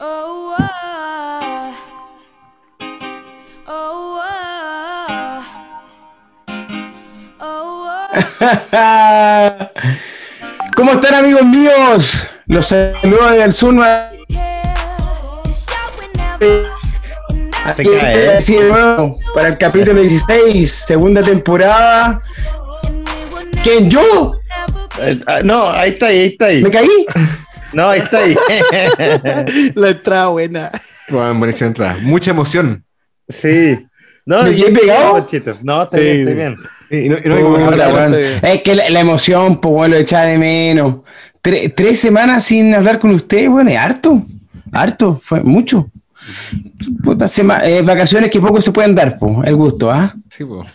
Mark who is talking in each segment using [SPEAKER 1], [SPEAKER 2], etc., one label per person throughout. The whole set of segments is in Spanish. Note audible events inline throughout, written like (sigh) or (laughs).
[SPEAKER 1] Oh, ah. Oh, ah. Oh, ah.
[SPEAKER 2] (laughs) ¿Cómo están amigos míos? Los saludo desde el sur nuevamente.
[SPEAKER 1] Yeah. Just shout whenever and I
[SPEAKER 3] Te cae, ¿eh?
[SPEAKER 2] Así de nuevo, para el capítulo 16, segunda temporada.
[SPEAKER 1] and we will never,
[SPEAKER 2] ¿Quién yo?
[SPEAKER 1] never be
[SPEAKER 3] Eh, ah, No, ahí está ahí, ahí está ahí.
[SPEAKER 2] ¿Me caí?
[SPEAKER 3] No, ahí (laughs) está ahí.
[SPEAKER 4] La entrada buena.
[SPEAKER 5] Bueno, buenísima entrada. Mucha emoción.
[SPEAKER 3] sí. No,
[SPEAKER 2] ¿Me
[SPEAKER 3] yo-
[SPEAKER 2] quedé pegado?
[SPEAKER 3] Panchito. No, está bien, está bien.
[SPEAKER 5] Sí, y no, y no hay como-
[SPEAKER 2] Puta, weón.
[SPEAKER 4] bien.
[SPEAKER 2] Es que la, la emoción, pues bueno, lo echaba de menos. Tre- tres semanas sin hablar con ustedes, bueno, es harto. Harto, fue mucho. Puta, sema- eh, vacaciones que poco se pueden dar, pues, el gusto, ¿ah?
[SPEAKER 5] sí, po.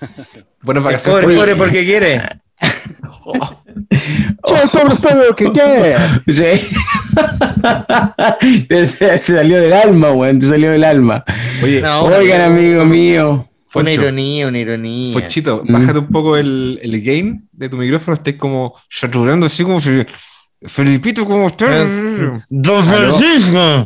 [SPEAKER 5] Buenas vacaciones.
[SPEAKER 3] Pobre, pobre porque quiere.
[SPEAKER 4] Che,
[SPEAKER 2] Oh.
[SPEAKER 4] pobre Pedro, que qué.
[SPEAKER 2] (laughs) Sí. Te- te- se salió del alma, weón, te salió del alma.
[SPEAKER 5] Oye,
[SPEAKER 3] No,
[SPEAKER 2] Oigan, amigo mío.
[SPEAKER 3] fue una
[SPEAKER 5] Foncho.
[SPEAKER 3] ironía, una ironía.
[SPEAKER 5] Pochito, bájate un poco el, el gain de tu micrófono, estés como saturando así como si... Felipito, ¿cómo estás?
[SPEAKER 3] Don Francisco.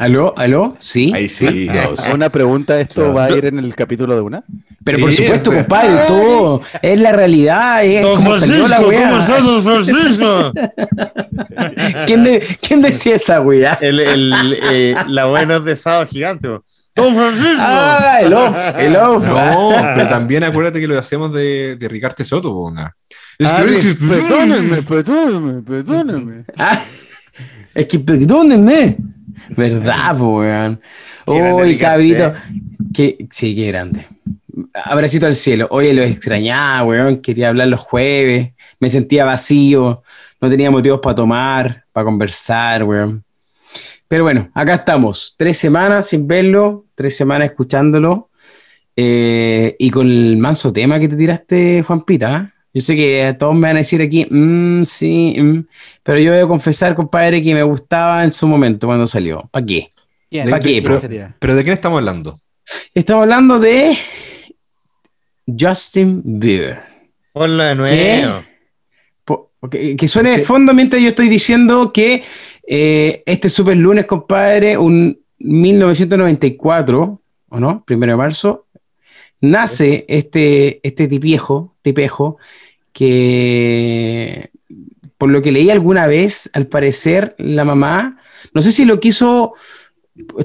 [SPEAKER 2] ¿Aló? ¿Aló? ¿Sí?
[SPEAKER 5] Ahí sí.
[SPEAKER 2] Pues,
[SPEAKER 4] Ah, Una pregunta, ¿esto
[SPEAKER 5] Dos.
[SPEAKER 4] va a ir en el capítulo de una?
[SPEAKER 2] Pero por
[SPEAKER 5] Sí,
[SPEAKER 2] supuesto,
[SPEAKER 5] pero-
[SPEAKER 2] compadre, todo es la realidad. Es como salió la weá.
[SPEAKER 3] (laughs) Don Francisco?
[SPEAKER 2] (laughs) ¿Quién, de- quién decía esa weá?
[SPEAKER 3] El, el, eh, la buena de sábado gigante. po. Don Francisco.
[SPEAKER 2] Ah, el off, el off. ah.
[SPEAKER 5] No, pero (laughs) también acuérdate que lo hacíamos de, de Ricarte Soto, po, na. Es
[SPEAKER 4] Ah,
[SPEAKER 5] que-
[SPEAKER 4] Perdónenme, perdónenme, perdónenme.
[SPEAKER 2] Ah, es que perdónenme. ¿Verdad, po, weón?
[SPEAKER 3] Qué grande,
[SPEAKER 2] Uy,
[SPEAKER 3] Ricardo, ¿eh?
[SPEAKER 2] cabrito. Que, sí, qué grande. Abracito al cielo. Oye, lo extrañaba, weón. Quería hablar los jueves. Me sentía vacío. No tenía motivos para tomar, para conversar, weón. Pero bueno, acá estamos. Tres semanas sin verlo, tres semanas escuchándolo. Eh, y con el manso tema que te tiraste, Juan Pita. ¿eh? Yo sé que todos me van a decir aquí, mm, sí, mm, pero yo voy a confesar, compadre, que me gustaba en su momento cuando salió. ¿Para qué?
[SPEAKER 4] ¿Quién?
[SPEAKER 2] ¿Para qué, bro?
[SPEAKER 4] sería?
[SPEAKER 5] Pero ¿de quién estamos hablando?
[SPEAKER 2] Estamos hablando de Justin Bieber.
[SPEAKER 3] Ponlo de nuevo.
[SPEAKER 2] Po- Que, que suene de fondo mientras yo estoy diciendo que eh, este super lunes, compadre, un 1994, ¿o no? Primero de marzo, nace este, este tipiejo, tipejo, que por lo que leí alguna vez, al parecer, la mamá, no sé si lo quiso,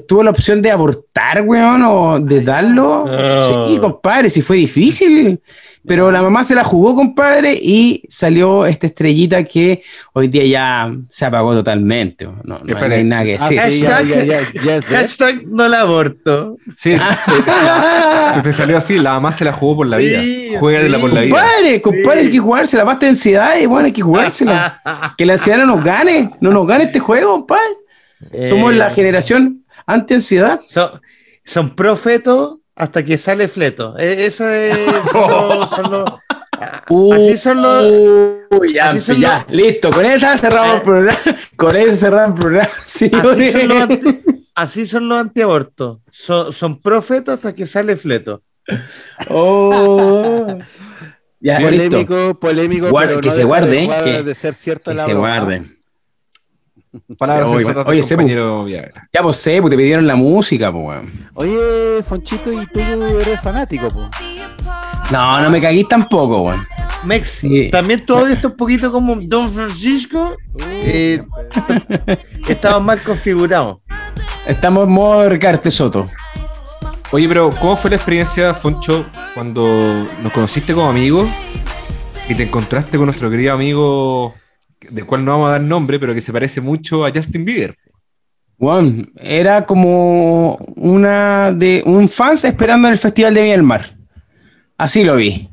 [SPEAKER 2] tuvo la opción de abortar, weón, o de darlo.
[SPEAKER 3] no.
[SPEAKER 2] Sí, compadre, si fue difícil. Pero la mamá se la jugó, compadre, y salió esta estrellita que hoy día ya se apagó totalmente. No, no hay- no hay nada que
[SPEAKER 4] Ah,
[SPEAKER 2] decir.
[SPEAKER 4] sí, ya, ya, ya, ya es de-
[SPEAKER 3] Hashtag no la aborto.
[SPEAKER 5] Sí,
[SPEAKER 2] (laughs)
[SPEAKER 5] te, te salió así, la mamá se la jugó por la vida.
[SPEAKER 3] Sí,
[SPEAKER 5] Juégala
[SPEAKER 3] sí.
[SPEAKER 5] por la vida.
[SPEAKER 2] Compadre, compadre,
[SPEAKER 3] Sí.
[SPEAKER 2] hay que jugársela. Basta de ansiedad, y bueno, hay que
[SPEAKER 3] (laughs)
[SPEAKER 2] jugársela. que la ansiedad no nos gane, no nos gane este juego, compadre. Somos
[SPEAKER 3] Eh,
[SPEAKER 2] la generación anti-ansiedad.
[SPEAKER 3] Son, son profetos hasta que sale fleto. E-
[SPEAKER 2] (laughs)
[SPEAKER 3] Eso es. son los-
[SPEAKER 2] Oh.
[SPEAKER 3] son los- a-
[SPEAKER 2] Uh.
[SPEAKER 3] así son los.
[SPEAKER 2] Uy, ya,
[SPEAKER 3] así son Eh.
[SPEAKER 2] ya, listo. Con esa cerramos el programa. (laughs) Con esa cerramos el programa. (laughs)
[SPEAKER 3] Así
[SPEAKER 2] señores. (laughs)
[SPEAKER 3] son los, anti- así son los antiabortos. Son, son profetos hasta que sale fleto.
[SPEAKER 2] Oh. Ya, listo.
[SPEAKER 4] Polémico, polémico.
[SPEAKER 2] Guarda-
[SPEAKER 4] pero
[SPEAKER 2] que
[SPEAKER 4] no
[SPEAKER 2] se
[SPEAKER 4] deja
[SPEAKER 2] guarde,
[SPEAKER 4] de-
[SPEAKER 2] eh,
[SPEAKER 4] guarda
[SPEAKER 2] que-
[SPEAKER 4] de ser cierta
[SPEAKER 2] Que
[SPEAKER 4] la
[SPEAKER 2] se
[SPEAKER 4] broma.
[SPEAKER 2] guarden.
[SPEAKER 3] ¿ah?
[SPEAKER 5] Palabras
[SPEAKER 2] Oye,
[SPEAKER 5] sensatas
[SPEAKER 2] oye,
[SPEAKER 5] del
[SPEAKER 2] Sepu.
[SPEAKER 5] compañero Villagra.
[SPEAKER 2] Ya, pues sé, pues te pidieron la música, pues, weón.
[SPEAKER 4] Oye, Fonchito, y tú eres fanático, po.
[SPEAKER 1] be a part.
[SPEAKER 2] No, no me caguís tampoco, weón.
[SPEAKER 3] Mex,
[SPEAKER 2] Sí.
[SPEAKER 3] también tu audio está un poquito como Don Francisco.
[SPEAKER 2] (laughs)
[SPEAKER 3] Eh, estamos mal configurados.
[SPEAKER 2] Estamos en modo Ricarte Soto.
[SPEAKER 5] Oye, pero ¿cómo fue la experiencia, Foncho, cuando nos conociste como amigos y te encontraste con nuestro querido amigo, del cual no vamos a dar nombre, pero que se parece mucho a Justin Bieber?
[SPEAKER 2] Weón, era como una de un fans esperando en el Festival de Viña del Mar. Así lo vi.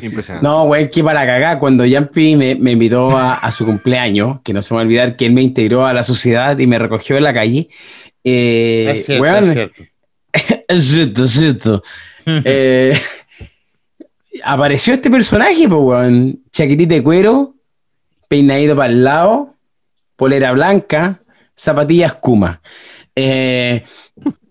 [SPEAKER 5] Impresionante.
[SPEAKER 2] No, güey, que para cagar. Cuando Yampi me, me invitó a, a su cumpleaños, que no se me va a olvidar que él me integró a la sociedad y me recogió en la calle. Eh,
[SPEAKER 3] Es cierto,
[SPEAKER 2] weón,
[SPEAKER 3] es cierto.
[SPEAKER 2] es cierto, es cierto. Eh, apareció este personaje, pues, weón. Chaquetita de cuero, peinadito para el lado, polera blanca, zapatillas Kuma. Eh,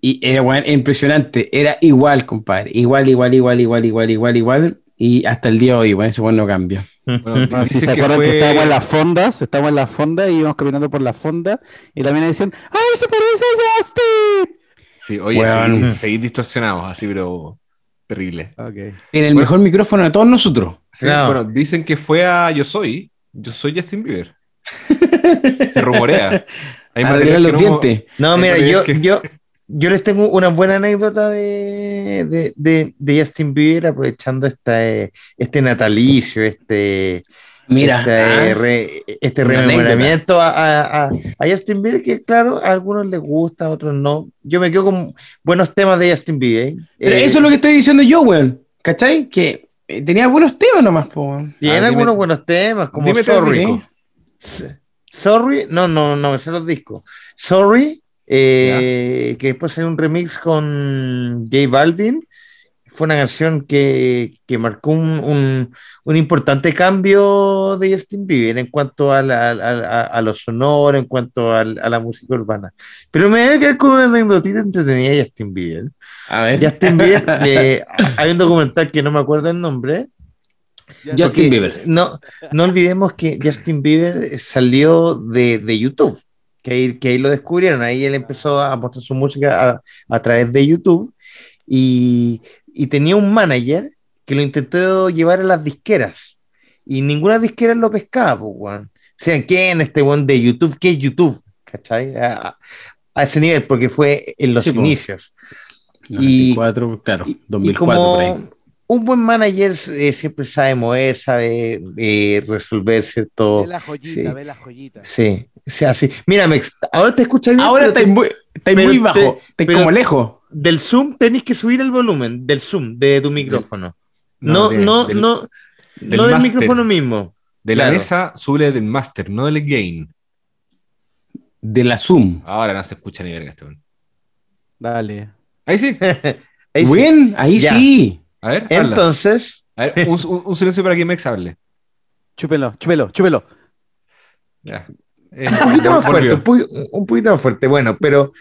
[SPEAKER 2] y era weón, impresionante, era igual, compadre. Igual, igual, igual, igual, igual, igual, igual. Y hasta el día de hoy, bueno, ese bueno no cambió.
[SPEAKER 5] Bueno,
[SPEAKER 4] Bueno, si
[SPEAKER 5] dicen
[SPEAKER 4] se
[SPEAKER 5] Ah, que
[SPEAKER 4] acuerdan que
[SPEAKER 5] fue-
[SPEAKER 4] estábamos en las fondas, estábamos en las fondas y íbamos caminando por las fondas y la mina decían, ¡ay, se parece a Justin!
[SPEAKER 5] Sí, oye,
[SPEAKER 2] Weón.
[SPEAKER 5] seguís- seguís distorsionados, así, pero terrible.
[SPEAKER 4] Ok.
[SPEAKER 2] Tiene el
[SPEAKER 5] Bueno.
[SPEAKER 2] mejor micrófono de todos nosotros.
[SPEAKER 5] Sí,
[SPEAKER 3] No.
[SPEAKER 5] Bueno, dicen que fue a Yo Soy. Yo soy Justin Bieber. Se rumorea. Hay
[SPEAKER 2] Arreglar
[SPEAKER 5] material
[SPEAKER 2] los
[SPEAKER 5] que no-
[SPEAKER 2] dientes.
[SPEAKER 3] No,
[SPEAKER 5] Sí,
[SPEAKER 3] mira,
[SPEAKER 5] porque
[SPEAKER 3] yo,
[SPEAKER 5] es que-
[SPEAKER 3] yo, yo les tengo una buena anécdota de, de, de, de Justin Bieber aprovechando esta, eh, este natalicio, este,
[SPEAKER 2] Mira,
[SPEAKER 3] este,
[SPEAKER 2] ah,
[SPEAKER 3] re- este
[SPEAKER 2] Una
[SPEAKER 3] rememoramiento a, a- a- a Justin Bieber, que claro, a algunos les gusta, a otros no. Yo me quedo con buenos temas de Justin Bieber. ¿eh?
[SPEAKER 2] pero
[SPEAKER 3] Eh,
[SPEAKER 2] eso es lo que estoy diciendo yo, weón. ¿Cachai? Que eh, tenía buenos temas nomás, po, weón.
[SPEAKER 3] Tiene
[SPEAKER 5] Ah, dime-
[SPEAKER 3] algunos buenos temas, como
[SPEAKER 5] Dime tres
[SPEAKER 3] Sorry.
[SPEAKER 5] discos.
[SPEAKER 3] Sorry, no, no, no, me sé los discos. Sorry, eh, que después hay un remix con J Balvin. Fue una canción que, que marcó un, un- un importante cambio de Justin Bieber en cuanto a, la- a, a- a lo sonoro, en cuanto al- a, la música urbana. Pero me voy a quedar con una anécdotita entretenida de Justin Bieber.
[SPEAKER 2] A ver.
[SPEAKER 3] Justin Bieber, eh, hay un documental que no me acuerdo el nombre,
[SPEAKER 2] Justin
[SPEAKER 3] porque
[SPEAKER 2] Bieber.
[SPEAKER 3] No, no olvidemos que Justin Bieber eh, salió de, de YouTube, que ahí, que ahí lo descubrieron, ahí él empezó a mostrar su música a, a través de YouTube y, y tenía un manager que lo intentó llevar a las disqueras y ninguna disquera lo pescaba, pues, weón. O sea, ¿quién es este weón de YouTube? ¿Qué es YouTube? ¿Cachai? A, a ese nivel, porque fue en los
[SPEAKER 2] Sí, pues, po.
[SPEAKER 3] inicios. Y-
[SPEAKER 2] 94, claro,
[SPEAKER 3] Y- y
[SPEAKER 2] 2004 por ahí.
[SPEAKER 3] como un buen manager eh, siempre sabe mover, sabe eh, resolver cierto.
[SPEAKER 4] la
[SPEAKER 3] Oh, Sí.
[SPEAKER 4] la joyita.
[SPEAKER 3] Sí, o sea, sí. Mira, Mex, ahora te escuchas bien.
[SPEAKER 2] Ahora
[SPEAKER 3] pero
[SPEAKER 2] estáis
[SPEAKER 3] te-
[SPEAKER 2] muy, estáis
[SPEAKER 3] pero
[SPEAKER 2] muy
[SPEAKER 3] te-
[SPEAKER 2] bajo, estáis
[SPEAKER 3] pero-
[SPEAKER 2] como lejos.
[SPEAKER 3] del Zoom tenés que subir el volumen del Zoom de tu micrófono. No,
[SPEAKER 5] de-
[SPEAKER 3] no,
[SPEAKER 5] del-
[SPEAKER 3] no,
[SPEAKER 5] del
[SPEAKER 3] no del
[SPEAKER 5] máster.
[SPEAKER 3] micrófono mismo.
[SPEAKER 5] De la
[SPEAKER 3] Claro.
[SPEAKER 5] mesa, sube del master, no del gain.
[SPEAKER 2] De la Zoom.
[SPEAKER 5] Ahora no se escucha ni verga este weón.
[SPEAKER 4] Dale.
[SPEAKER 5] Ahí sí.
[SPEAKER 3] Ahí sí.
[SPEAKER 2] Bien, ahí
[SPEAKER 3] Ya.
[SPEAKER 2] sí.
[SPEAKER 5] A ver, habla.
[SPEAKER 3] Entonces,
[SPEAKER 5] A ver, un, un- un silencio para que Mex hable.
[SPEAKER 4] Chúpelo, chúpelo, chúpelo.
[SPEAKER 5] Ya.
[SPEAKER 4] (laughs)
[SPEAKER 5] Eh,
[SPEAKER 3] un poquito más fuerte,
[SPEAKER 5] volvió.
[SPEAKER 3] un, pu- un poquito más fuerte, bueno, pero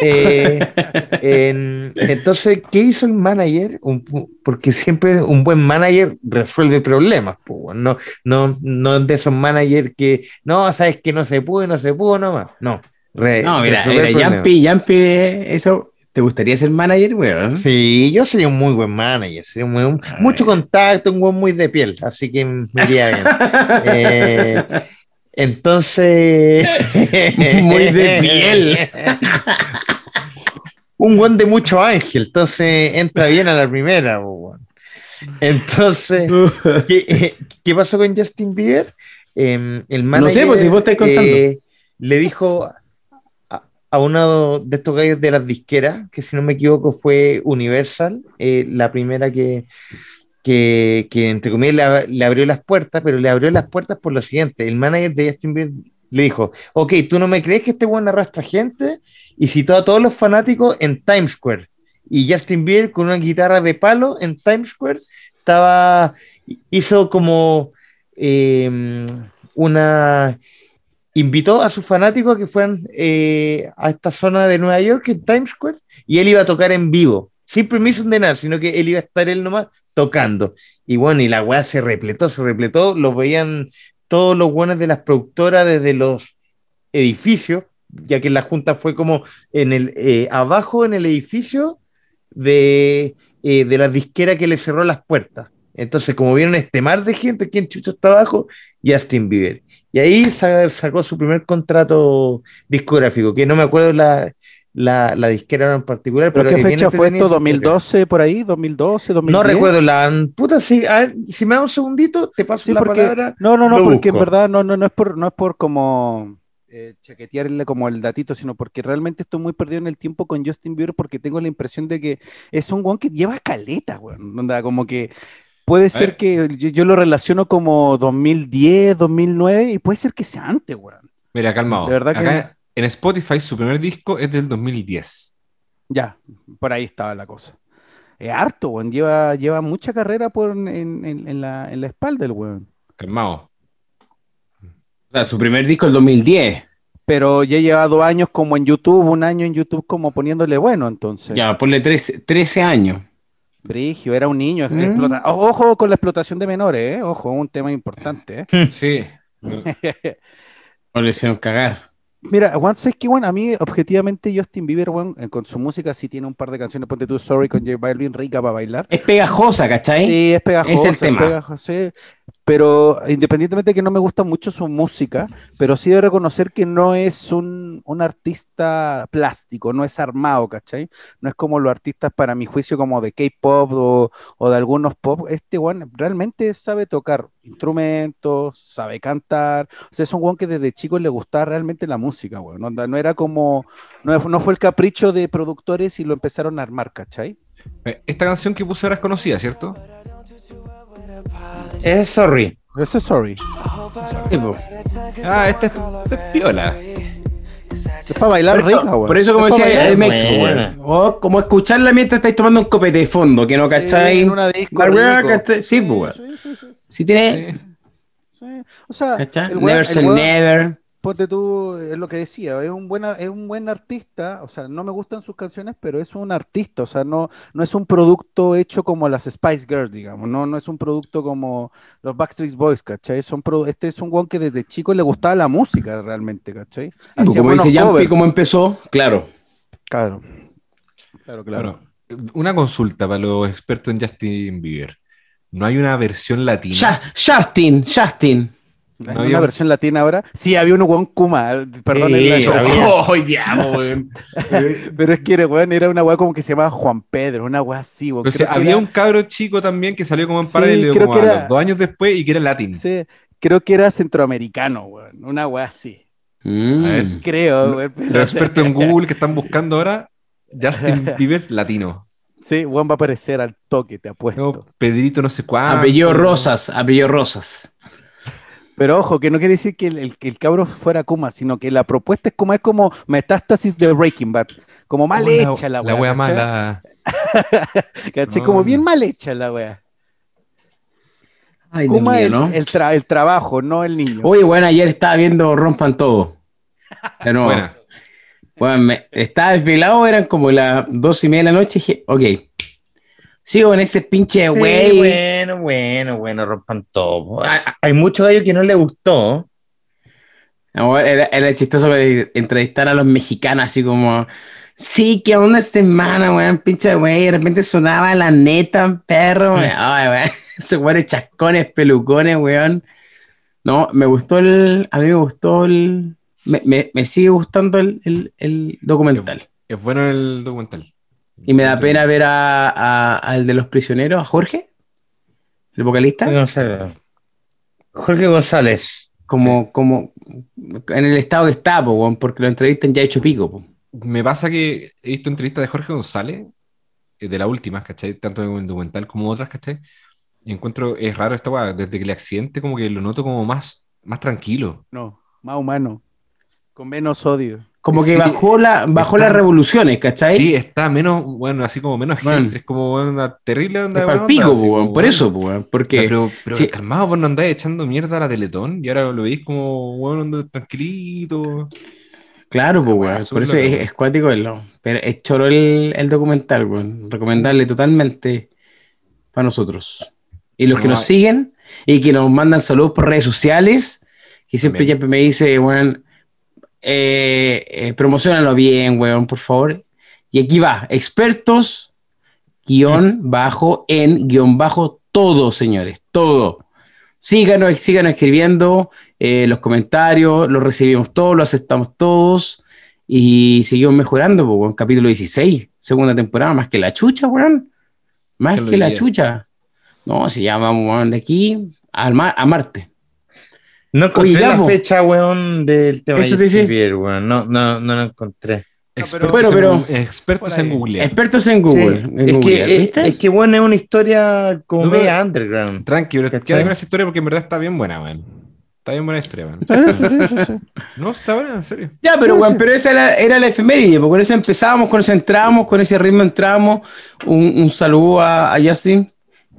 [SPEAKER 3] eh,
[SPEAKER 2] (laughs)
[SPEAKER 3] en- entonces, ¿qué hizo el manager? Un pu- porque siempre un buen manager resuelve problemas, po, weón. no, no, no de esos managers que no, sabes que no se pudo, no se pudo nomás, no. re-
[SPEAKER 2] No, mira,
[SPEAKER 3] resolver
[SPEAKER 2] mira,
[SPEAKER 3] problemas.
[SPEAKER 2] Yampi, Yampi, eh, eso. ¿Te gustaría ser manager, weón? (laughs)
[SPEAKER 3] Sí, yo sería un muy buen manager, sería un muy- un-
[SPEAKER 2] ¿eh? Ay.
[SPEAKER 3] mucho contacto, un buen muy de piel, así que me
[SPEAKER 2] (laughs)
[SPEAKER 3] iría bien. Eh, entonces,
[SPEAKER 2] Muy de piel.
[SPEAKER 3] (laughs) un buen de mucho ángel, entonces entra bien a la primera. po, weón. Entonces, (laughs) ¿qué, eh, qué pasó con Justin Bieber? Eh, el manager,
[SPEAKER 2] sé, pues, si vos estás contando.
[SPEAKER 3] eh, le dijo a, a uno de estos gallos de las disqueras, que si no me equivoco fue Universal, eh, la primera que, que, que, entre comillas le, ab- le abrió las puertas, pero le abrió las puertas por lo siguiente. El manager de Justin Bieber le dijo, ok, tú no me crees que este weón arrastra gente y citó a todos los fanáticos en Times Square. Y Justin Bieber con una guitarra de palo en Times Square estaba, hizo como eh, una... Invitó a sus fanáticos a que fueran eh, a esta zona de Nueva York, en Times Square, y él iba a tocar en vivo, sin permiso de nada, sino que él iba a estar él nomás tocando. Y bueno, y la weá se repletó, se repletó, los veían todos los buenos de las productoras desde los edificios, ya que la junta fue como en el eh, abajo en el edificio de, eh, de la disquera que le cerró las puertas. Entonces, como vieron este mar de gente, ¿quién chucho está abajo? Justin Bieber. Y ahí sa- sacó su primer contrato discográfico, que no me acuerdo la, la, la disquera en particular.
[SPEAKER 4] ¿Pero,
[SPEAKER 3] Pero, este
[SPEAKER 4] qué
[SPEAKER 3] es bien
[SPEAKER 4] fecha fue
[SPEAKER 3] entretenida
[SPEAKER 4] esto?
[SPEAKER 3] esa historia.
[SPEAKER 4] ¿2012 por ahí? ¿2012? ¿2010?
[SPEAKER 3] No recuerdo la puta, sí, a ver, si me da un segundito, te paso
[SPEAKER 4] Sí,
[SPEAKER 3] la
[SPEAKER 4] porque-
[SPEAKER 3] palabra.
[SPEAKER 4] No, no, no,
[SPEAKER 3] Lo
[SPEAKER 4] porque en
[SPEAKER 3] busco.
[SPEAKER 4] verdad no, no, no es por, no es por como eh, chaquetearle como el datito, sino porque realmente estoy muy perdido en el tiempo con Justin Bieber porque tengo la impresión de que es un guan que lleva caleta, weón. Onda, como que puede ser
[SPEAKER 5] ver.
[SPEAKER 4] que yo, yo lo relaciono como 2010, 2009 y puede ser que sea antes, weón.
[SPEAKER 5] Mira, calmado.
[SPEAKER 4] De verdad que-
[SPEAKER 5] Acá en Spotify su primer disco es del 2010.
[SPEAKER 4] Ya, por ahí estaba la cosa. Es harto, weón. Lleva, lleva mucha carrera por en, en- en la, en la espalda el weón.
[SPEAKER 5] Calmado.
[SPEAKER 2] O sea, su primer disco el 2010.
[SPEAKER 4] Pero ya lleva dos años como en YouTube, un año en YouTube como poniéndole bueno, entonces.
[SPEAKER 2] Ya, ponle 13, 13 años.
[SPEAKER 4] Brigio, era un niño. explota- Ojo con la explotación de menores, ¿eh? ojo, un tema importante. ¿eh? (laughs)
[SPEAKER 5] Sí.
[SPEAKER 2] No le hicieron cagar.
[SPEAKER 4] Mira, Juan, ¿sabes qué, Juan? A mí, objetivamente, Justin Bieber, Juan, eh, con su música sí tiene un par de canciones. Ponte tú, Sorry, con J Balvin, rica para bailar.
[SPEAKER 2] Es pegajosa, ¿cachai?
[SPEAKER 4] Sí, es pegajoso.
[SPEAKER 2] ¿Eh? Es el tema.
[SPEAKER 4] pegajoso, sí. Pero independientemente de que no me gusta mucho su música, pero sí de reconocer que no es un, un artista plástico, no es armado, ¿cachai? No es como los artistas, para mi juicio, como de K-pop o, o de algunos pop. Este one realmente sabe tocar instrumentos, sabe cantar. O sea, es un one que desde chico le gustaba realmente la música, weón. Onda, No, era como. No, no fue el capricho de productores y lo empezaron a armar, ¿cachai?
[SPEAKER 5] Eh, Esta canción que puse ahora es conocida, ¿cierto?
[SPEAKER 3] Es sorry.
[SPEAKER 4] Eso es sorry.
[SPEAKER 2] Sí, po.
[SPEAKER 5] Ah, esta es, es piola.
[SPEAKER 4] Eh. Es para bailar
[SPEAKER 2] Por eso-
[SPEAKER 4] rica, weón.
[SPEAKER 2] Por eso, como
[SPEAKER 3] Es pa'
[SPEAKER 2] decía, eh,
[SPEAKER 3] bailar,
[SPEAKER 2] es Mexico,
[SPEAKER 3] buena.
[SPEAKER 2] weón. O como escucharla mientras estáis tomando un copete de fondo, que no
[SPEAKER 4] Sí,
[SPEAKER 2] cacháis.
[SPEAKER 4] en una disco
[SPEAKER 2] La weá,
[SPEAKER 4] rico.
[SPEAKER 2] ¿cachai? Sí, po, weón.
[SPEAKER 4] Sí, sí, sí,
[SPEAKER 2] Si tiene.
[SPEAKER 5] Sí.
[SPEAKER 4] sí. O sea,
[SPEAKER 2] ¿Cachai?
[SPEAKER 4] el weón-
[SPEAKER 2] Never
[SPEAKER 4] el
[SPEAKER 2] say
[SPEAKER 4] weón,
[SPEAKER 2] never.
[SPEAKER 4] ponte tú, es lo que decía, es un buen, es un buen artista, o sea, no me gustan sus canciones, pero es un artista, o sea, no, no es un producto hecho como las Spice Girls, digamos, no, no es un producto como los Backstreet Boys, ¿cachai? Son pro- este es un weón que desde chico le gustaba la música realmente, ¿cachai? Hacía
[SPEAKER 2] pues, Como
[SPEAKER 4] buenos
[SPEAKER 2] dice Jumpy,
[SPEAKER 4] covers.
[SPEAKER 2] como empezó, claro.
[SPEAKER 4] Claro. Claro, claro.
[SPEAKER 5] Claro. Una consulta para los expertos en Justin Bieber. ¿No hay una versión latina?
[SPEAKER 2] Ya- Justin, Justin.
[SPEAKER 4] ¿Hay
[SPEAKER 5] No,
[SPEAKER 4] una
[SPEAKER 5] yo-
[SPEAKER 4] versión latina ahora? Sí, había un weón Kuma, perdón,
[SPEAKER 3] Sí,
[SPEAKER 2] (laughs)
[SPEAKER 4] el-
[SPEAKER 3] había.
[SPEAKER 2] Oh, ya, weón.
[SPEAKER 4] Pero es que era, weón, era una weá como que se llamaba Juan Pedro, una weá así, weón.
[SPEAKER 5] Pero
[SPEAKER 4] Creo
[SPEAKER 5] sí,
[SPEAKER 4] que
[SPEAKER 5] había
[SPEAKER 4] era-
[SPEAKER 5] un cabro chico también que salió como en
[SPEAKER 4] Sí,
[SPEAKER 5] paralelo
[SPEAKER 4] creo
[SPEAKER 5] como
[SPEAKER 4] que
[SPEAKER 5] a
[SPEAKER 4] era-
[SPEAKER 5] los dos años después y que era latín.
[SPEAKER 4] sí, creo que era centroamericano, weón. Una weá así.
[SPEAKER 2] Mm.
[SPEAKER 5] A ver.
[SPEAKER 4] Creo, weón.
[SPEAKER 5] Los
[SPEAKER 4] pero-
[SPEAKER 5] expertos en Google que están buscando ahora
[SPEAKER 2] (laughs)
[SPEAKER 5] Justin Bieber latino.
[SPEAKER 4] Sí, weón va a aparecer al toque, te apuesto.
[SPEAKER 5] No, Pedrito no sé cuánto.
[SPEAKER 2] Apellido Rosas, apellido Rosas.
[SPEAKER 4] Pero ojo, que no quiere decir que el, el- que el cabro fuera Kuma, sino que la propuesta es como, es como metástasis de Breaking Bad. Como mal
[SPEAKER 5] Oh,
[SPEAKER 4] hecha la weá.
[SPEAKER 5] La wea
[SPEAKER 4] ¿cachai?
[SPEAKER 5] mala.
[SPEAKER 4] ¿Cachai? Como
[SPEAKER 5] Ah.
[SPEAKER 4] bien mal hecha la weá.
[SPEAKER 2] Ay,
[SPEAKER 4] Kuma
[SPEAKER 2] Dios
[SPEAKER 4] el,
[SPEAKER 2] mío, ¿no?
[SPEAKER 4] el, tra- el trabajo, no el niño.
[SPEAKER 2] Oye, bueno, ayer estaba viendo Rompan Todo. De nuevo.
[SPEAKER 5] Buena.
[SPEAKER 2] Bueno, me- estaba desvelado, eran como las dos y media de la noche. y dije, ok. Sigo en ese pinche
[SPEAKER 3] Sí,
[SPEAKER 2] güey.
[SPEAKER 3] bueno, bueno, bueno, rompan todo. Ah, Hay mucho gallo que no le gustó.
[SPEAKER 2] Ahora, Era, era chistoso eh, entrevistar a los mexicanos, así como, sí, que una semana, weón, pinche güey. Y de repente sonaba la neta, perro. weón. Ay, weón. (laughs) Esos güeyes chascones, pelucones, weón. No, me gustó el. A mí me gustó el. Me, me- me sigue gustando el, el- el documental.
[SPEAKER 5] Es bueno el documental.
[SPEAKER 2] Y me da pena ver a- a- al de los prisioneros, a Jorge, el vocalista,
[SPEAKER 3] Jorge González. Jorge González.
[SPEAKER 2] como, como en el estado que está, po, weón, porque lo entrevistan ya hecho pico. po.
[SPEAKER 5] Me pasa que he visto entrevistas de Jorge González, eh, de las últimas, ¿cachai? Tanto en el documental como otras, ¿cachai? Y encuentro, es raro esta weá, desde que el accidente como que lo noto como más, más tranquilo.
[SPEAKER 4] No, más humano. Con menos odio.
[SPEAKER 2] Como que
[SPEAKER 5] Sí,
[SPEAKER 2] bajó, la, bajó
[SPEAKER 5] está-
[SPEAKER 2] las revoluciones, ¿cachai?
[SPEAKER 5] Sí, está menos, bueno, así como menos
[SPEAKER 2] Bueno.
[SPEAKER 5] gente, es como bueno, una terrible onda
[SPEAKER 2] Es
[SPEAKER 5] de
[SPEAKER 2] pa'l
[SPEAKER 5] buena
[SPEAKER 2] pico,
[SPEAKER 5] onda, así
[SPEAKER 2] po, weón,
[SPEAKER 5] como,
[SPEAKER 2] por
[SPEAKER 5] bueno.
[SPEAKER 2] eso, po, weón, porque
[SPEAKER 5] Ya, Pero, pero
[SPEAKER 2] sí.
[SPEAKER 5] calmado, vos no andáis echando mierda a la Teletón y ahora lo veis como, bueno, ando tranquilito.
[SPEAKER 2] Claro, pues,
[SPEAKER 5] weá,
[SPEAKER 2] weón.
[SPEAKER 5] azul,
[SPEAKER 2] Por eso
[SPEAKER 5] la
[SPEAKER 2] es,
[SPEAKER 5] weá.
[SPEAKER 2] es cuático verlo. Pero es choro el, el documental, weón. Recomendarle totalmente para nosotros. Y los que
[SPEAKER 5] No,
[SPEAKER 2] nos
[SPEAKER 5] hay-
[SPEAKER 2] siguen y que nos mandan saludos por redes sociales, que siempre
[SPEAKER 5] También.
[SPEAKER 2] ya me dice, weón, eh, eh, promocionalo bien, weón, por favor. Y aquí va, expertos,
[SPEAKER 5] Mm.
[SPEAKER 2] guión bajo, en guión bajo, todo, señores, todo. Síganos, síganos escribiendo eh, los comentarios, los recibimos todos, los aceptamos todos y seguimos mejorando, po, weón. capítulo 16, segunda temporada, más que la chucha, weón. Más
[SPEAKER 5] ¿Quién lo
[SPEAKER 2] que la
[SPEAKER 5] diría?
[SPEAKER 2] chucha. No, si ya vamos weón, de aquí al mar- a Marte.
[SPEAKER 3] No encontré
[SPEAKER 2] Oye, ya,
[SPEAKER 3] la
[SPEAKER 2] po.
[SPEAKER 3] fecha, weón, del tema
[SPEAKER 2] Eso
[SPEAKER 3] de
[SPEAKER 2] te
[SPEAKER 3] Justin
[SPEAKER 2] sí.
[SPEAKER 3] Bieber, weón. No, no, no lo encontré.
[SPEAKER 5] Expertos,
[SPEAKER 2] Bueno, pero-
[SPEAKER 5] en, expertos
[SPEAKER 4] Por ahí.
[SPEAKER 5] en Google.
[SPEAKER 2] Expertos en Google.
[SPEAKER 3] Sí.
[SPEAKER 2] en
[SPEAKER 3] Es,
[SPEAKER 2] Google,
[SPEAKER 3] que, es,
[SPEAKER 2] ¿viste?
[SPEAKER 3] es que, bueno, es una historia como
[SPEAKER 5] No, pero-
[SPEAKER 3] media underground.
[SPEAKER 5] Tranqui, pero
[SPEAKER 3] ¿Cachai?
[SPEAKER 5] queda con esa historia porque en verdad está bien buena, weón. Está bien buena la historia, weón. No, está buena, en serio.
[SPEAKER 2] Ya, pero
[SPEAKER 4] Sí,
[SPEAKER 2] weón,
[SPEAKER 4] sí.
[SPEAKER 2] pero esa era, era la efeméride, porque con eso empezábamos, con eso entramos, con ese ritmo entramos. Un, un saludo a, a Justin,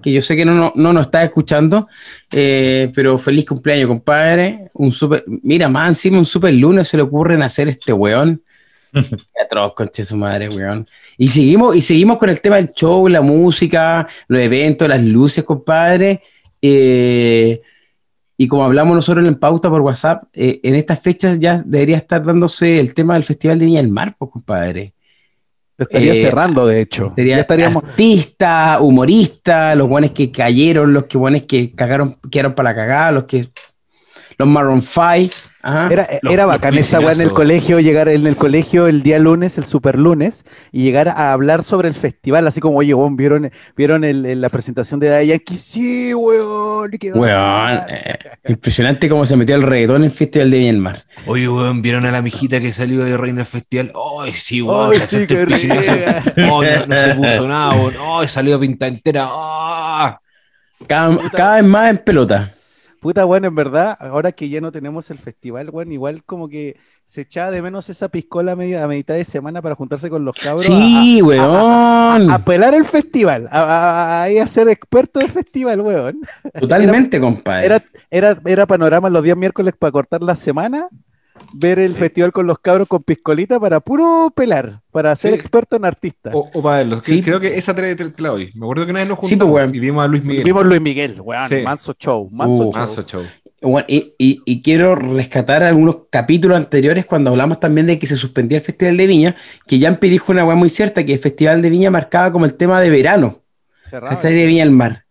[SPEAKER 2] que yo sé que no, no, no nos está escuchando, eh, pero feliz cumpleaños, compadre. Un super, mira, más encima un super lunes se le ocurre nacer este weón. Qué atroz, conche su madre, weón. Y seguimos, y seguimos con el tema del show, la música, los eventos, las luces, compadre. Eh, y como hablamos nosotros en pauta por WhatsApp, eh, en estas fechas ya debería estar dándose el tema del Festival de Niña del Mar, pues, compadre.
[SPEAKER 4] Lo (laughs) estaría
[SPEAKER 2] Eh,
[SPEAKER 4] cerrando, de hecho.
[SPEAKER 2] Sería
[SPEAKER 4] ya estaríamos.
[SPEAKER 2] artista, humorista, los guanes que cayeron, los que guanes que cagaron, quedaron para la cagada, los que. Los Maroon 5. ajá.
[SPEAKER 4] Era, eh,
[SPEAKER 5] Los-
[SPEAKER 4] era
[SPEAKER 5] los
[SPEAKER 4] bacán esa weá en el
[SPEAKER 5] vecindazos.
[SPEAKER 4] colegio, llegar en el colegio el día lunes, el super lunes, y llegar a hablar sobre el festival, así como, oye, weón, ¿vieron, vieron el- el- la presentación de Daddy Yankee? Sí, weón. y qué
[SPEAKER 2] Weón,
[SPEAKER 4] bacán".
[SPEAKER 2] eh, impresionante cómo se metió el reggaetón en el Festival de Viña del Mar.
[SPEAKER 5] Oye, weón, ¿vieron a la mijita que salió de Reina del Festival? ¡Ay, (laughs) sí, weón!
[SPEAKER 4] Ay,
[SPEAKER 5] ¿cachaste
[SPEAKER 4] sí, qué
[SPEAKER 5] el piscinazo?
[SPEAKER 4] rica.
[SPEAKER 5] Oh, no, no se puso nada, weón. ¡Ay, salió pinta entera! ¡Ah!
[SPEAKER 2] Cada, cada vez más en pelota.
[SPEAKER 4] Puta, weón, en verdad, ahora que ya no tenemos el festival, weón, igual como que se echaba de menos esa piscola a, media, a mitad de semana para juntarse con los cabros.
[SPEAKER 2] Sí,
[SPEAKER 4] a- a-
[SPEAKER 5] Mm.
[SPEAKER 2] weón.
[SPEAKER 4] a- a pelar el festival, a, a- a- ahí a ser experto de festival, weón.
[SPEAKER 2] Totalmente, compadre.
[SPEAKER 4] Era, era, era panorama los días miércoles para cortar la semana, ver el festival con los cabros con piscolita para puro pelar, para ser
[SPEAKER 5] Sí. Oh,
[SPEAKER 4] experto en artista.
[SPEAKER 5] O, o para los que-
[SPEAKER 2] Sí.
[SPEAKER 5] Creo que esa te, te- te la doy. Me acuerdo que una vez nos
[SPEAKER 2] Sí,
[SPEAKER 5] juntamos
[SPEAKER 2] pues, weón.
[SPEAKER 5] y vimos a Luis Miguel.
[SPEAKER 4] Vimos Luis Miguel, weón,
[SPEAKER 5] Sí.
[SPEAKER 4] manso show, manso
[SPEAKER 2] Uh,
[SPEAKER 4] show.
[SPEAKER 5] Mazo show.
[SPEAKER 2] Bueno, y, y- y quiero rescatar algunos capítulos anteriores cuando hablamos también de que se suspendía el Festival de Viña, que Yampi dijo una weá muy cierta, que el Festival de Viña marcaba como el tema de verano,
[SPEAKER 4] Cerrado.
[SPEAKER 2] ¿cachai? De Viña del Mar.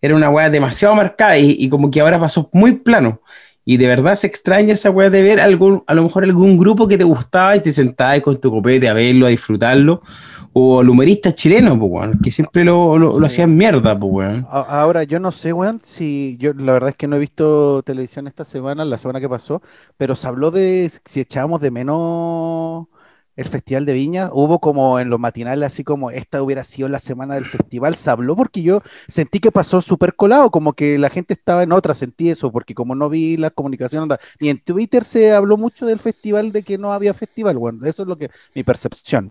[SPEAKER 2] Era una weá demasiado marcada y, y como que ahora pasó muy plano. Y de verdad se extraña esa weá de ver algún, a lo mejor algún grupo que te gustaba y te sentabas con tu copete a verlo, a disfrutarlo. O al humorista chileno, pues, weón, que siempre lo, lo- lo
[SPEAKER 4] Sí.
[SPEAKER 2] hacían mierda, pues, weón.
[SPEAKER 4] A- Ahora, yo no sé, weón, si yo la verdad es que no he visto televisión esta semana, la semana que pasó, pero se habló de si echábamos de menos el Festival de Viña. Hubo como en los matinales, así como esta hubiera sido la semana del festival, se habló porque yo sentí que pasó súper colado, como que la gente estaba en otra, sentí eso, porque como no vi la comunicación, onda, ni en Twitter se habló mucho del festival, de que no había festival, weón. Eso es lo que, mi percepción.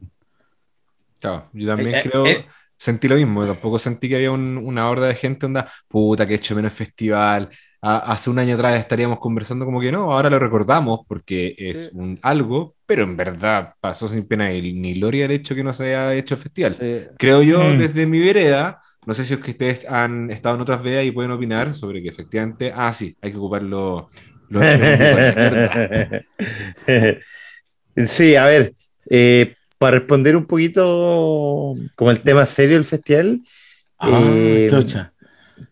[SPEAKER 5] Chao. Yo también
[SPEAKER 2] Eh, eh,
[SPEAKER 5] creo.
[SPEAKER 2] eh.
[SPEAKER 5] Sentí lo mismo. Tampoco sentí que había un- una horda de gente onda. Puta, que he hecho menos festival. A- hace un año atrás estaríamos conversando como que no, ahora lo recordamos porque es
[SPEAKER 4] Sí.
[SPEAKER 5] un algo, pero en verdad pasó sin pena ni ni gloria el hecho que no se haya hecho el festival.
[SPEAKER 4] Sí.
[SPEAKER 5] creo yo,
[SPEAKER 3] Mm.
[SPEAKER 5] desde mi vereda. No sé si es que ustedes han estado en otras veredas y pueden opinar sobre que efectivamente, ah, sí, hay que ocupar los... los- los-
[SPEAKER 3] (laughs)
[SPEAKER 5] los-
[SPEAKER 3] Sí, a ver, eh, para responder un poquito como el tema serio del festival,
[SPEAKER 4] Ah,
[SPEAKER 3] eh,
[SPEAKER 2] chocha.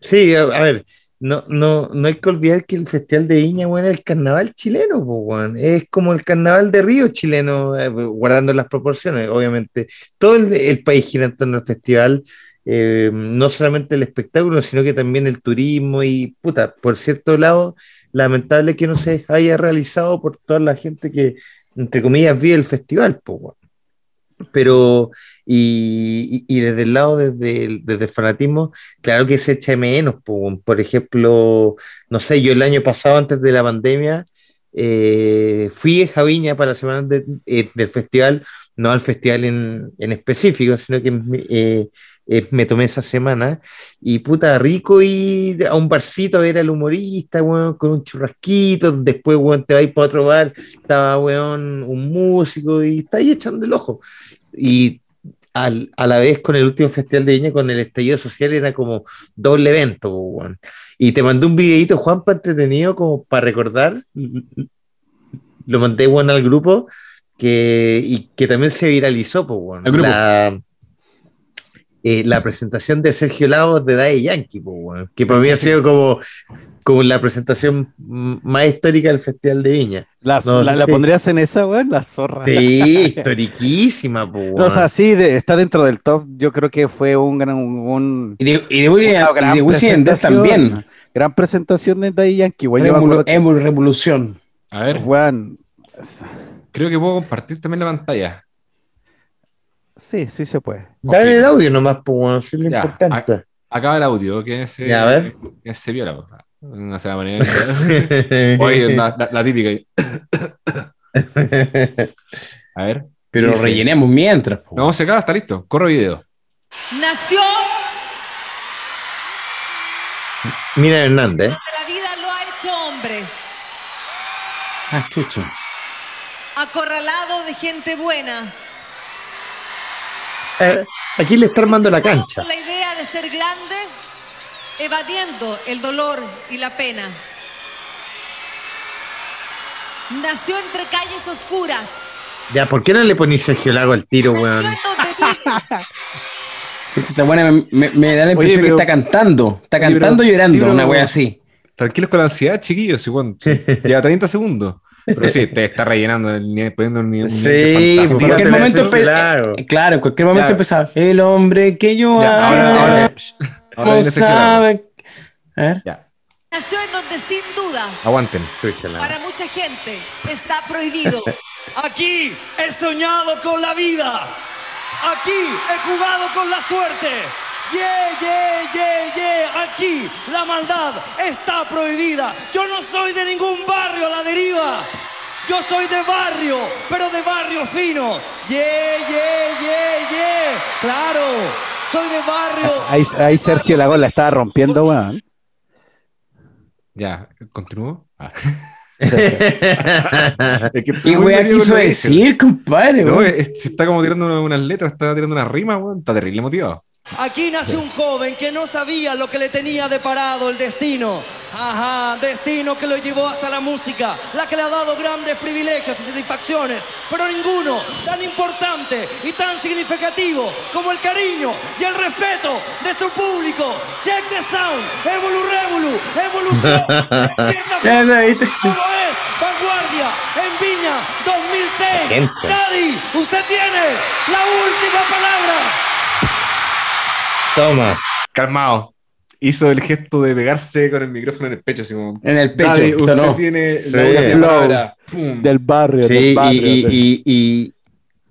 [SPEAKER 3] sí, a, a ver, no, no, no hay que olvidar que el festival de Viña, bueno, es el carnaval chileno, po, weón. es como el carnaval de Río chileno, eh, guardando las proporciones, obviamente. Todo el, el país gira en torno al festival, eh, no solamente el espectáculo, sino que también el turismo y, puta, por cierto lado, lamentable que no se haya realizado por toda la gente que, entre comillas, vive el festival, po, weón. Pero, y, y- y desde el lado, desde el- desde el fanatismo, Claro que se echa de menos, po, weón. por ejemplo, no sé, yo el año pasado, antes de la pandemia, eh, fui a Javiña para la semana de- eh, del festival, no al festival en, en específico, sino que me- eh, eh, me tomé esa semana, y puta, rico ir a un barcito a ver al humorista, weón, con un churrasquito, después, weón, te vais para otro bar, estaba, weón, un músico, y está ahí echando el ojo. Y al- a la vez con el último festival de Viña, con el estallido social, era como doble evento, po, weón. Y te mandé un videito, Juan, para entretenido, como para recordar. Lo mandé, weón, al grupo, que, y que también se viralizó, pues, weón.
[SPEAKER 2] Al grupo.
[SPEAKER 3] La, eh, la presentación de Sergio Lagos de Daddy Yankee, po, weón, que para mí ha sido como, como la presentación mm, más histórica del Festival de Viña.
[SPEAKER 4] La,
[SPEAKER 3] No,
[SPEAKER 4] la-
[SPEAKER 3] sí,
[SPEAKER 4] la
[SPEAKER 3] sí.
[SPEAKER 4] pondrías en esa, weón, la zorra.
[SPEAKER 3] Sí, historiquísima, pues,
[SPEAKER 4] No, o sea, sí, de- está dentro del top. Yo creo que fue un gran, un, un-
[SPEAKER 2] Y de, y de William,
[SPEAKER 4] una gran
[SPEAKER 2] y de Wisin y Yandel también.
[SPEAKER 4] Gran presentación de Daddy Yankee, weón. Yo me
[SPEAKER 2] Revolu-
[SPEAKER 4] acuerdo que-
[SPEAKER 2] Emu Revolución.
[SPEAKER 5] A ver,
[SPEAKER 4] weón,
[SPEAKER 5] creo que puedo compartir también la pantalla.
[SPEAKER 4] Sí, sí se puede.
[SPEAKER 3] Dale
[SPEAKER 5] ok.
[SPEAKER 3] el audio nomás, pues, weón, eso es lo
[SPEAKER 5] Ya,
[SPEAKER 3] importante.
[SPEAKER 5] Acaba el audio, que es...
[SPEAKER 3] Ya, a ver.
[SPEAKER 5] Ese viola. No sé la manera.
[SPEAKER 2] (laughs)
[SPEAKER 3] (laughs)
[SPEAKER 5] Oye, la, la- la típica. A ver.
[SPEAKER 2] Pero
[SPEAKER 5] Sí, sí.
[SPEAKER 2] rellenemos mientras. po.
[SPEAKER 5] No, se acaba, está listo. Corre video.
[SPEAKER 6] Nació
[SPEAKER 3] Mira Hernández.
[SPEAKER 6] de la vida lo ha hecho hombre.
[SPEAKER 2] Ah, chucha.
[SPEAKER 6] acorralado de gente buena.
[SPEAKER 3] Eh, aquí le está armando la cancha.
[SPEAKER 6] Por la idea de ser grande, evadiendo el dolor y la pena. Nació entre calles oscuras.
[SPEAKER 3] Ya, ¿por qué no le ponís Sergio Lago al tiro,
[SPEAKER 6] Nació
[SPEAKER 3] weón?
[SPEAKER 6] en donde vive.
[SPEAKER 2] Esta buena me, me- me da la
[SPEAKER 5] Oye,
[SPEAKER 2] impresión
[SPEAKER 5] pero-
[SPEAKER 2] que está cantando. Está
[SPEAKER 5] Oye,
[SPEAKER 2] cantando
[SPEAKER 5] pero-
[SPEAKER 2] y llorando,
[SPEAKER 5] sí, pero-
[SPEAKER 2] una wea así.
[SPEAKER 5] Tranquilos con la ansiedad, chiquillos. Y bueno,
[SPEAKER 2] (laughs)
[SPEAKER 5] sí, lleva 30 segundos. Pero sí, te está rellenando, el nivel- poniendo un nivel.
[SPEAKER 3] Sí,
[SPEAKER 5] fantástico.
[SPEAKER 2] En
[SPEAKER 3] porque
[SPEAKER 2] cualquier
[SPEAKER 3] te la
[SPEAKER 2] momento
[SPEAKER 3] haces
[SPEAKER 2] empe-
[SPEAKER 3] claro.
[SPEAKER 2] eh, claro, en cualquier momento
[SPEAKER 3] Ya.
[SPEAKER 2] empezaba. El hombre que yo
[SPEAKER 5] Ya, ahora,
[SPEAKER 2] amo,
[SPEAKER 5] ahora, ahora viene Sergio Lago.
[SPEAKER 2] sabe. A ver.
[SPEAKER 5] Ya,
[SPEAKER 6] Nació en donde sin duda,
[SPEAKER 5] aguanten.
[SPEAKER 6] para mucha gente, está prohibido.
[SPEAKER 7] Aquí he soñado con la vida. Aquí he jugado con la suerte. Yeah, yeah, yeah, yeah. Aquí la maldad está prohibida. Yo no soy de ningún barrio a la deriva. Yo soy de barrio, pero de barrio fino. Yeah, yeah, yeah, yeah. Claro, soy de barrio.
[SPEAKER 4] Ahí, ahí Sergio Lago la estaba rompiendo, weón.
[SPEAKER 5] Ya,
[SPEAKER 2] (laughs)
[SPEAKER 5] continúo. Ah. (laughs)
[SPEAKER 2] ¿Qué wea quiso decir, (laughs) compadre?
[SPEAKER 5] No, eh.
[SPEAKER 2] weón?
[SPEAKER 5] es- se está como tirando una- unas letras, está tirando unas rimas, weón. Está terrible motivado.
[SPEAKER 7] Aquí nace un joven que no sabía lo que le tenía deparado el destino. Ajá, destino que lo llevó hasta la música, la que le ha dado grandes privilegios y satisfacciones, pero ninguno tan importante y tan significativo como el cariño y el respeto de su público. Check the sound, Evolu Revolu, Evolución.
[SPEAKER 2] Ya sabiste.
[SPEAKER 7] Todo es Vanguardia en Viña 2006.
[SPEAKER 3] Gente.
[SPEAKER 7] Daddy, usted tiene la última palabra.
[SPEAKER 3] Toma.
[SPEAKER 5] Calmado. Hizo el gesto de pegarse con el micrófono en el pecho, así como.
[SPEAKER 2] En el pecho,
[SPEAKER 5] Nadie, usted
[SPEAKER 2] sonó.
[SPEAKER 5] tiene la
[SPEAKER 3] Sí.
[SPEAKER 5] última
[SPEAKER 4] Flow.
[SPEAKER 5] palabra. Pum.
[SPEAKER 4] Del barrio,
[SPEAKER 3] Sí,
[SPEAKER 4] del
[SPEAKER 3] y,
[SPEAKER 4] barrio.
[SPEAKER 3] y-
[SPEAKER 4] del-
[SPEAKER 3] y- y-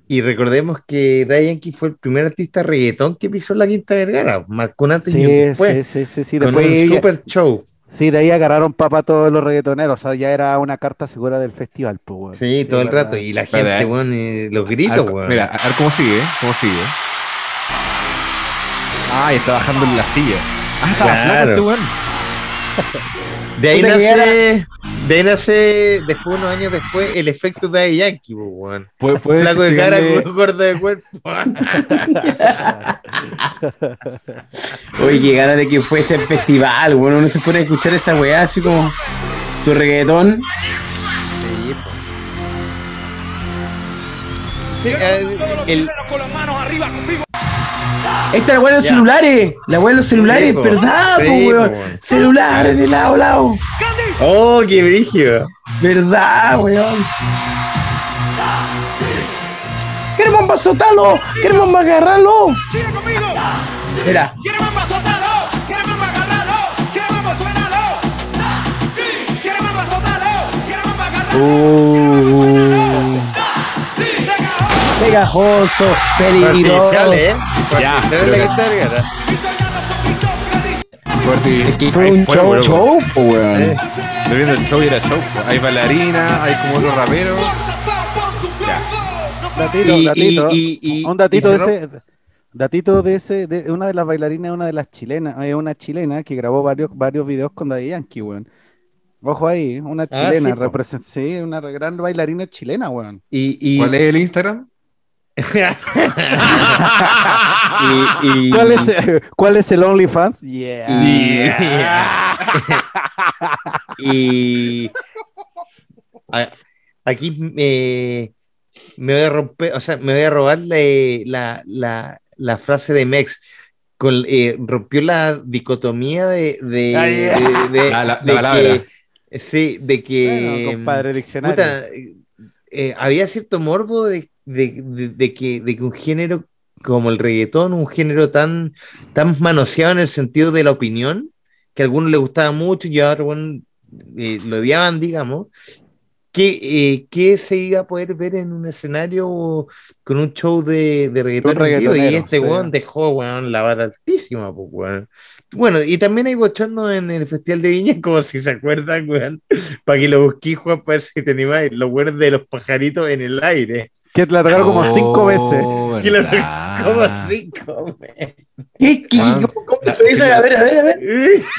[SPEAKER 3] y recordemos que Dayanqui fue el primer artista reggaetón que pisó la Quinta Vergara. Marcó un antes y un
[SPEAKER 4] Sí, sí,
[SPEAKER 3] después.
[SPEAKER 4] sí, sí, sí.
[SPEAKER 3] con
[SPEAKER 4] Después
[SPEAKER 3] un
[SPEAKER 4] ella-
[SPEAKER 3] super show.
[SPEAKER 4] Sí, de ahí agarraron papa todos los reggaetoneros. O sea, ya era una carta segura del festival, pues, weón.
[SPEAKER 3] Sí, todo el
[SPEAKER 4] verdad.
[SPEAKER 3] rato. Y la
[SPEAKER 5] Espera,
[SPEAKER 3] gente,
[SPEAKER 5] eh.
[SPEAKER 3] weón, eh, los
[SPEAKER 5] A ver,
[SPEAKER 3] gritos, weón.
[SPEAKER 5] Mira, a ver cómo sigue, ¿eh? ¿Cómo sigue? Ah, y está bajando en la silla. Ah, está
[SPEAKER 3] Claro.
[SPEAKER 5] flaco este weón.
[SPEAKER 3] De ahí
[SPEAKER 2] Puta que
[SPEAKER 3] nace, de ahí nace, después, unos años después, el efecto de Yankee, po, weón.
[SPEAKER 5] Pu- puedes
[SPEAKER 3] Flaco de cara,
[SPEAKER 5] explicarle-
[SPEAKER 3] gordo de cuerpo.
[SPEAKER 2] Oye, qué ganas de que fuese el festival, weón. Uno se pone a escuchar esa weá así como tu reggaetón.
[SPEAKER 3] Sí, eh, el-
[SPEAKER 2] Esta es la weá de los
[SPEAKER 3] Ya.
[SPEAKER 2] celulares. La weá de los celulares,
[SPEAKER 3] Sí, po.
[SPEAKER 2] ¿verdad,
[SPEAKER 3] Sí,
[SPEAKER 2] po, weón?
[SPEAKER 3] po, weón.
[SPEAKER 2] Celulares de lado a lado.
[SPEAKER 3] Oh, qué brígido.
[SPEAKER 2] ¿Verdad, weón? ¡Queremos más azotarlo! ¡Queremos más agarrarlo!
[SPEAKER 7] ¡Sigue conmigo!
[SPEAKER 2] Mira,
[SPEAKER 7] ¡Quiere mamá, soltalo! ¡Quiere mamá, agárralo! ¡Quiere mamá, suénalo! ¡Quiere mamá, soltalo! ¡Quiere mamá, agárralo!
[SPEAKER 2] pegajoso, peligroso.
[SPEAKER 3] Artificial, eh.
[SPEAKER 5] Ya,
[SPEAKER 3] Artificial
[SPEAKER 5] pero-
[SPEAKER 3] la Quinta Vergara.
[SPEAKER 5] Fuerte.
[SPEAKER 2] Que fue un
[SPEAKER 5] Ahí fue,
[SPEAKER 2] show,
[SPEAKER 5] weón.
[SPEAKER 2] show, po, weón.
[SPEAKER 3] Eh.
[SPEAKER 5] Estoy viendo el show y era show. po. Hay bailarina, hay como otro rapero.
[SPEAKER 4] Datito,
[SPEAKER 3] Y-
[SPEAKER 4] datito.
[SPEAKER 3] y- y- y-
[SPEAKER 4] un datito
[SPEAKER 3] y
[SPEAKER 4] de
[SPEAKER 3] se
[SPEAKER 4] ese. Datito de ese, de una de las bailarinas, una de las chilenas, hay una chilena que grabó varios, varios videos con Daddy Yankee, weón. Ojo ahí, una chilena,
[SPEAKER 3] Ah, sí, po.
[SPEAKER 4] represent- sí, una gran bailarina chilena, weón.
[SPEAKER 3] Y, y,
[SPEAKER 5] ¿Cuál es el Instagram?
[SPEAKER 3] y- y-
[SPEAKER 4] (laughs) ¿Cuál es, eh, cuál es el OnlyFans? Yeah.
[SPEAKER 3] y- y- a- aquí eh, me voy a romper, o sea, me voy a robar la, la, la, la frase de Mex. Con, eh, rompió la dicotomía de, de,
[SPEAKER 4] Ah, yeah.
[SPEAKER 3] de- de-
[SPEAKER 5] La- la- la
[SPEAKER 3] de que-
[SPEAKER 5] palabra.
[SPEAKER 3] sí, de que
[SPEAKER 4] Bueno, compadre diccionario.
[SPEAKER 3] Puta, eh, eh, había cierto morbo de, de- de- de que, de que un género como el reggaetón, un género tan, tan manoseado en el sentido de la opinión, que a algunos les gustaba mucho y a otros bueno, eh, lo odiaban, digamos, que, eh, que se iba a poder ver en un escenario con un show de, de reggaetón.
[SPEAKER 4] Un
[SPEAKER 3] en vivo, y
[SPEAKER 4] reggaetonero,
[SPEAKER 3] este
[SPEAKER 4] sí.
[SPEAKER 3] weón dejó weón, la vara altísima. Pues, weón. Bueno, y también hay bochornos en el Festival de Viña, (laughs) como si se acuerdan, weón, para que lo busquís, Juan, para ver si te animáis, los weones de los pajaritos en el aire. (laughs)
[SPEAKER 4] Que la tocaron como
[SPEAKER 5] Oh,
[SPEAKER 4] cinco veces.
[SPEAKER 3] Que lo- como
[SPEAKER 4] Ah.
[SPEAKER 5] así?
[SPEAKER 3] cinco
[SPEAKER 4] (laughs)
[SPEAKER 3] meses.
[SPEAKER 2] ¿Qué, qué,
[SPEAKER 5] Ah.
[SPEAKER 2] ¿Cómo, cómo se dice? A ver, a ver, a ver.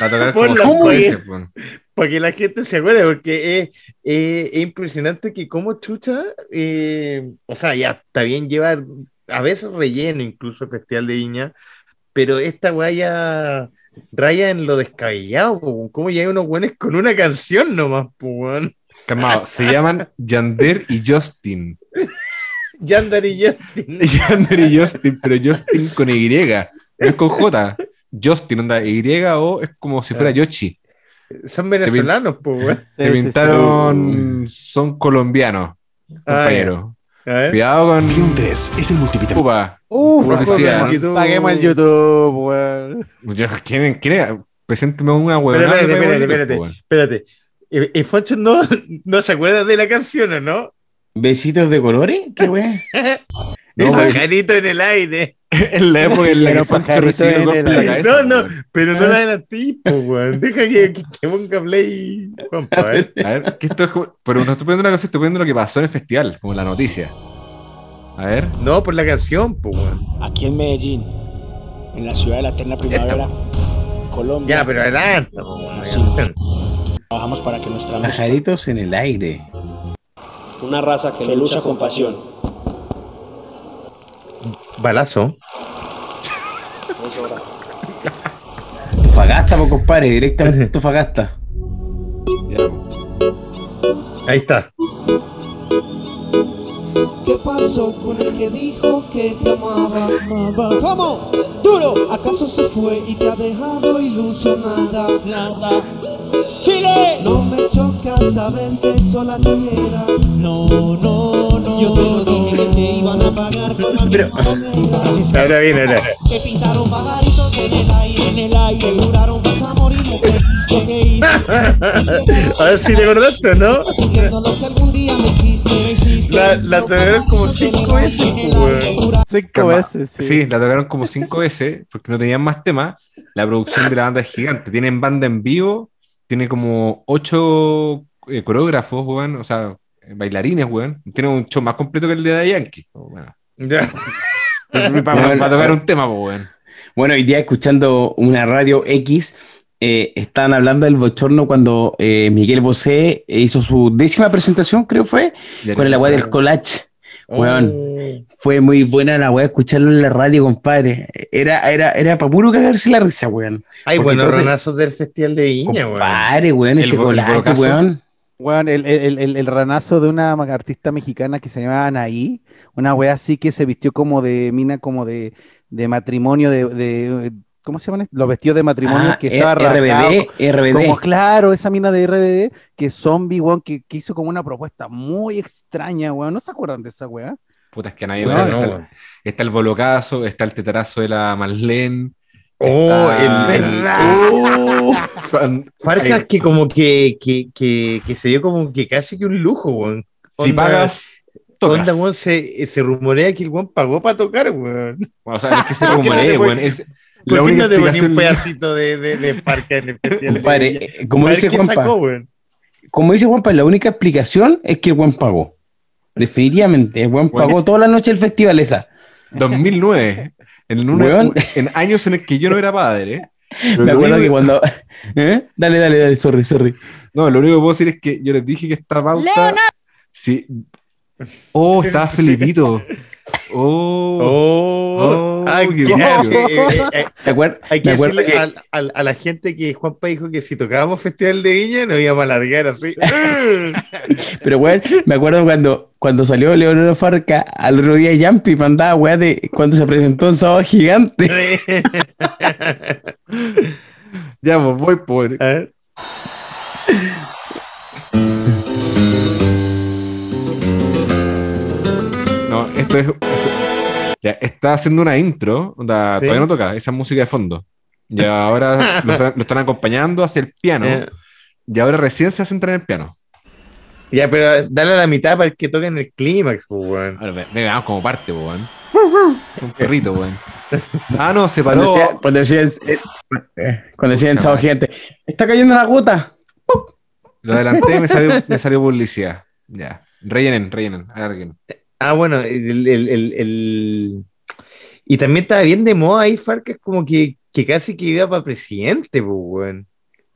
[SPEAKER 5] La tocaron como
[SPEAKER 3] Ponlo,
[SPEAKER 5] cinco
[SPEAKER 3] ponlo.
[SPEAKER 5] veces, po.
[SPEAKER 3] Para que la gente se acuerde, porque es, es- es impresionante que como chucha, eh, o sea, ya está bien llevar a veces relleno incluso el Festival de Viña, pero esta weá ya raya en lo descabellado, po, weón. ¿cómo ya hay unos buenos con una canción nomás, po, weón? (laughs)
[SPEAKER 5] Calmado, se llaman Yander y Justin.
[SPEAKER 3] Yandar y Justin.
[SPEAKER 5] (laughs) Yander y Justin, pero Justin con Y, no es con J. Justin, onda, Y o es como si fuera Yoshi.
[SPEAKER 3] Son venezolanos, po, weón.
[SPEAKER 5] Te pintaron, son colombianos,
[SPEAKER 3] Ah, ya.
[SPEAKER 5] (laughs) compañero.
[SPEAKER 3] A ver.
[SPEAKER 5] Cuidado con
[SPEAKER 8] Guión 3 es el multivitamínico.
[SPEAKER 5] Cuba.
[SPEAKER 4] Uf,
[SPEAKER 5] Como decía,
[SPEAKER 4] paguemos
[SPEAKER 3] ¿no?
[SPEAKER 4] el YouTube. paguemos el YouTube, weón.
[SPEAKER 5] Yo- ¿Quién, quién es? Presénteme una huevona.
[SPEAKER 3] Espérate,
[SPEAKER 5] que
[SPEAKER 3] espérate,
[SPEAKER 5] me bonito,
[SPEAKER 3] espérate.
[SPEAKER 5] weón.
[SPEAKER 3] Espérate. Eh, eh, Foncho no, (laughs) no se acuerda de la canción, ¿o no? (laughs)
[SPEAKER 2] ¿Besitos de colores? ¿Qué weón? No,
[SPEAKER 3] Ese
[SPEAKER 2] weón.
[SPEAKER 3] pajarito en el aire.
[SPEAKER 5] pues. (laughs) En la época en la
[SPEAKER 4] Pero
[SPEAKER 5] que Pancho
[SPEAKER 4] pajarito
[SPEAKER 5] recibe el
[SPEAKER 4] en
[SPEAKER 5] golpe
[SPEAKER 4] el
[SPEAKER 5] en la
[SPEAKER 4] aire.
[SPEAKER 5] cabeza.
[SPEAKER 3] No, no.
[SPEAKER 5] weón.
[SPEAKER 3] Pero no la adelantí, po, weón. Deja que, que, que ponga play, Juanpa, a ver.
[SPEAKER 5] A ver, que esto es como- Pero no estoy poniendo una cosa, estoy poniendo lo que pasó en el festival, como la noticia. A ver.
[SPEAKER 3] No, por la canción, po, weón.
[SPEAKER 8] Aquí en Medellín, en la ciudad de la eterna primavera, Colombia,
[SPEAKER 3] Ya, pero adelanta, po, weón, la
[SPEAKER 8] Sí.
[SPEAKER 3] canción.
[SPEAKER 8] trabajamos para que nuestra música,
[SPEAKER 2] (laughs) Pajaritos en el aire.
[SPEAKER 8] una raza que, lucha con pasión,
[SPEAKER 3] Balazo.
[SPEAKER 8] es hora.
[SPEAKER 2] Tofagasta, po, compadre, directamente Tofagasta.
[SPEAKER 5] Ya,
[SPEAKER 3] Ahí está.
[SPEAKER 9] ¿Qué pasó con el que dijo que te amaba? ¿Cómo? ¿Duro? ¿Acaso se fue y te ha dejado ilusionada? ¡Chile! No me choca saber que sola te eras. No, no, no. Yo te lo dije que te iban a pagar con la misma
[SPEAKER 3] (laughs)
[SPEAKER 9] moneda.
[SPEAKER 3] Ahora viene, ahora.
[SPEAKER 9] Te pintaron pajaritos en el aire, en el aire. Te juraron vas a morir, no creíste que hice.
[SPEAKER 3] A ver si te acordaste, ¿no?
[SPEAKER 9] Sintiendo lo que algún día me hiciste, me hiciste.
[SPEAKER 3] La, la tuvieron como cinco veces, po, weón.
[SPEAKER 4] Cinco
[SPEAKER 5] Calma.
[SPEAKER 4] veces, sí.
[SPEAKER 5] Sí. la tocaron como cinco veces porque no tenían más temas. La producción de la banda es gigante. Tienen banda en vivo, tiene como ocho eh, coreógrafos, weón, o sea, eh, bailarines, weón. Tiene un show más completo que el de Daddy Yankee. Bueno,
[SPEAKER 3] Ya.
[SPEAKER 5] para,
[SPEAKER 2] Bueno,
[SPEAKER 5] tocar un tema, po, weón.
[SPEAKER 2] Bueno, hoy día escuchando una radio X, eh, estaban hablando del bochorno cuando eh, Miguel Bosé hizo su décima presentación, creo fue, con el agua del collage.
[SPEAKER 3] Oh.
[SPEAKER 2] Weón, fue muy buena la weá escucharlo en la radio, compadre. Era, era, era para puro cagarse la risa, weón.
[SPEAKER 3] Hay
[SPEAKER 2] Porque
[SPEAKER 3] buenos
[SPEAKER 2] entonces-
[SPEAKER 3] ronazos del Festival de Viña, weón.
[SPEAKER 2] Compadre, weón,
[SPEAKER 5] El
[SPEAKER 2] ese
[SPEAKER 5] bo- el
[SPEAKER 2] collage,
[SPEAKER 5] bocazo.
[SPEAKER 2] weón.
[SPEAKER 4] Weón, el, el- el- el ranazo de una artista mexicana que se llamaba Anaí, una wea así que se vistió como de mina, como de, de matrimonio, de, de- ¿Cómo se llaman? Los vestidos de matrimonio
[SPEAKER 2] Ah,
[SPEAKER 4] que estaba rajado,
[SPEAKER 2] RBD, RBD.
[SPEAKER 4] Como claro, esa mina de RBD, que zombie, weón, que, que hizo como una propuesta muy extraña, weón. ¿No se acuerdan de esa weá?
[SPEAKER 5] Puta, es que nadie
[SPEAKER 3] Puta,
[SPEAKER 5] weón,
[SPEAKER 3] no,
[SPEAKER 5] está,
[SPEAKER 3] weón.
[SPEAKER 5] está el bolocazo, está el tetarazo de la Marlene.
[SPEAKER 3] Oh,
[SPEAKER 5] está-
[SPEAKER 3] el, oh,
[SPEAKER 5] Son-
[SPEAKER 3] Farcas que como que, que, que, que se dio como que casi que un lujo, weón.
[SPEAKER 5] Si
[SPEAKER 3] Onda-
[SPEAKER 5] pagas, tocas.
[SPEAKER 3] Onda, weón, se, se rumorea que el weón pagó para tocar, weón.
[SPEAKER 5] O sea, es que se
[SPEAKER 3] ¿Por qué no
[SPEAKER 5] rumorea,
[SPEAKER 3] te voy-
[SPEAKER 5] weón. Es
[SPEAKER 3] ¿Por
[SPEAKER 5] la
[SPEAKER 3] qué
[SPEAKER 5] única
[SPEAKER 3] no te ponía un
[SPEAKER 5] explicación-
[SPEAKER 3] pedacito de, de, de Farca en el
[SPEAKER 2] (laughs)
[SPEAKER 3] festival? de
[SPEAKER 2] Compadre,
[SPEAKER 3] Viña?
[SPEAKER 2] eh, como
[SPEAKER 3] A ver
[SPEAKER 2] dice
[SPEAKER 3] qué
[SPEAKER 2] Juanpa.
[SPEAKER 3] sacó, weón.
[SPEAKER 2] Como dice Juanpa, la única explicación es que el buen pagó. Definitivamente, el buen
[SPEAKER 5] Bueno.
[SPEAKER 2] pagó toda la noche el festival esa.
[SPEAKER 5] (laughs) 2009, en, una-
[SPEAKER 2] Weón.
[SPEAKER 5] en años en el que yo no
[SPEAKER 2] (laughs)
[SPEAKER 5] era padre. Pero
[SPEAKER 2] Me
[SPEAKER 5] lo
[SPEAKER 2] acuerdo
[SPEAKER 5] único-
[SPEAKER 2] que cuando. (laughs) ¿Eh? Dale, dale, dale, sorry, sorry.
[SPEAKER 5] No, lo único que puedo decir es que yo les dije que esta pauta. Sí. Oh, estaba Felipito. Oh.
[SPEAKER 3] Oh,
[SPEAKER 5] Oh,
[SPEAKER 3] ah,
[SPEAKER 2] (laughs)
[SPEAKER 3] que-
[SPEAKER 5] qué bello.
[SPEAKER 3] eh, eh, eh,
[SPEAKER 2] ¿Te acuer-
[SPEAKER 3] hay que
[SPEAKER 2] me acuerdo
[SPEAKER 3] decirle
[SPEAKER 2] que-
[SPEAKER 3] al- al- a la gente que Juanpa dijo que si tocábamos Festival de Viña nos íbamos a
[SPEAKER 2] (laughs)
[SPEAKER 3] alargar así. (laughs)
[SPEAKER 2] Pero, weón, me acuerdo cuando, cuando salió Leonardo Farca al otro día Yampi mandaba, weá, de cuando se presentó en Sábado Gigante.
[SPEAKER 5] Ya, pues voy por.
[SPEAKER 3] A ver.
[SPEAKER 5] No, esto es. es- ya, está haciendo una intro. onda,
[SPEAKER 3] Sí.
[SPEAKER 5] Todavía no toca, esa música de fondo. Y
[SPEAKER 2] (laughs)
[SPEAKER 5] ahora lo, están- lo están acompañando hacia el piano.
[SPEAKER 3] Eh.
[SPEAKER 5] Y ahora recién se hace entrar en el piano.
[SPEAKER 3] Ya, pero dale a la mitad para que toquen el clímax, po, weón.
[SPEAKER 5] Ahora, ve- vengamos como parte, po, weón. Un perrito, weón. Ah, no, se
[SPEAKER 2] Cuando
[SPEAKER 5] paró.
[SPEAKER 2] decía, cuando decía, eh, cuando decía en
[SPEAKER 5] Pucha
[SPEAKER 2] Sábado
[SPEAKER 5] madre.
[SPEAKER 2] Gigante, está cayendo la gota.
[SPEAKER 5] Lo adelanté y me salió, me salió publicidad. Ya. Rellenen, rellenen, alarguen.
[SPEAKER 3] Ah, bueno, el, el- el- el- Y también estaba bien de moda ahí Farca, es como que, que casi que iba para presidente, po, pues, weón.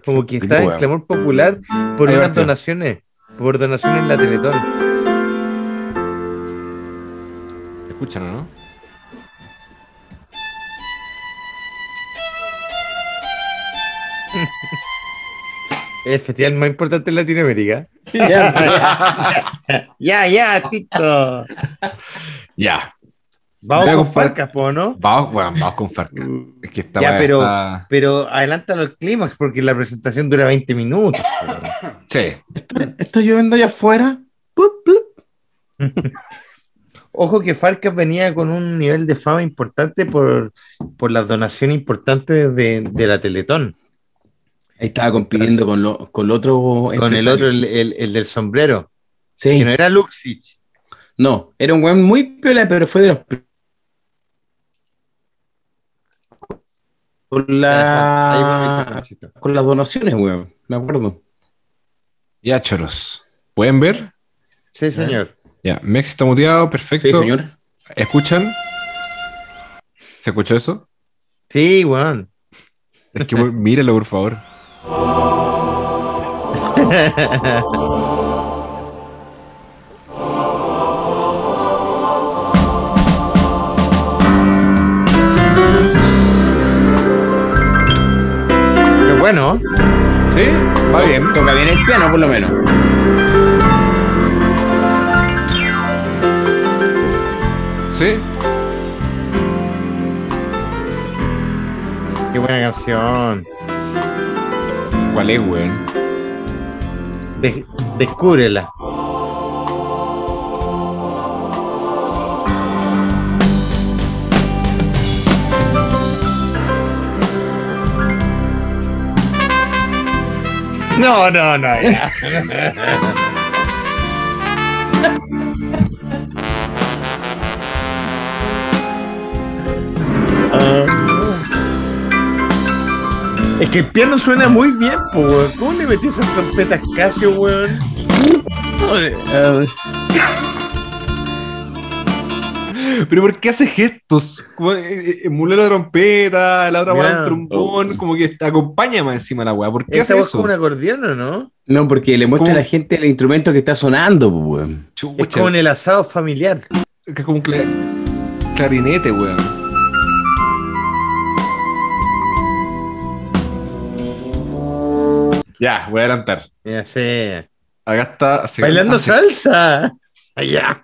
[SPEAKER 3] Como que
[SPEAKER 2] Sí,
[SPEAKER 3] está en
[SPEAKER 2] weón.
[SPEAKER 3] clamor popular por
[SPEAKER 5] Ahí
[SPEAKER 3] unas
[SPEAKER 5] partió.
[SPEAKER 3] donaciones, por donaciones en la Teletón.
[SPEAKER 5] Escuchan, o ¿no?
[SPEAKER 3] El festival más importante en Latinoamérica.
[SPEAKER 2] Ya,
[SPEAKER 3] Ya, ya, Tito.
[SPEAKER 5] Ya.
[SPEAKER 3] Vamos
[SPEAKER 5] Ya,
[SPEAKER 3] con
[SPEAKER 5] compadre.
[SPEAKER 3] Farcas, po, ¿no?
[SPEAKER 5] Vamos, weón, vamos con Farca. Es que esta
[SPEAKER 3] Ya,
[SPEAKER 5] weá
[SPEAKER 3] pero-
[SPEAKER 5] está-
[SPEAKER 3] Pero adelántalo al clímax porque la presentación dura 20 minutos. weón.
[SPEAKER 5] Sí.
[SPEAKER 2] ¿Está lloviendo allá afuera? Plup, plup.
[SPEAKER 3] Ojo que Farcas venía con un nivel de fama importante por, por las donaciones importantes de, de la Teletón.
[SPEAKER 2] Ahí estaba compitiendo con, lo, con el otro.
[SPEAKER 3] Con el
[SPEAKER 2] empresario.
[SPEAKER 3] otro, el, el- el del sombrero,
[SPEAKER 2] Sí.
[SPEAKER 3] que no era Luxich.
[SPEAKER 2] No, era un weón muy piola, pero fue de los. pri- Con, Ah.
[SPEAKER 3] Ahí va el
[SPEAKER 2] la...
[SPEAKER 3] microfonchito.
[SPEAKER 2] con las donaciones, weón. Me acuerdo.
[SPEAKER 5] Ya, choros. ¿Pueden ver?
[SPEAKER 3] Sí, señor.
[SPEAKER 5] Ya, Mex está muteado, perfecto.
[SPEAKER 2] Sí, señor.
[SPEAKER 5] ¿Escuchan? ¿Se escuchó eso?
[SPEAKER 3] Sí, weón.
[SPEAKER 5] Es que (laughs) míralo, por favor.
[SPEAKER 3] Pero bueno,
[SPEAKER 5] Sí, va bien.
[SPEAKER 2] Toca bien el piano, por lo menos.
[SPEAKER 5] Sí.
[SPEAKER 3] qué buena canción.
[SPEAKER 5] ¿Cuál es, weón?
[SPEAKER 3] De- descúbrela. No, no, no. ya. Es que el piano suena muy bien, po, weón. ¿Cómo le metí esas trompetas Casio, weón?
[SPEAKER 5] Pero ¿por qué hace gestos? Como, eh, eh, Emula la trompeta, la otra
[SPEAKER 3] Ya.
[SPEAKER 5] weá el
[SPEAKER 2] Oh.
[SPEAKER 5] trombón, como que te acompaña más encima la weá. ¿Por qué
[SPEAKER 3] Esa
[SPEAKER 5] hace
[SPEAKER 3] voz es
[SPEAKER 5] eso?
[SPEAKER 3] como un acordeón, ¿o no?
[SPEAKER 2] No, porque le muestra
[SPEAKER 5] ¿Cómo?
[SPEAKER 2] a la gente el instrumento que está sonando, pues, weón.
[SPEAKER 5] Chucha,
[SPEAKER 3] Es como en el asado familiar.
[SPEAKER 5] que es como un cla- clarinete, weón. Ya, voy a adelantar.
[SPEAKER 3] Ya sé.
[SPEAKER 5] Acá está. se-
[SPEAKER 3] Bailando
[SPEAKER 5] hace-
[SPEAKER 3] salsa. Allá.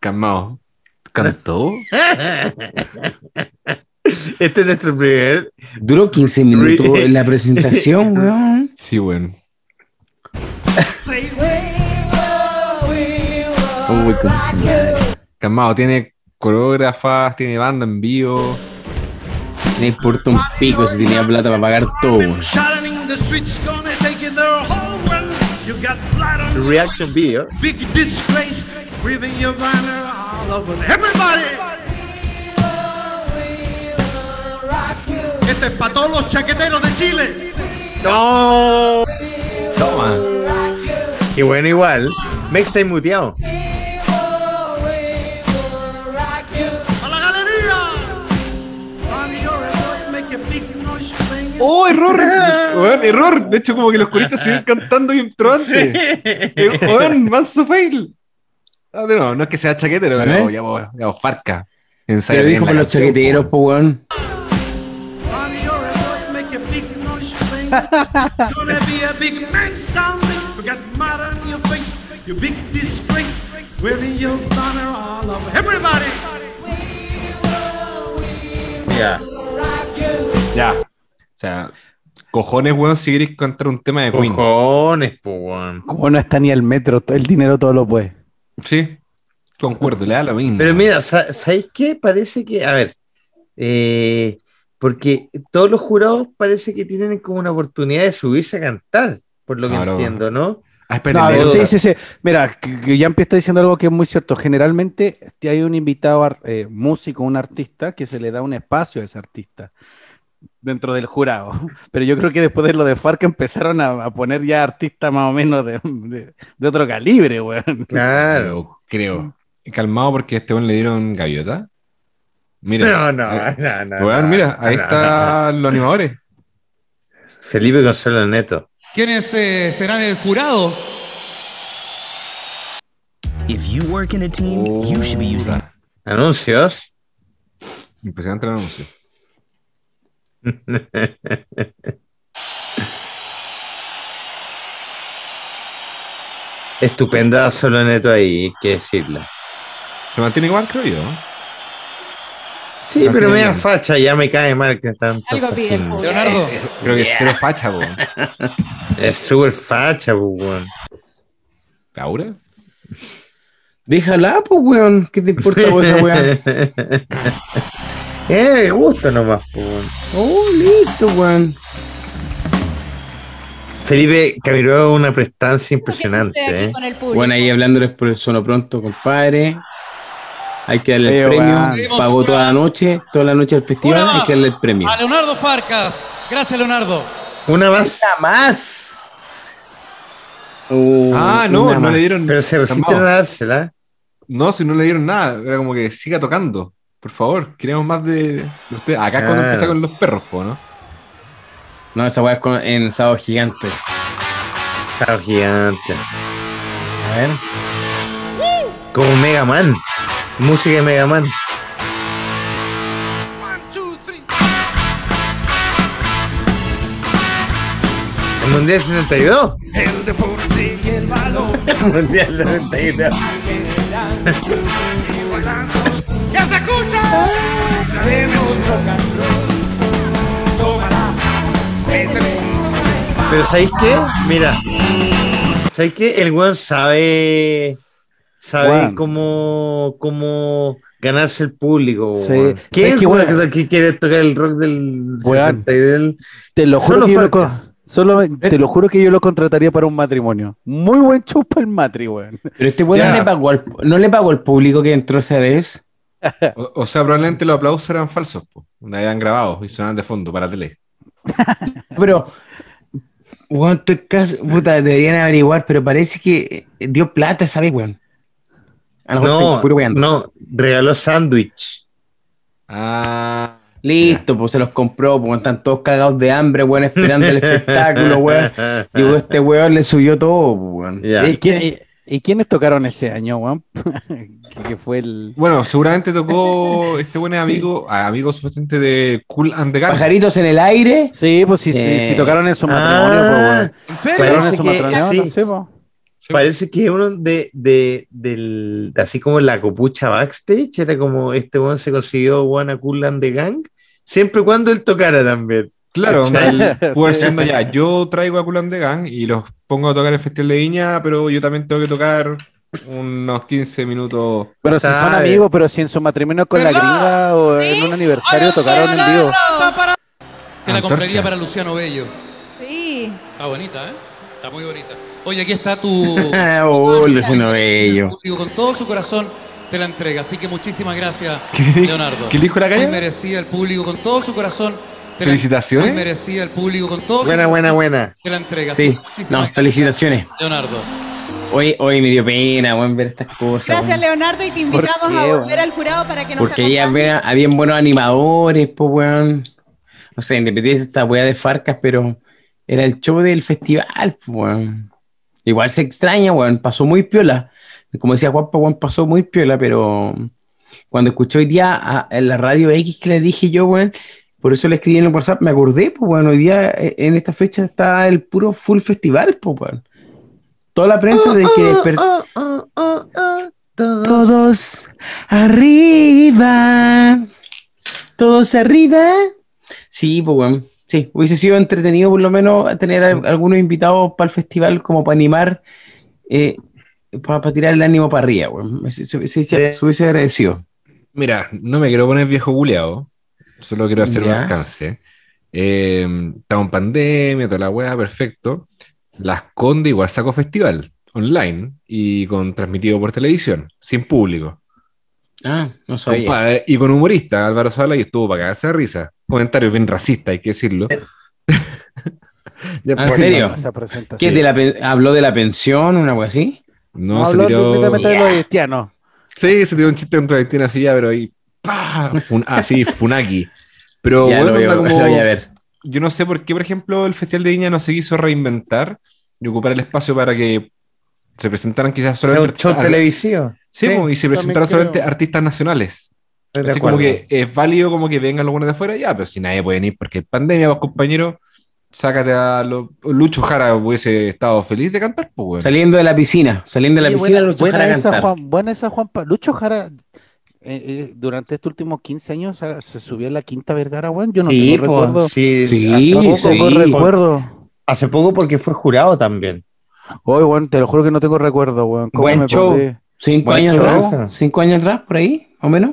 [SPEAKER 5] Calmado. ¿Cantó?
[SPEAKER 3] Este es nuestro primer.
[SPEAKER 2] Duró 15 minutos en
[SPEAKER 5] (laughs)
[SPEAKER 2] la presentación, weón.
[SPEAKER 5] Sí, weón.
[SPEAKER 2] Uy, qué-
[SPEAKER 5] Calmado, tiene coreógrafas, tiene banda en vivo.
[SPEAKER 2] Me importa un pico si tenía plata para pagar todo, weón.
[SPEAKER 3] Reaction video.
[SPEAKER 1] Big disgrace, waving your banner all over. Everybody! Este es para todos los chaqueteros de Chile.
[SPEAKER 3] ¡No!
[SPEAKER 5] Toma.
[SPEAKER 3] Qué bueno, igual. Me está muteado.
[SPEAKER 1] ¡A la galería! Honey, your heroic make a big noise playing it.
[SPEAKER 5] ¡Oh, error! (laughs) Weón, error. De hecho, como que los coristas siguen cantando y entró antes. Eh, Weón, manso fail. Ah, de nuevo, no es que sea chaquetero, pero
[SPEAKER 2] ¿Eh?
[SPEAKER 5] ya vos, ya vos, farca.
[SPEAKER 2] Pero dijo por los chaqueteros, pues, weón.
[SPEAKER 1] Honey, your heroic make a big noise playing it. Gonna be a big man someday. You got mud on your face, you big disgrace, waving your banner all over. Everybody!
[SPEAKER 3] Ya.
[SPEAKER 5] Ya. O sea, cojones, weón, si queréis cantar un tema de Queen.
[SPEAKER 3] Cojones, po, weón.
[SPEAKER 4] Como no está ni al metro, el dinero todo lo puede.
[SPEAKER 5] Sí, concuerdo, le da lo mismo.
[SPEAKER 3] Pero mira, sa- ¿sabéis qué? Parece que. A ver. eh, porque todos los jurados parece que tienen como una oportunidad de subirse a cantar, por lo que
[SPEAKER 5] Claro.
[SPEAKER 3] entiendo, ¿no?
[SPEAKER 5] ah,
[SPEAKER 4] No,
[SPEAKER 5] espérenme,
[SPEAKER 4] a ver,
[SPEAKER 5] duda.
[SPEAKER 4] sí, sí, sí. Mira, que, que Yampi está diciendo algo que es muy cierto. Generalmente este, hay un invitado ar- eh, músico, un artista, que se le da un espacio a ese artista dentro del jurado. (laughs) Pero yo creo que después de lo de Farca empezaron a, a poner ya artistas más o menos de, de- de otro calibre, weón.
[SPEAKER 3] Claro.
[SPEAKER 5] Creo, creo. Calmado porque a este weón le dieron gaviota. Mira.
[SPEAKER 3] No, no,
[SPEAKER 5] Eh,
[SPEAKER 3] no, no,
[SPEAKER 5] weón,
[SPEAKER 3] no,
[SPEAKER 5] mira, ahí
[SPEAKER 3] no,
[SPEAKER 5] están los animadores.
[SPEAKER 3] no. Felipe González Neto.
[SPEAKER 10] ¿Quiénes eh, serán el jurado?
[SPEAKER 11] If you work in a team, you should be using
[SPEAKER 3] Anuncios.
[SPEAKER 5] Impresionante el anuncio.
[SPEAKER 3] Estupenda solo neto ahí, hay que decirlo.
[SPEAKER 5] Se mantiene igual, creo yo. ¿no?
[SPEAKER 3] Sí,
[SPEAKER 5] Ah,
[SPEAKER 3] pero
[SPEAKER 5] qué
[SPEAKER 3] me da
[SPEAKER 5] bien.
[SPEAKER 3] facha, ya me cae mal que tanto.
[SPEAKER 12] Algo bien,
[SPEAKER 3] fascismo.
[SPEAKER 12] pobre.
[SPEAKER 10] Leonardo.
[SPEAKER 5] Creo que es cero facha, weón.
[SPEAKER 3] Es súper facha, pues, weón.
[SPEAKER 5] ¿Ahora?
[SPEAKER 2] Déjala, pues, weón. ¿Qué te importa por esa
[SPEAKER 5] (laughs)
[SPEAKER 2] weá?
[SPEAKER 3] (laughs) Eh, gusto nomás, pues, weón.
[SPEAKER 2] Oh, listo, weón.
[SPEAKER 3] Felipe Camilo una prestancia (laughs) impresionante,
[SPEAKER 12] ¿Qué sucede aquí
[SPEAKER 3] ¿eh?
[SPEAKER 12] con el público?
[SPEAKER 2] Bueno, ahí hablándoles por el sono pronto, compadre. Hay que darle el
[SPEAKER 4] Oye,
[SPEAKER 2] premio.
[SPEAKER 10] weón.
[SPEAKER 2] Pagó toda la noche, toda la noche al festival.
[SPEAKER 10] Una
[SPEAKER 2] Hay que darle el premio.
[SPEAKER 10] A Leonardo Farcas. Gracias, Leonardo.
[SPEAKER 3] Una más,
[SPEAKER 2] Una más. Oh,
[SPEAKER 5] Ah, no,
[SPEAKER 2] una
[SPEAKER 5] no
[SPEAKER 2] más.
[SPEAKER 5] le dieron.
[SPEAKER 3] Uh, pero se resisten a
[SPEAKER 5] Calmado.
[SPEAKER 3] dársela.
[SPEAKER 5] No, si no le dieron nada. Era como que siga tocando. Por favor, queremos más de, de usted. Acá es cuando
[SPEAKER 3] Claro.
[SPEAKER 5] empieza con los perros, po, ¿no?
[SPEAKER 2] No, esa weá es con- en sábado gigante.
[SPEAKER 3] Sao gigante.
[SPEAKER 2] A ver.
[SPEAKER 3] Como Mega Man. Música de Mega Man. El Mundial 72.
[SPEAKER 1] El deporte y
[SPEAKER 3] (laughs)
[SPEAKER 1] el balón.
[SPEAKER 2] Mundial 72.
[SPEAKER 1] (laughs) ¡Ya se escucha! Haremos rock and roll. Tómala, métele.
[SPEAKER 3] Pero ¿sabéis qué? Mira. ¿Sabéis qué? El weón sabe. Sabe
[SPEAKER 4] Weón.
[SPEAKER 3] cómo. cómo ganarse el público.
[SPEAKER 4] Sí.
[SPEAKER 3] weón. ¿Quién
[SPEAKER 4] ¿Sabéis qué,
[SPEAKER 3] weón,
[SPEAKER 4] weón?
[SPEAKER 3] que quiere tocar el rock del
[SPEAKER 4] Weón.
[SPEAKER 3] 60 y del-
[SPEAKER 4] Te lo juro
[SPEAKER 3] Solo Eh.
[SPEAKER 4] que yo lo,
[SPEAKER 3] falta.
[SPEAKER 4] con- solo, te lo juro que yo lo contrataría para un matrimonio. Muy buen show para el matri, weón.
[SPEAKER 2] Pero este weón
[SPEAKER 5] Ya.
[SPEAKER 2] no le pagó al- no le pagó al público que entró esa vez.
[SPEAKER 5] O, o sea, probablemente los aplausos eran falsos, po. Donde habían grabado y sonaban de fondo para la tele.
[SPEAKER 2] Pero, weón, estoy casi- puta, deberían averiguar, pero parece que eh, dio plata esa vez, weón. A lo mejor estoy puro
[SPEAKER 3] No,
[SPEAKER 2] weando.
[SPEAKER 3] no, regaló sándwich.
[SPEAKER 5] Ah.
[SPEAKER 2] Listo, pues se los compró, pues weón, están todos cagados de hambre, weón, esperando el espectáculo, weón. Y weón, este weón le subió todo, pues, weón.
[SPEAKER 3] Ya.
[SPEAKER 4] ¿Y, quién- y- y quiénes tocaron ese año, weón? (laughs) que, que fue el.
[SPEAKER 5] Bueno, seguramente tocó este buen amigo, ah, amigo supuestamente de Cool and the Gang.
[SPEAKER 2] Pajaritos en el aire.
[SPEAKER 4] Sí, pues sí, sí,
[SPEAKER 2] Eh.
[SPEAKER 4] sí tocaron en su matrimonio, pues,
[SPEAKER 3] Ah,
[SPEAKER 4] weón.
[SPEAKER 10] ¿En serio?
[SPEAKER 4] Tocaron en su
[SPEAKER 3] parece que-
[SPEAKER 4] matrimonio,
[SPEAKER 3] sí.
[SPEAKER 4] sí, pues.
[SPEAKER 5] Sí.
[SPEAKER 3] (laughs) Parece que uno de, de, del, así como la copucha backstage, era como este weón se consiguió One a Cool and the Gang, siempre y cuando él tocara también.
[SPEAKER 5] Claro,
[SPEAKER 3] Sí.
[SPEAKER 5] onda, él pudo haber
[SPEAKER 4] Sí.
[SPEAKER 5] siendo ya, yo traigo a Cool and the Gang y los pongo a tocar el Festival de Viña, pero yo también tengo que tocar unos 15 minutos.
[SPEAKER 4] Pero si son
[SPEAKER 3] Sabe.
[SPEAKER 4] amigos, pero si en su matrimonio con la gringa o en un aniversario tocaron en vivo.
[SPEAKER 10] Te la compraría
[SPEAKER 5] Antorcha.
[SPEAKER 10] para Luciano Bello.
[SPEAKER 6] Sí.
[SPEAKER 10] Está bonita, ¿eh? Está muy bonita. Oye, aquí está tu
[SPEAKER 2] Ah, oh, Luciano Bello.
[SPEAKER 10] público con todo su corazón te la entrega. Así que muchísimas gracias,
[SPEAKER 5] ¿Qué-
[SPEAKER 10] Leonardo.
[SPEAKER 5] qué le dijo la calle?
[SPEAKER 10] Muy merecida el público con todo su corazón. te la-
[SPEAKER 5] Felicitaciones.
[SPEAKER 10] Muy merecida el público con todo
[SPEAKER 3] Buena,
[SPEAKER 10] su
[SPEAKER 3] buena, buena.
[SPEAKER 10] te la entrega. Así
[SPEAKER 2] Sí,
[SPEAKER 10] que muchísimas
[SPEAKER 2] no,
[SPEAKER 10] gracias,
[SPEAKER 2] felicitaciones.
[SPEAKER 10] Leonardo.
[SPEAKER 2] Hoy, hoy me dio pena, weón, ver estas cosas.
[SPEAKER 12] Gracias,
[SPEAKER 2] weón.
[SPEAKER 12] Leonardo, y te invitamos
[SPEAKER 4] qué,
[SPEAKER 12] a
[SPEAKER 4] weón?
[SPEAKER 12] volver al jurado para que nos
[SPEAKER 2] Porque ya
[SPEAKER 12] acompañes.
[SPEAKER 2] había, habían buenos animadores, pues, weón. O sea, independiente de esta weá de Farcas, pero era el show del festival, pues, weón. Igual se extraña, weón. Pasó muy piola. Como decía Juanpa, weón, pasó muy piola, pero cuando escuché hoy día a- en la radio X que le dije yo, weón, por eso le escribí en el WhatsApp, me acordé, pues, weón, hoy día eh, en esta fecha está el puro full festival, pues, weón. Toda la prensa de que desper-
[SPEAKER 3] Oh, oh, oh, oh, todo.
[SPEAKER 2] todos arriba. Todos arriba. Sí, pues weón. Sí, hubiese sido entretenido por lo menos tener al- algunos invitados para el festival como para animar, para, tirar el ánimo para arriba, weón. Se, se- se- se- se hubiese agradecido.
[SPEAKER 5] Mira, no me quiero poner viejo buleado, solo quiero hacer un
[SPEAKER 2] Ya.
[SPEAKER 5] alcance. Eh, estamos en pandemia, toda la weá, perfecto. Las Condes igual sacó festival online y con transmitido por televisión, sin público.
[SPEAKER 2] Ah, no
[SPEAKER 5] Compadre, y con humorista, Álvaro Sala, y estuvo para cagarse de risa. Comentarios bien racistas, hay que decirlo. (laughs)
[SPEAKER 2] Ah,
[SPEAKER 5] pues,
[SPEAKER 2] ¿En serio?
[SPEAKER 4] Esa presentación.
[SPEAKER 2] ¿Qué, de la pen- ¿Habló de la pensión, una cosa así?
[SPEAKER 5] No, se
[SPEAKER 4] Habló
[SPEAKER 5] tiró.
[SPEAKER 4] netamente de los haitianos.
[SPEAKER 5] Sí, se tiró un chiste contra Valentina así ya, pero ahí ¡pah! Fun-
[SPEAKER 2] (laughs)
[SPEAKER 5] ah, sí, Funaki. Pero
[SPEAKER 2] Ya,
[SPEAKER 5] bueno,
[SPEAKER 2] lo voy a-
[SPEAKER 5] onda
[SPEAKER 2] (laughs)
[SPEAKER 5] como-
[SPEAKER 2] lo voy a ver.
[SPEAKER 5] yo no sé por qué, por ejemplo, el Festival de Viña no se quiso reinventar y ocupar el espacio para que se presentaran quizás
[SPEAKER 3] Sea
[SPEAKER 5] solamente...
[SPEAKER 3] un show
[SPEAKER 5] artistas-
[SPEAKER 3] televisivo.
[SPEAKER 5] Sí, pues, y se
[SPEAKER 3] también
[SPEAKER 5] presentaron
[SPEAKER 3] creo.
[SPEAKER 5] solamente artistas nacionales.
[SPEAKER 3] Estoy de
[SPEAKER 5] Entonces, como
[SPEAKER 3] acuerdo.
[SPEAKER 5] que es válido como que vengan los buenos de afuera, ya, pero si nadie puede venir porque es pandemia, pues, compañero, sácate a lo- Lucho Jara, hubiese estado feliz de cantar, pues, weón.
[SPEAKER 2] Saliendo de la piscina, saliendo de la
[SPEAKER 4] Oye,
[SPEAKER 2] piscina,
[SPEAKER 4] buena,
[SPEAKER 2] Lucho
[SPEAKER 4] buena
[SPEAKER 2] Jara a
[SPEAKER 4] esa,
[SPEAKER 2] cantar.
[SPEAKER 4] Juan, buena esa, Juan. Pa- Lucho Jara, eh, eh, durante estos últimos 15 años ah, se subió a la quinta vergara, weón. Yo no
[SPEAKER 3] Sí,
[SPEAKER 4] tengo
[SPEAKER 3] po,
[SPEAKER 4] recuerdo.
[SPEAKER 3] sí,
[SPEAKER 2] Sí,
[SPEAKER 3] hace poco,
[SPEAKER 2] sí.
[SPEAKER 3] con
[SPEAKER 4] recuerdo.
[SPEAKER 3] Hace poco porque fue jurado también.
[SPEAKER 4] Hoy, weón, te lo juro que no tengo recuerdo, weón. ¿Cómo
[SPEAKER 3] Buen
[SPEAKER 4] me
[SPEAKER 3] show.
[SPEAKER 4] perdí?
[SPEAKER 2] Cinco
[SPEAKER 3] Buen
[SPEAKER 2] años
[SPEAKER 3] show.
[SPEAKER 2] atrás, cinco años atrás, por ahí, más o menos.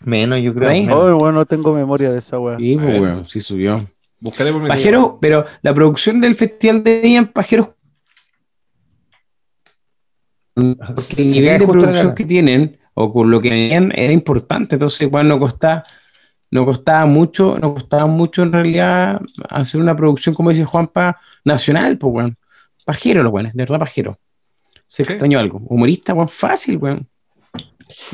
[SPEAKER 3] Menos, yo creo.
[SPEAKER 2] Ahí.
[SPEAKER 3] menos.
[SPEAKER 4] Hoy, weón, no tengo memoria de esa, weón.
[SPEAKER 2] Sí, pues,
[SPEAKER 5] ver.
[SPEAKER 2] weón, sí subió.
[SPEAKER 5] Buscaré por mi
[SPEAKER 2] Pajero, pero la producción del Festival de Viña en Pajero. Porque el
[SPEAKER 3] Se
[SPEAKER 2] nivel
[SPEAKER 3] cae
[SPEAKER 2] de
[SPEAKER 3] justo la
[SPEAKER 2] producción
[SPEAKER 3] gana.
[SPEAKER 2] que tienen, o con lo que tenían, era importante. Entonces, bueno, no costaba, no costaba mucho, no costaba mucho en realidad hacer una producción, como dice Juanpa, nacional, pues, weón. Pajero, los weones, de verdad, pajero. Se
[SPEAKER 5] Sí.
[SPEAKER 2] extrañó algo. Humorista, weón, fácil, weón.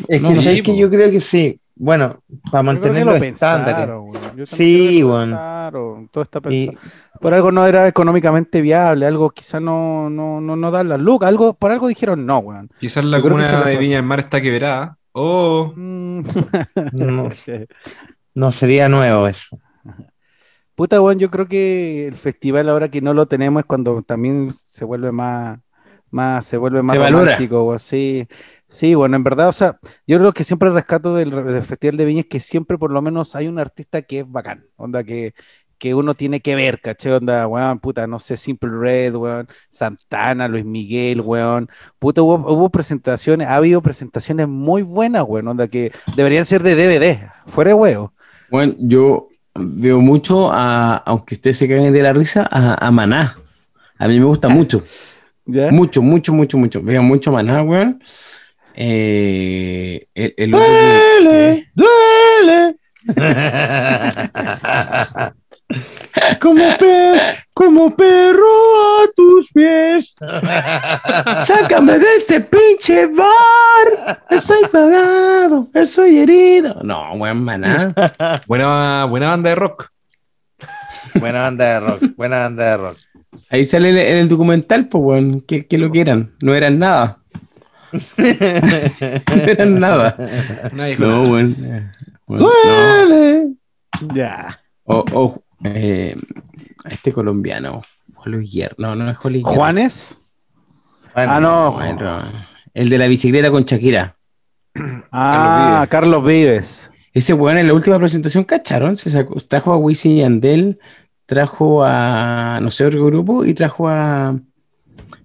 [SPEAKER 3] Es
[SPEAKER 2] No,
[SPEAKER 3] que,
[SPEAKER 2] no,
[SPEAKER 3] ¿sabes
[SPEAKER 2] sí,
[SPEAKER 3] qué?
[SPEAKER 2] po.
[SPEAKER 3] yo creo que sí. Bueno, para
[SPEAKER 4] Yo creo que
[SPEAKER 3] mantener
[SPEAKER 4] lo
[SPEAKER 3] los estándares.
[SPEAKER 4] pensaron, eh. weón. Yo también
[SPEAKER 3] Sí,
[SPEAKER 4] creo que lo
[SPEAKER 3] weón.
[SPEAKER 4] pensaron, Todo está
[SPEAKER 3] Y-
[SPEAKER 4] pensado. Por algo no era económicamente viable, algo quizá no, no, no, no da la luz. Algo, por algo dijeron no, (laughs) weón.
[SPEAKER 5] Quizás la
[SPEAKER 4] Yo creo que se
[SPEAKER 5] cuna
[SPEAKER 4] la-
[SPEAKER 5] de Viña del Mar está quebrada.
[SPEAKER 4] (laughs)
[SPEAKER 5] Oh,
[SPEAKER 4] Mm.
[SPEAKER 3] no, no sería nuevo eso.
[SPEAKER 4] Puta, weón, yo creo que el festival ahora que no lo tenemos es cuando también se vuelve más, más, se vuelve más
[SPEAKER 2] Se valora.
[SPEAKER 4] romántico, weón. Sí, sí, bueno, en verdad, o sea, yo lo que siempre rescato del, del Festival de Viña es que siempre por lo menos hay un artista que es bacán, onda que, que uno tiene que ver, caché, onda, weón, puta, no sé, Simple Red, weón, Santana, Luis Miguel, weón, puta, hubo, hubo presentaciones, ha habido presentaciones muy buenas, weón, onda que deberían ser de DVD, fuera de huevo.
[SPEAKER 2] Bueno, yo veo mucho, a, aunque ustedes se caguen de la risa, a, a Maná. A mí me gusta mucho.
[SPEAKER 4] ¿Ya?
[SPEAKER 2] Mucho, mucho, mucho, mucho. Veo mucho Maná, weón. Eh, el, el otro que-
[SPEAKER 3] ¡Duele!
[SPEAKER 2] (laughs) como, per- como perro a tus pies. Sácame de este pinche bar. Estoy pagado, estoy herido. No, weón, Maná.
[SPEAKER 5] buena, buena banda de rock.
[SPEAKER 3] buena banda de rock, buena banda de rock.
[SPEAKER 2] Ahí sale en el, en el documental, pues, weón. Que, que lo que eran. No eran nada. (laughs) no eran nada.
[SPEAKER 5] Nadie con-
[SPEAKER 2] No, bueno. eh, bueno, no.
[SPEAKER 4] Ya.
[SPEAKER 2] O, o, eh, este colombiano, Juan Guerra. No, no es Juan Luis Guerra.
[SPEAKER 4] ¿Juanes?
[SPEAKER 3] Bueno,
[SPEAKER 4] ah, no.
[SPEAKER 2] Bueno, el de la bicicleta con Shakira.
[SPEAKER 4] Ah, Carlos Vives.
[SPEAKER 2] Ese weón en la última presentación, ¿cacharon? Se sacó- trajo a Wisin y Andel, trajo a no sé otro grupo y trajo a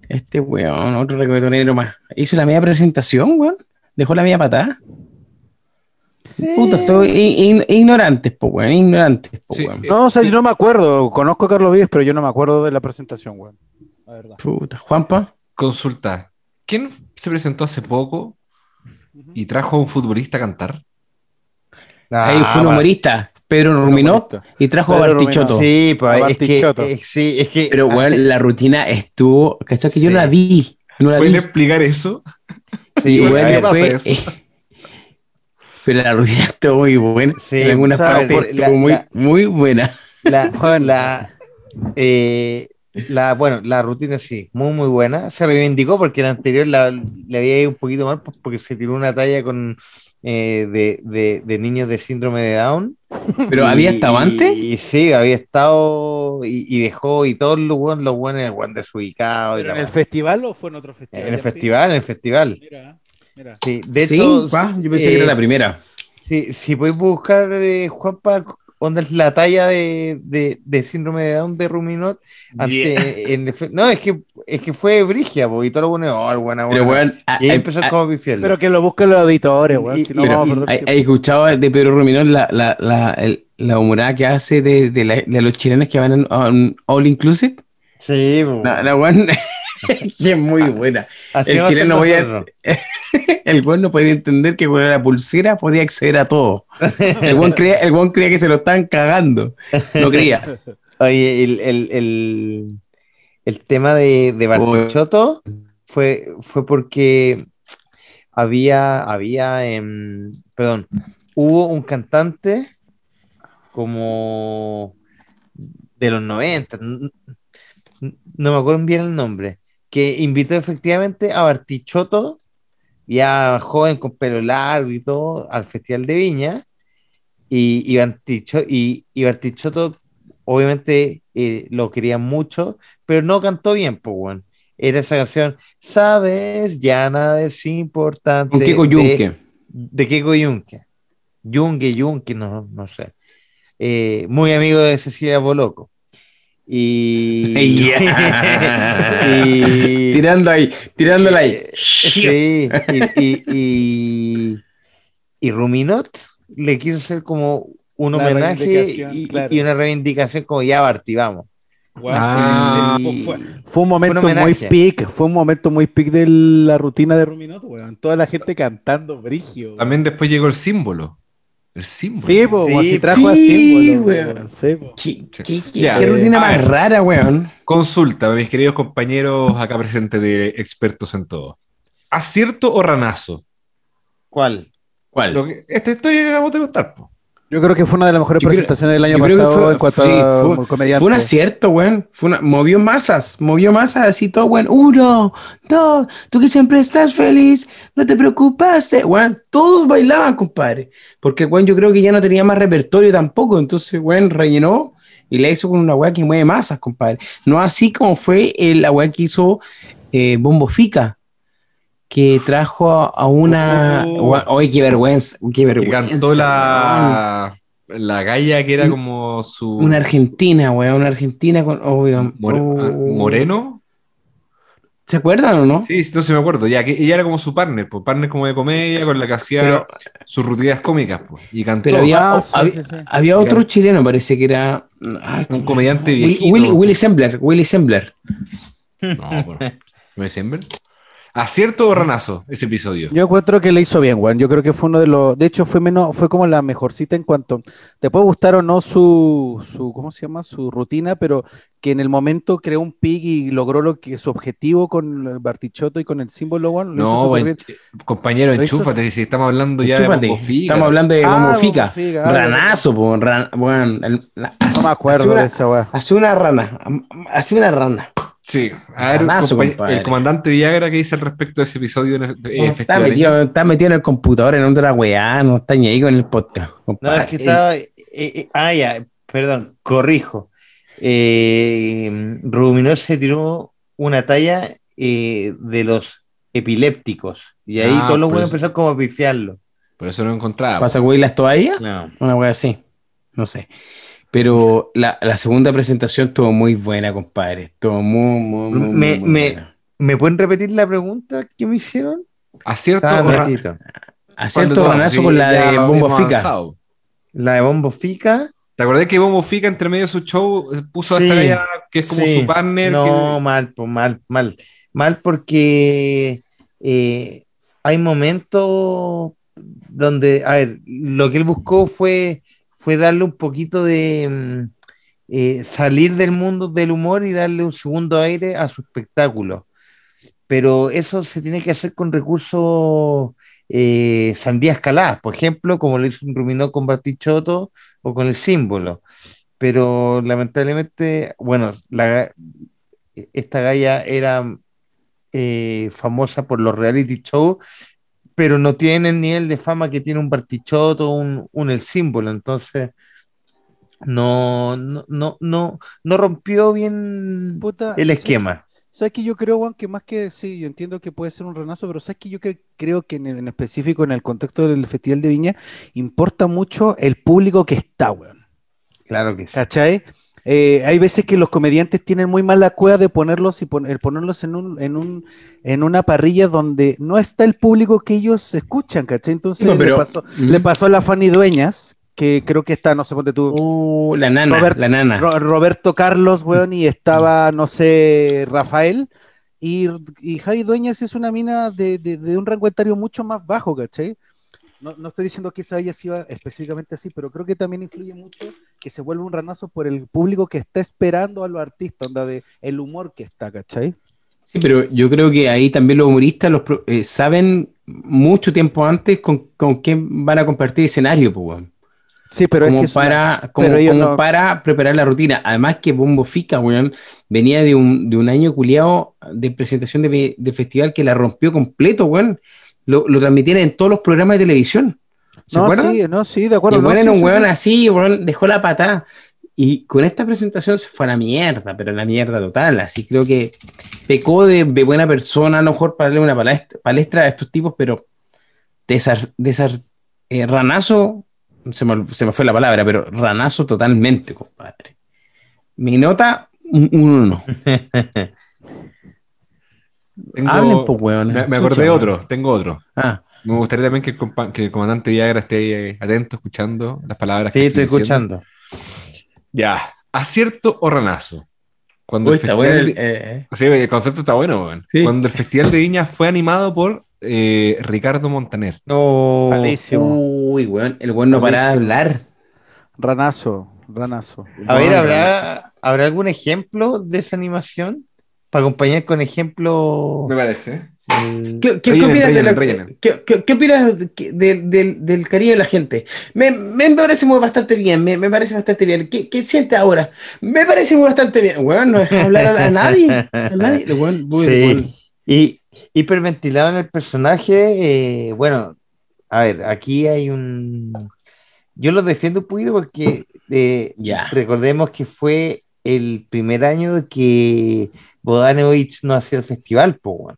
[SPEAKER 2] este weón, otro reggaetonero más. Hizo la media presentación, weón. Dejó la media patada. Puta, estoy in- in- ignorantes, po, weón. Ignorantes, po,
[SPEAKER 5] Sí.
[SPEAKER 2] weón.
[SPEAKER 5] Eh,
[SPEAKER 4] No, o sea, yo no me acuerdo. Conozco a Carlos Vives, pero yo no me acuerdo de la presentación, weón. La verdad.
[SPEAKER 2] Puta, Juanpa.
[SPEAKER 5] Consulta. ¿Quién se presentó hace poco y trajo a un futbolista a cantar?
[SPEAKER 3] Ah,
[SPEAKER 2] Ahí fue un
[SPEAKER 3] bueno.
[SPEAKER 2] humorista, Pedro Ruminot,
[SPEAKER 4] humorista.
[SPEAKER 2] y trajo a
[SPEAKER 4] Pedro
[SPEAKER 2] Bartichotto.
[SPEAKER 3] Sí, pues es
[SPEAKER 4] Bartichotto.
[SPEAKER 3] que, eh, sí, es que
[SPEAKER 2] Pero, weón, la rutina estuvo. ¿Cachai? Que yo no la vi. No la vi.
[SPEAKER 5] ¿Pueden explicar eso?
[SPEAKER 3] sí,
[SPEAKER 2] Y,
[SPEAKER 5] ¿por
[SPEAKER 2] weón,
[SPEAKER 5] qué
[SPEAKER 3] a ver,
[SPEAKER 5] pasa
[SPEAKER 2] después,
[SPEAKER 5] eso?
[SPEAKER 2] eh, (laughs) pero la rutina estuvo muy buena.
[SPEAKER 3] Sí,
[SPEAKER 2] en algunas
[SPEAKER 3] ¿sabes?
[SPEAKER 2] partes
[SPEAKER 3] Por- la-
[SPEAKER 2] estuvo muy,
[SPEAKER 3] la-
[SPEAKER 2] muy
[SPEAKER 3] (laughs)
[SPEAKER 2] buena. (laughs)
[SPEAKER 3] la, la, eh, la- bueno, la rutina sí, muy muy buena. Se reivindicó porque la anterior la, le había ido un poquito mal pues, porque se tiró una talla con eh, de, de- de niños de síndrome de Down.
[SPEAKER 2] Pero había
[SPEAKER 3] Y-
[SPEAKER 2] estado antes.
[SPEAKER 3] Y, sí, había estado y, y dejó y todos los buenos, los buenos, el buen desubicado. y
[SPEAKER 4] ¿Pero
[SPEAKER 3] la
[SPEAKER 4] en el
[SPEAKER 3] weá.
[SPEAKER 4] festival o fue en otro festival?
[SPEAKER 3] en el festival, en el festival.
[SPEAKER 4] Mira, mira.
[SPEAKER 3] Sí, de
[SPEAKER 2] Sí,
[SPEAKER 3] hecho,
[SPEAKER 2] guau, yo pensé que
[SPEAKER 3] eh,
[SPEAKER 2] era la primera.
[SPEAKER 3] Sí, si podéis buscar, eh, Juanpa, onda es la talla de, de- de síndrome de Down de Ruminot. ante- (laughs) en el fe- no, es que, es que fue Brigia, po, y todo lo bueno, oh, el buena,
[SPEAKER 2] Pero,
[SPEAKER 3] buena.
[SPEAKER 2] weón,
[SPEAKER 3] Y ahí
[SPEAKER 2] hay,
[SPEAKER 3] empezó como pifiarlo.
[SPEAKER 4] Pero que lo busquen los auditores, weón.
[SPEAKER 3] Y-
[SPEAKER 4] Si no,
[SPEAKER 2] pero-
[SPEAKER 4] vamos a perder
[SPEAKER 2] hay-
[SPEAKER 4] tiempo.
[SPEAKER 2] hay escuchado de Pedro Ruminón la, la, la, el- la humorada que hace de, de, la- de los chilenos que van a un All Inclusive.
[SPEAKER 3] Sí, po.
[SPEAKER 2] La, la weón- (laughs) que es muy buena.
[SPEAKER 3] Así
[SPEAKER 2] el
[SPEAKER 3] vamos
[SPEAKER 2] chileno
[SPEAKER 3] a
[SPEAKER 2] voy a-
[SPEAKER 3] hacer nosotros.
[SPEAKER 2] El buen no podía entender que con la pulsera podía acceder a todo. El buen creía, el weón creía que se lo estaban cagando. No creía.
[SPEAKER 3] Oye, el, el- el- el tema de, de Bartichotto fue, fue porque había, había em, perdón, hubo un cantante como de los 90, n- n- no me acuerdo bien el nombre, que invitó efectivamente a Bartichotto, ya joven con pelo largo y todo, al Festival de Viña. Y, y, Barticho- y, y Bartichotto, obviamente, eh, lo quería mucho, pero no cantó bien, pues, weón. Era esa canción, ¿sabes? Ya nada es importante.
[SPEAKER 2] Con Kiko
[SPEAKER 3] de-
[SPEAKER 2] Yunque.
[SPEAKER 3] De, Kiko Yunque. Yunque, Yunque, no, no sé. Eh, muy amigo de Cecilia Boloco. Y. (laughs) y-
[SPEAKER 2] tirando ahí, tirándole ahí.
[SPEAKER 3] Sí, y, y, y, y Ruminot le quiso hacer como un
[SPEAKER 4] La
[SPEAKER 3] homenaje
[SPEAKER 4] reivindicación,
[SPEAKER 3] y,
[SPEAKER 4] claro.
[SPEAKER 3] y una reivindicación como ya Barty, vamos.
[SPEAKER 4] Ah.
[SPEAKER 3] Y-
[SPEAKER 4] Fue un momento
[SPEAKER 3] Fue un
[SPEAKER 4] muy
[SPEAKER 3] homenaje.
[SPEAKER 4] pic, fue un momento muy pic de la rutina de Ruminot, weón. Toda la gente cantando brigio. weón.
[SPEAKER 5] También después llegó el símbolo. El símbolo.
[SPEAKER 4] Sí, po, weón, si trajo
[SPEAKER 2] sí,
[SPEAKER 4] así, weón.
[SPEAKER 2] weón.
[SPEAKER 4] Sí, po.
[SPEAKER 2] ¿Qué, qué- qué-
[SPEAKER 5] Ya,
[SPEAKER 2] qué
[SPEAKER 5] eh,
[SPEAKER 2] rutina
[SPEAKER 5] a
[SPEAKER 2] más
[SPEAKER 5] ver.
[SPEAKER 2] rara, weón?
[SPEAKER 5] Consulta, mis queridos compañeros acá presentes de expertos en todo. ¿Acierto o ranazo?
[SPEAKER 3] ¿Cuál?
[SPEAKER 5] Lo que- este estoy acabamos de contar. po.
[SPEAKER 4] Yo creo que fue una de las mejores
[SPEAKER 2] Yo creo-
[SPEAKER 4] presentaciones del año
[SPEAKER 2] yo creo que
[SPEAKER 4] pasado
[SPEAKER 2] fue-
[SPEAKER 4] en cuanto
[SPEAKER 2] sí,
[SPEAKER 4] a
[SPEAKER 2] fue-
[SPEAKER 4] comediante.
[SPEAKER 2] Fue un acierto, weón. Fue una- movió masas, movió masas así todo, weón. Uno, dos, tú que siempre estás feliz, no te preocupaste, weón. Todos bailaban, compadre. Porque, weón, yo creo que ya no tenía más repertorio tampoco. Entonces, weón, rellenó y la hizo con una weá que mueve masas, compadre. No así como fue el- la weá que hizo eh, Bombo Fica. Que trajo a, a una.
[SPEAKER 5] Oh.
[SPEAKER 2] weón, ¡Ay, qué vergüenza! ¡Qué
[SPEAKER 5] Que
[SPEAKER 2] vergüenza!
[SPEAKER 5] cantó
[SPEAKER 2] weón.
[SPEAKER 5] la, la galla que era como su.
[SPEAKER 2] Una Argentina, weón, una Argentina con. oh, weón.
[SPEAKER 5] More-
[SPEAKER 2] Oh.
[SPEAKER 5] ah, ¿Moreno?
[SPEAKER 2] ¿Se acuerdan o no?
[SPEAKER 5] Sí, no se me acuerdo. Ya, que ella era como su partner, pues, partner como de comedia, con la que hacía
[SPEAKER 2] Pero-
[SPEAKER 5] sus rutinas cómicas. po, y cantó
[SPEAKER 2] Pero había,
[SPEAKER 5] oh,
[SPEAKER 4] Ah, sí,
[SPEAKER 2] había,
[SPEAKER 4] sí, sí.
[SPEAKER 2] había otro chileno, parece que era. ah,
[SPEAKER 5] un comediante
[SPEAKER 2] Willy,
[SPEAKER 5] viejito.
[SPEAKER 2] Willy- Willy Sembler, Willy Sembler.
[SPEAKER 5] No,
[SPEAKER 2] (laughs)
[SPEAKER 5] bueno. ¿No es Ember? ¿Acierto o ranazo ese episodio?
[SPEAKER 4] Yo encuentro que le hizo bien, weón. Yo creo que fue uno de los. De hecho, fue menos, fue como la mejor cita en cuanto. Te puede gustar o no su, su, ¿cómo se llama? Su rutina, pero que en el momento creó un pig y logró lo que su objetivo con el Bartichotto y con el símbolo, weón. lo hizo
[SPEAKER 5] No,
[SPEAKER 4] súper
[SPEAKER 5] en-
[SPEAKER 4] bien.
[SPEAKER 5] compañero,
[SPEAKER 4] Lo hizo-
[SPEAKER 5] enchúfate, si estamos hablando ya
[SPEAKER 2] Chúfate,
[SPEAKER 5] de Bongo Figa.
[SPEAKER 2] Estamos hablando de
[SPEAKER 4] Ah,
[SPEAKER 2] Bombo
[SPEAKER 4] Bombo
[SPEAKER 2] Fica.
[SPEAKER 4] Fica, ah,
[SPEAKER 2] Ranazo, po, ran- weón, el- la-
[SPEAKER 4] No me
[SPEAKER 2] hace
[SPEAKER 4] acuerdo
[SPEAKER 2] una-
[SPEAKER 4] de esa, weón.
[SPEAKER 2] Hace una rana, hace una rana.
[SPEAKER 5] Sí, a ver,
[SPEAKER 2] Ranazo,
[SPEAKER 5] compa-
[SPEAKER 2] compadre.
[SPEAKER 5] el comandante Villagra que dice al respecto de ese episodio en el de- eh,
[SPEAKER 2] Está
[SPEAKER 5] festival.
[SPEAKER 2] metido, está metido en el computador, en otra weá, no está ni ahí con el podcast.
[SPEAKER 3] No,
[SPEAKER 2] compadre.
[SPEAKER 3] es que estaba. eh, eh, ah, ya, perdón, corrijo. Eh, Ruminó se tiró una talla eh, de los epilépticos. Y ahí
[SPEAKER 5] Ah,
[SPEAKER 3] todos los
[SPEAKER 5] por
[SPEAKER 3] buenos
[SPEAKER 5] eso.
[SPEAKER 3] empezaron como a pifiarlo.
[SPEAKER 5] Por eso no encontraba.
[SPEAKER 2] ¿Pasa güey las toallas?
[SPEAKER 3] No.
[SPEAKER 2] Una wea así, no sé. Pero la, la segunda presentación estuvo muy buena, compadre. Estuvo muy, muy, muy, muy,
[SPEAKER 3] Me-
[SPEAKER 2] muy
[SPEAKER 3] me-
[SPEAKER 2] buena.
[SPEAKER 3] ¿Me pueden repetir la pregunta que me hicieron?
[SPEAKER 5] ¿Acierto
[SPEAKER 3] Estaba
[SPEAKER 5] o ranazo?
[SPEAKER 3] ratito.
[SPEAKER 2] Acierto ranazo con la de Bombo Fica.
[SPEAKER 3] La de Bombo Fica.
[SPEAKER 5] ¿Te acordás que Bombo Fica entre medio de su show eh, puso a
[SPEAKER 3] Sí,
[SPEAKER 5] esta galla que es como
[SPEAKER 3] Sí.
[SPEAKER 5] su partner?
[SPEAKER 3] No,
[SPEAKER 5] que-
[SPEAKER 3] mal, po, mal, mal. Mal porque eh, hay momentos donde, a ver, lo que él buscó fue, fue darle un poquito de mm, eh, salir del mundo del humor y darle un segundo aire a su espectáculo. Pero eso se tiene que hacer con recursos eh, sandías caladas, por ejemplo, como lo hizo Ruminó con Bartichotto o con el símbolo. Pero lamentablemente, bueno, la, esta galla era eh, famosa por los reality shows, pero no tiene el nivel de fama que tiene un Bartichotto, un, un El Símbolo, entonces no, no, no, no, no rompió bien
[SPEAKER 4] Puta,
[SPEAKER 3] el
[SPEAKER 4] ¿sabes
[SPEAKER 3] esquema.
[SPEAKER 4] ¿Sabes que Yo creo, Juan, que más que sí, yo entiendo que puede ser un renazo, pero ¿sabes que Yo cre- creo que en, el- en específico, en el contexto del Festival de Viña, importa mucho el público que está, weón.
[SPEAKER 3] Claro que sí.
[SPEAKER 4] ¿Cachai? Eh, hay veces que los comediantes tienen muy mala cueva de ponerlos y pon- el ponerlos en un, en un, en una parrilla donde no está el público que ellos escuchan, ¿cachai? Entonces
[SPEAKER 2] Sí, pero-
[SPEAKER 4] le, pasó,
[SPEAKER 2] ¿Mm?
[SPEAKER 4] le pasó a la Fanny Dueñas, que creo que está, no sé, ponte tú,
[SPEAKER 2] Uh, la nana,
[SPEAKER 4] Robert-
[SPEAKER 2] la nana.
[SPEAKER 4] Ro- Roberto Carlos, weón, y estaba, no sé, Rafael. Y, y Javi Dueñas es una mina de, de- de un rango etario mucho más bajo, ¿cachai? No, no estoy diciendo que se haya sido específicamente así, pero creo que también influye mucho que se vuelva un ranazo por el público que está esperando a los artistas, onda de el humor que está, ¿cachai?
[SPEAKER 2] Sí, pero yo creo que ahí también los humoristas los, pro- eh, saben mucho tiempo antes con, con quién van a compartir escenario, pues, weón.
[SPEAKER 4] Sí, pero
[SPEAKER 2] como
[SPEAKER 4] es que es
[SPEAKER 2] para,
[SPEAKER 4] una- ah,
[SPEAKER 2] como,
[SPEAKER 4] pero ellos
[SPEAKER 2] como
[SPEAKER 4] no-
[SPEAKER 2] para preparar la rutina. Además que Bombo Fica, weón, venía de un, de un año culiado de presentación de, fe- de festival que la rompió completo, weón. Lo, lo transmitían en todos los programas de televisión. ¿Se
[SPEAKER 4] no,
[SPEAKER 2] acuerdan?
[SPEAKER 4] sí, no, sí,
[SPEAKER 2] Y
[SPEAKER 4] de acuerdo.
[SPEAKER 2] el
[SPEAKER 4] no,
[SPEAKER 2] weón
[SPEAKER 4] sí,
[SPEAKER 2] era un
[SPEAKER 4] sí,
[SPEAKER 2] weón
[SPEAKER 4] sí.
[SPEAKER 2] así, weón, dejó la patada. Y con esta presentación se fue a la mierda, pero a la mierda total. Así creo que pecó de, de buena persona, a lo mejor para darle una palest- palestra a estos tipos, pero desar, desar- eh, ranazo, se me, ol- se me fue la palabra, pero ranazo totalmente, compadre. Mi nota, un 1.
[SPEAKER 5] Tengo-
[SPEAKER 2] Hablen, pues, weón.
[SPEAKER 5] Me, me acordé de otro, tengo otro.
[SPEAKER 2] Ah.
[SPEAKER 5] Me gustaría también que el, compa- que el comandante Viagra esté eh, atento, escuchando las palabras
[SPEAKER 3] Sí,
[SPEAKER 5] que
[SPEAKER 3] estoy escuchando.
[SPEAKER 5] diciendo. Ya, acierto o ranazo. Cuando
[SPEAKER 2] Uy,
[SPEAKER 5] el
[SPEAKER 2] está
[SPEAKER 5] festival
[SPEAKER 2] bueno el-
[SPEAKER 5] de-
[SPEAKER 2] eh, eh.
[SPEAKER 5] Sí, el concepto está bueno, weón. Cuando el Festival de Viña fue animado por eh, Ricardo Montaner.
[SPEAKER 3] No.
[SPEAKER 4] Malísimo.
[SPEAKER 2] Uy, weón, el weón no paraba de
[SPEAKER 4] Malísimo.
[SPEAKER 2] hablar.
[SPEAKER 4] Ranazo, ranazo.
[SPEAKER 3] A ver,
[SPEAKER 5] No,
[SPEAKER 3] ¿habrá, ¿habrá algún ejemplo de esa animación? Para acompañar con ejemplo.
[SPEAKER 5] Me parece.
[SPEAKER 3] eh,
[SPEAKER 2] ¿Qué, qué- qué
[SPEAKER 5] Rellenen,
[SPEAKER 2] opinas, de la-
[SPEAKER 5] rellenen, rellenen.
[SPEAKER 2] qué- qué- qué opinas de- de- del- del cariño de la gente? Me, me parece muy bastante bien, me, me parece bastante bien. ¿Qué, qué sientes ahora? Me parece muy bastante bien. Weón, no deja hablar a, a nadie. A nadie.
[SPEAKER 5] (laughs)
[SPEAKER 2] El weón, weón,
[SPEAKER 3] Sí.
[SPEAKER 2] weón.
[SPEAKER 3] Y hiperventilado en el personaje, eh, bueno, a ver, aquí hay un... Yo lo defiendo un poquito porque eh,
[SPEAKER 2] Ya.
[SPEAKER 3] recordemos que fue el primer año que Bodanovich no hacía el festival, po, weón.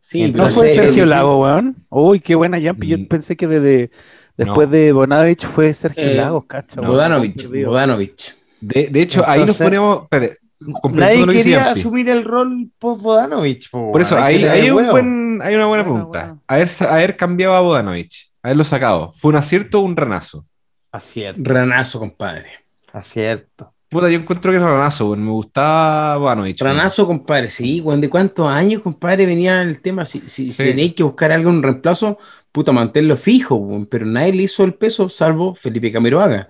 [SPEAKER 2] Sí,
[SPEAKER 4] ¿No
[SPEAKER 2] pero-
[SPEAKER 4] fue
[SPEAKER 3] Sí,
[SPEAKER 4] Sergio
[SPEAKER 3] sí.
[SPEAKER 4] Lago, weón? Uy, qué buena Yampi. Yo
[SPEAKER 5] Mm.
[SPEAKER 4] pensé que desde después
[SPEAKER 5] No.
[SPEAKER 4] de Bonavich fue Sergio
[SPEAKER 2] Eh,
[SPEAKER 4] Lago, cacha. weón.
[SPEAKER 2] Bodanovich,
[SPEAKER 4] Perdido.
[SPEAKER 2] Bodanovich.
[SPEAKER 5] De, de hecho, ahí nos
[SPEAKER 3] Entonces-
[SPEAKER 5] ponemos. Espérate, complemento
[SPEAKER 3] Nadie
[SPEAKER 5] lo que dice
[SPEAKER 3] quería
[SPEAKER 5] Yampi.
[SPEAKER 3] asumir el rol post-Bodanovich, po,
[SPEAKER 5] Por eso,
[SPEAKER 3] weón. Hay
[SPEAKER 5] ahí,
[SPEAKER 3] que
[SPEAKER 5] ahí
[SPEAKER 3] tener
[SPEAKER 5] hay, un
[SPEAKER 3] huevo.
[SPEAKER 5] buen- hay una buena
[SPEAKER 4] Buena,
[SPEAKER 5] pregunta.
[SPEAKER 4] buena.
[SPEAKER 5] Haber, sa- haber cambiado a Bodanovich, haberlo sacado. ¿Fue un acierto o un ranazo?
[SPEAKER 3] Acierto,
[SPEAKER 2] Ranazo, compadre.
[SPEAKER 3] acierto.
[SPEAKER 5] Puta, yo encuentro que es ranazo, weón. Me gustaba Bodanovich. weón.
[SPEAKER 2] Ranazo, compadre. Sí, weón, ¿de cuántos años, compadre, venía el tema? Si, si, si
[SPEAKER 5] Sí.
[SPEAKER 2] tenéis que buscar algún reemplazo, puta, manténlo fijo, weón. Pero nadie le hizo el peso, salvo Felipe Camiroaga.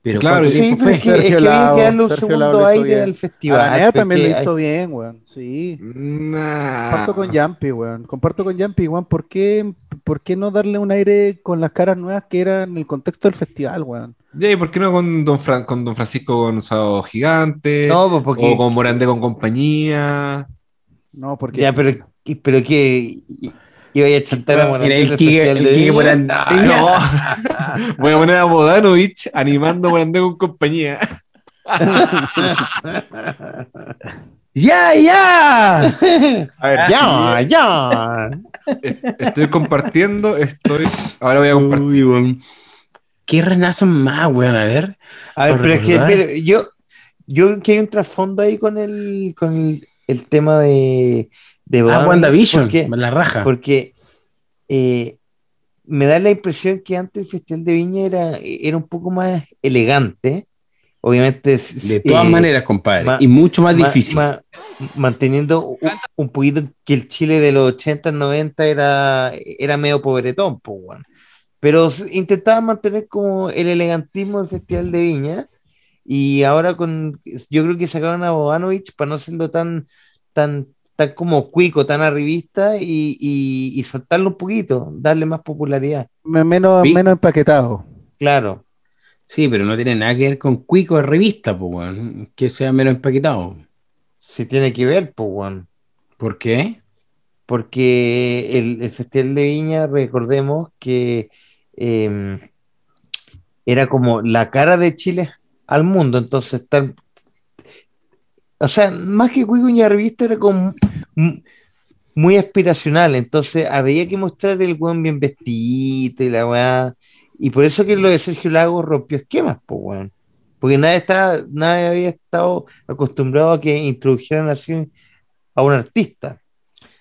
[SPEAKER 2] Pero
[SPEAKER 5] Claro,
[SPEAKER 2] ¿cuánto
[SPEAKER 5] sí,
[SPEAKER 2] tiempo
[SPEAKER 3] pero
[SPEAKER 2] fue?
[SPEAKER 3] es que, es
[SPEAKER 4] Sergio
[SPEAKER 3] que había que
[SPEAKER 4] Lago,
[SPEAKER 3] darle un
[SPEAKER 4] Sergio Lago
[SPEAKER 3] segundo
[SPEAKER 4] lo hizo
[SPEAKER 3] aire
[SPEAKER 4] bien.
[SPEAKER 3] al festival.
[SPEAKER 4] Aranea
[SPEAKER 3] porque
[SPEAKER 4] también lo
[SPEAKER 3] hay-
[SPEAKER 4] hizo bien, weón. Sí.
[SPEAKER 5] Nah.
[SPEAKER 4] Comparto con Yampi, weón. Comparto con Yampi, weón. ¿Por qué, ¿Por qué no darle un aire con las caras nuevas que eran el contexto del festival, weón?
[SPEAKER 5] Ya, ¿y por qué no con Don, Fran- con don Francisco Gonzalo Gigante?
[SPEAKER 3] No, pues porque...
[SPEAKER 5] O con Morandé con compañía.
[SPEAKER 4] No, porque.
[SPEAKER 3] Ya, pero, y- pero que iba a chantar a Morandé
[SPEAKER 2] Mira,
[SPEAKER 3] en
[SPEAKER 2] el
[SPEAKER 3] el
[SPEAKER 2] Quique-
[SPEAKER 3] festival
[SPEAKER 2] el
[SPEAKER 3] de
[SPEAKER 2] Quique
[SPEAKER 3] Viña.
[SPEAKER 2] Morandé.
[SPEAKER 3] Ah, (laughs)
[SPEAKER 5] no. Voy a poner a Bodanovich animando a Morandé con compañía.
[SPEAKER 3] (laughs)
[SPEAKER 4] ¡Ya, ya!
[SPEAKER 5] A ver,
[SPEAKER 3] Ya, ya.
[SPEAKER 5] estoy compartiendo, estoy. Ahora voy a compartir.
[SPEAKER 2] Uy, weón. ¿Qué renazo más, weón? A ver. Ah,
[SPEAKER 3] A ver,
[SPEAKER 2] Por
[SPEAKER 3] pero es que
[SPEAKER 2] recordar.
[SPEAKER 3] pero yo, yo creo que hay un trasfondo ahí con el, con el, el tema de, de
[SPEAKER 2] Ah,
[SPEAKER 3] Bodanovich,
[SPEAKER 2] WandaVision,
[SPEAKER 3] Porque,
[SPEAKER 2] la raja.
[SPEAKER 3] porque eh, me da la impresión que antes el Festival de Viña era, era un poco más elegante. Obviamente, es-
[SPEAKER 2] de todas
[SPEAKER 3] eh,
[SPEAKER 2] maneras, compadre.
[SPEAKER 3] ma-
[SPEAKER 2] y mucho más
[SPEAKER 3] ma-
[SPEAKER 2] difícil.
[SPEAKER 3] ma- manteniendo u- un, poquito que el Chile de los 80, 90 era, era medio pobretón, pues, weón. Pero s- intentaba mantener como el elegantismo del Festival de Viña. Y ahora con, yo creo que sacaron a Bobanovich para no hacerlo tan, tan, tan como cuico, tan arribista y, y, y soltarlo un poquito, darle más popularidad.
[SPEAKER 4] Me- Menos,
[SPEAKER 2] Vi-
[SPEAKER 4] menos empaquetado.
[SPEAKER 3] Claro.
[SPEAKER 2] sí, pero no tiene nada que ver con Cuico de revista, pues, weón. Que sea menos empaquetado.
[SPEAKER 3] Si tiene que ver, pues, weón.
[SPEAKER 2] ¿Por qué?
[SPEAKER 3] porque el, el Festival de Viña, recordemos que eh, era como la cara de Chile al mundo, entonces tal, o sea, más que Cuico y la revista era como m- muy aspiracional, entonces había que mostrar el weón bien vestido y la weá, y por eso que lo de Sergio Lago rompió esquemas, pues weón. Porque nadie, estaba, nadie había estado acostumbrado a que introdujeran así a un artista.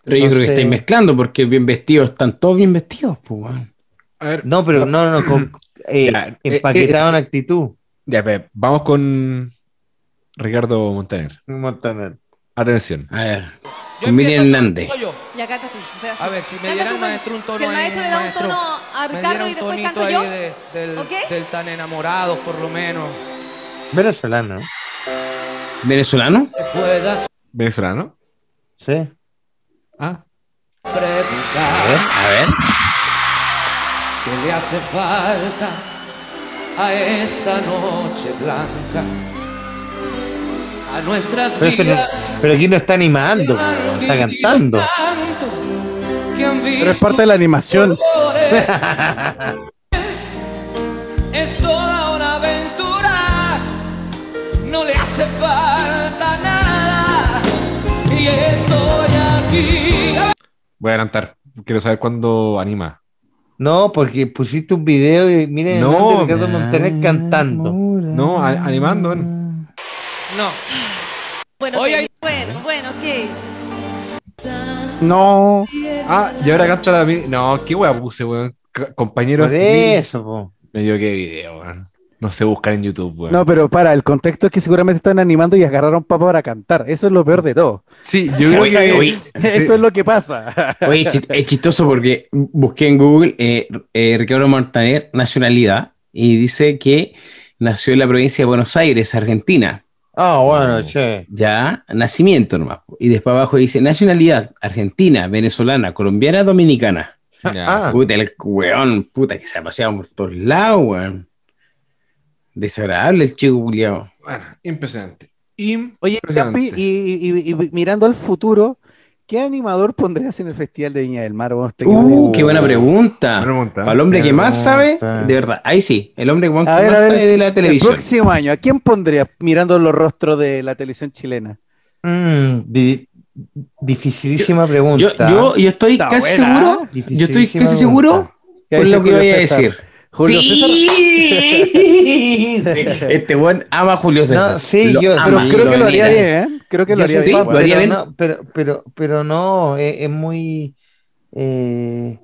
[SPEAKER 2] Pero yo creo que
[SPEAKER 3] Entonces-
[SPEAKER 2] estáis mezclando porque bien vestidos, están todos bien vestidos, pues, weón.
[SPEAKER 5] A ver,
[SPEAKER 3] No, pero no,
[SPEAKER 2] (clears throat)
[SPEAKER 3] no, con, eh,
[SPEAKER 5] Ya, eh,
[SPEAKER 3] empaquetado en actitud.
[SPEAKER 5] ya, ve, vamos con Ricardo Montaner.
[SPEAKER 3] Montaner.
[SPEAKER 5] Atención.
[SPEAKER 2] A ver.
[SPEAKER 10] Yo
[SPEAKER 2] con Miriam
[SPEAKER 10] empiezo,
[SPEAKER 2] Hernández.
[SPEAKER 10] Soy yo.
[SPEAKER 6] Y acá está tú. espera,
[SPEAKER 10] A
[SPEAKER 6] sí.
[SPEAKER 10] ver, si me
[SPEAKER 6] Dame
[SPEAKER 10] diera
[SPEAKER 6] tu
[SPEAKER 10] el
[SPEAKER 6] man-
[SPEAKER 10] maestro un tono
[SPEAKER 6] Si el
[SPEAKER 10] ahí,
[SPEAKER 6] maestro le da
[SPEAKER 10] maestro,
[SPEAKER 6] un tono a
[SPEAKER 10] me
[SPEAKER 6] Ricardo
[SPEAKER 10] diera
[SPEAKER 6] y
[SPEAKER 10] un
[SPEAKER 6] después
[SPEAKER 10] tonito
[SPEAKER 6] canto
[SPEAKER 10] ahí
[SPEAKER 6] yo.
[SPEAKER 10] de- del,
[SPEAKER 6] ¿ok?
[SPEAKER 10] del tan enamorados, por lo menos.
[SPEAKER 3] Venezolano.
[SPEAKER 2] ¿Venezolano?
[SPEAKER 10] Puedas
[SPEAKER 5] Venezolano.
[SPEAKER 3] Sí.
[SPEAKER 5] Ah.
[SPEAKER 10] pre-
[SPEAKER 2] A ver, a ver.
[SPEAKER 12] ¿Qué le hace falta a esta noche blanca? A nuestras
[SPEAKER 3] Pero, esto no-
[SPEAKER 12] vidas
[SPEAKER 3] pero aquí no está animando, weón, está cantando.
[SPEAKER 12] tanto que han visto
[SPEAKER 4] Pero es parte de la animación.
[SPEAKER 12] colores. es toda una aventura, no le hace falta nada. Y estoy aquí.
[SPEAKER 5] Voy a adelantar. Quiero saber cuándo anima.
[SPEAKER 3] No, porque pusiste un video y miren
[SPEAKER 5] No.
[SPEAKER 3] no. Ricardo Montaner cantando.
[SPEAKER 5] No, a- animando. ven.
[SPEAKER 12] No.
[SPEAKER 6] Bueno, ok, bueno, bueno, ok.
[SPEAKER 4] No.
[SPEAKER 5] Ah, y ahora canta la. mi- No, qué wea puse, weón. C- Compañero.
[SPEAKER 3] Por eso, po.
[SPEAKER 5] Me dio qué video, weón. No sé buscar en YouTube, weón.
[SPEAKER 4] No, pero para, el contexto es que seguramente están animando y agarraron papa para cantar. Eso es lo peor de todo.
[SPEAKER 5] Sí, yo creo
[SPEAKER 4] Oye,
[SPEAKER 5] que.
[SPEAKER 4] oye. (laughs) Eso es lo que pasa.
[SPEAKER 2] Oye, es chis- es chistoso porque busqué en Google eh, eh, Ricardo Montaner, nacionalidad, y dice que nació en la provincia de Buenos Aires, Argentina.
[SPEAKER 3] Ah, bueno, che.
[SPEAKER 2] Ya, nacimiento nomás. Y después abajo dice nacionalidad, argentina, venezolana, colombiana, dominicana. (laughs)
[SPEAKER 5] Ya,
[SPEAKER 2] Puta, el weón, puta, que se ha paseado por todos lados, weón. Desagradable el chico culiao.
[SPEAKER 5] Bueno, impresionante.
[SPEAKER 4] Oye, Capi,
[SPEAKER 5] Impresionante.
[SPEAKER 4] y, y- y- y mirando al futuro, ¿qué animador pondrías en el Festival de Viña del Mar? Vos te-
[SPEAKER 2] Uh, qué buena pregunta.
[SPEAKER 5] Pregunta.
[SPEAKER 2] Al hombre que más
[SPEAKER 4] eh,
[SPEAKER 2] sabe,
[SPEAKER 3] Pregunta.
[SPEAKER 2] de verdad, ahí sí, el hombre que más
[SPEAKER 4] A ver, a ver,
[SPEAKER 2] sabe de la
[SPEAKER 4] El
[SPEAKER 2] televisión.
[SPEAKER 4] próximo año, ¿a quién pondrías mirando los rostros de la televisión chilena?
[SPEAKER 3] Mm, di- dificilísima
[SPEAKER 2] Yo,
[SPEAKER 3] pregunta.
[SPEAKER 2] yo, yo estoy
[SPEAKER 4] Está
[SPEAKER 2] casi
[SPEAKER 4] buena, ¿eh?
[SPEAKER 2] seguro, yo estoy
[SPEAKER 3] Dificilísima
[SPEAKER 2] casi seguro
[SPEAKER 3] pregunta.
[SPEAKER 4] ¿Qué
[SPEAKER 2] con
[SPEAKER 4] dice
[SPEAKER 2] lo que
[SPEAKER 4] Julio
[SPEAKER 2] voy a
[SPEAKER 4] César?
[SPEAKER 2] decir.
[SPEAKER 4] Julio César.
[SPEAKER 2] (laughs) Sí. Este buen ama a Julio César.
[SPEAKER 3] No, sí,
[SPEAKER 2] Lo
[SPEAKER 3] yo-
[SPEAKER 2] ama,
[SPEAKER 4] Pero creo que lo haría
[SPEAKER 2] venera.
[SPEAKER 4] bien, ¿eh? Creo que lo
[SPEAKER 3] Yo
[SPEAKER 4] haría
[SPEAKER 3] soy
[SPEAKER 4] bien.
[SPEAKER 3] fan,
[SPEAKER 2] lo haría
[SPEAKER 3] pero
[SPEAKER 2] bien.
[SPEAKER 3] no, pero, pero, pero no, e, es, es muy. eh,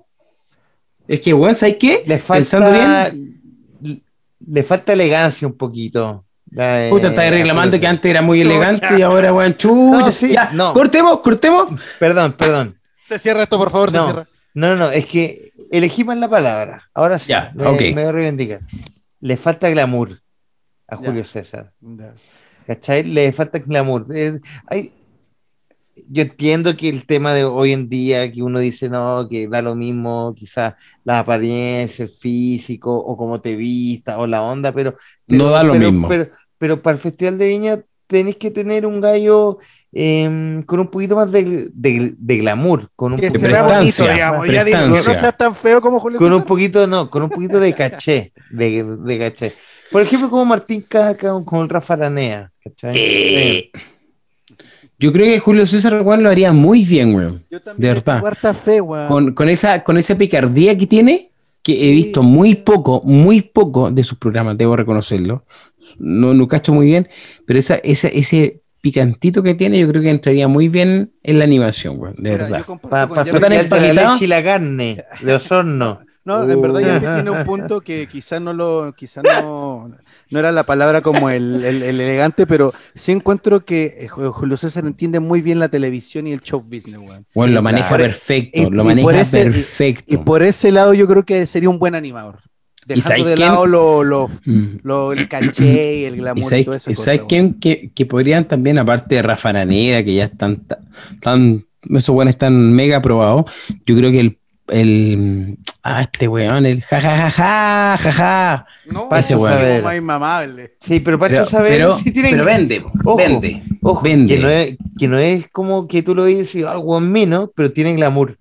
[SPEAKER 2] Es que, weón, ¿sabes qué?
[SPEAKER 3] le
[SPEAKER 2] Pensando
[SPEAKER 3] falta.
[SPEAKER 2] bien,
[SPEAKER 3] Le falta elegancia un poquito. La, eh,
[SPEAKER 2] puta, está reclamando que antes era muy elegante y ahora, weón, chuta.
[SPEAKER 3] No, sí,
[SPEAKER 2] ya,
[SPEAKER 3] no.
[SPEAKER 2] cortemos, cortemos.
[SPEAKER 3] Perdón, perdón.
[SPEAKER 4] Se cierra esto, por favor, se
[SPEAKER 3] No.
[SPEAKER 4] cierra.
[SPEAKER 3] No, no, es que elegí mal la palabra. Ahora sí,
[SPEAKER 2] Ya,
[SPEAKER 3] me,
[SPEAKER 2] ok.
[SPEAKER 3] me voy a reivindicar. Le falta glamour a
[SPEAKER 4] Ya.
[SPEAKER 3] Julio César. ¿Cachai? Le falta glamour. Eh, hay- Yo entiendo que el tema de hoy en día, que uno dice, no, que da lo mismo, quizás la apariencia, el físico, o cómo te vista, o la onda, pero... pero-
[SPEAKER 2] No da lo
[SPEAKER 3] pero-
[SPEAKER 2] mismo.
[SPEAKER 3] Pero, pero para el Festival de Viña tenés que tener un gallo em, con un poquito más de, de- de glamour, con un
[SPEAKER 4] Que
[SPEAKER 2] De
[SPEAKER 4] se
[SPEAKER 3] poquito
[SPEAKER 4] vea
[SPEAKER 3] más
[SPEAKER 4] bonito,
[SPEAKER 2] prestancia,
[SPEAKER 4] digamos. Ya digo, que no
[SPEAKER 2] prestancia.
[SPEAKER 4] sea tan feo como Julio
[SPEAKER 3] con un
[SPEAKER 4] César.
[SPEAKER 3] poquito, no, con un poquito de caché, de, de caché. Por ejemplo, como Martín Caca con, con Rafa Aranea, ¿cachai?
[SPEAKER 2] Eh, Yo creo que Julio César, weón, lo haría muy bien, weón.
[SPEAKER 4] Yo también
[SPEAKER 2] De
[SPEAKER 4] le
[SPEAKER 2] verdad.
[SPEAKER 4] tengo harta fe, weón.
[SPEAKER 2] Con, con esa, con esa picardía que tiene, que he visto muy poco, muy poco de sus programas, debo reconocerlo. No, no cacho muy bien, pero esa, esa- ese picantito que tiene, yo creo que entraría muy bien en la animación, weón, de
[SPEAKER 4] Mira, yo
[SPEAKER 2] verdad.
[SPEAKER 4] comparto
[SPEAKER 3] Para
[SPEAKER 4] con
[SPEAKER 3] pa,
[SPEAKER 4] Jeff
[SPEAKER 2] Fue tan
[SPEAKER 3] pa- la
[SPEAKER 4] que-
[SPEAKER 2] empaquetado.
[SPEAKER 3] leche y la carne de Osorno.
[SPEAKER 4] No, en verdad Yampi tiene un punto que quizás no lo, quizás no, no era la palabra como el, el- el elegante, pero sí encuentro que eh, Ju- Julio César entiende muy bien la televisión y el show business, weón.
[SPEAKER 2] Bueno, lo maneja
[SPEAKER 4] claro.
[SPEAKER 2] perfecto, lo
[SPEAKER 4] Y- y por
[SPEAKER 2] maneja
[SPEAKER 4] ese- y-
[SPEAKER 2] perfecto.
[SPEAKER 4] Y por ese lado yo creo que sería un buen animador. Dejando
[SPEAKER 2] sabes
[SPEAKER 4] de
[SPEAKER 2] quién?
[SPEAKER 4] lado lo, lo,
[SPEAKER 2] Mm.
[SPEAKER 4] lo- el caché y el
[SPEAKER 2] ¿Y
[SPEAKER 4] glamour y
[SPEAKER 2] sabes,
[SPEAKER 4] todo eso.
[SPEAKER 2] y sabes quién que, que podrían también, aparte de Rafa Araneda, que ya están ta- tan, esos buenos están mega probados, yo creo que el, el ah, este weón, el jajajaja, jaja.
[SPEAKER 4] No,
[SPEAKER 2] Pase, weón.
[SPEAKER 4] es como más inmamable.
[SPEAKER 3] Sí, pero Pacho
[SPEAKER 2] Pero,
[SPEAKER 3] Saavedra
[SPEAKER 2] pero,
[SPEAKER 3] sí tiene-
[SPEAKER 2] pero vende, po,
[SPEAKER 3] Ojo,
[SPEAKER 2] vende,
[SPEAKER 3] ojo,
[SPEAKER 2] vende.
[SPEAKER 3] Que, no es, que no es como que tú lo dices "Ah, y algo en menos, pero tiene glamour.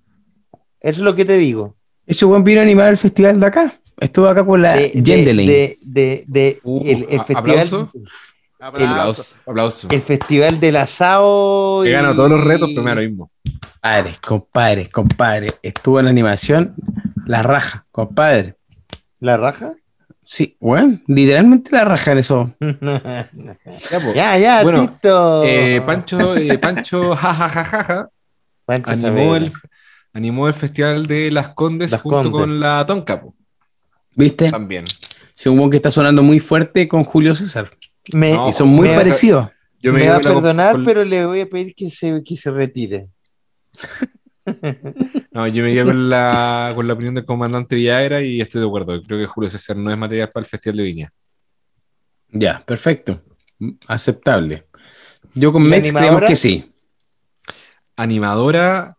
[SPEAKER 3] Eso es lo que te digo.
[SPEAKER 2] Ese weón vino a animar el festival de acá. Estuvo acá con la
[SPEAKER 3] De, de-
[SPEAKER 2] Yendelin.
[SPEAKER 3] de- de- de-
[SPEAKER 5] Uh,
[SPEAKER 3] el, el
[SPEAKER 5] a-
[SPEAKER 3] festival,
[SPEAKER 5] aplauso.
[SPEAKER 4] Aplausos.
[SPEAKER 5] Aplauso, aplauso.
[SPEAKER 3] el festival del asado.
[SPEAKER 5] He
[SPEAKER 3] y-
[SPEAKER 5] ganado todos los retos primero mismo.
[SPEAKER 2] Compadre, compadre, compadre. Estuvo en la animación, la raja, compadre.
[SPEAKER 3] ¿La raja? (laughs)
[SPEAKER 2] Sí, weón, literalmente la raja en eso.
[SPEAKER 5] Ya, po.
[SPEAKER 3] ya, ya,
[SPEAKER 5] Bueno,
[SPEAKER 3] Tito.
[SPEAKER 5] Eh, Pancho, eh, Pancho, (laughs) jajajaja,
[SPEAKER 3] Pancho
[SPEAKER 5] animó
[SPEAKER 3] Saavedra.
[SPEAKER 5] el, animó el festival de Las Condes
[SPEAKER 3] Las
[SPEAKER 5] junto
[SPEAKER 3] Condes.
[SPEAKER 5] con la Tonka, po,
[SPEAKER 2] ¿Viste?
[SPEAKER 5] también.
[SPEAKER 2] Sí, un weón que está sonando muy fuerte con Julio César.
[SPEAKER 3] Me,
[SPEAKER 5] No,
[SPEAKER 2] y son muy
[SPEAKER 5] me-
[SPEAKER 2] parecidos.
[SPEAKER 5] Yo
[SPEAKER 3] me
[SPEAKER 5] llevo
[SPEAKER 3] va a
[SPEAKER 5] la con-
[SPEAKER 3] perdonar,
[SPEAKER 5] con-
[SPEAKER 3] pero le voy a pedir que se, que se retire.
[SPEAKER 5] No, yo me quedo con la, con la opinión del comandante Villagra y estoy de acuerdo. Creo que Julio César no es material para el Festival de Viña.
[SPEAKER 2] Ya, perfecto. Mm, Aceptable. Yo con
[SPEAKER 3] ¿Y
[SPEAKER 2] Mex creemos
[SPEAKER 3] animadora?
[SPEAKER 2] que sí.
[SPEAKER 5] Animadora,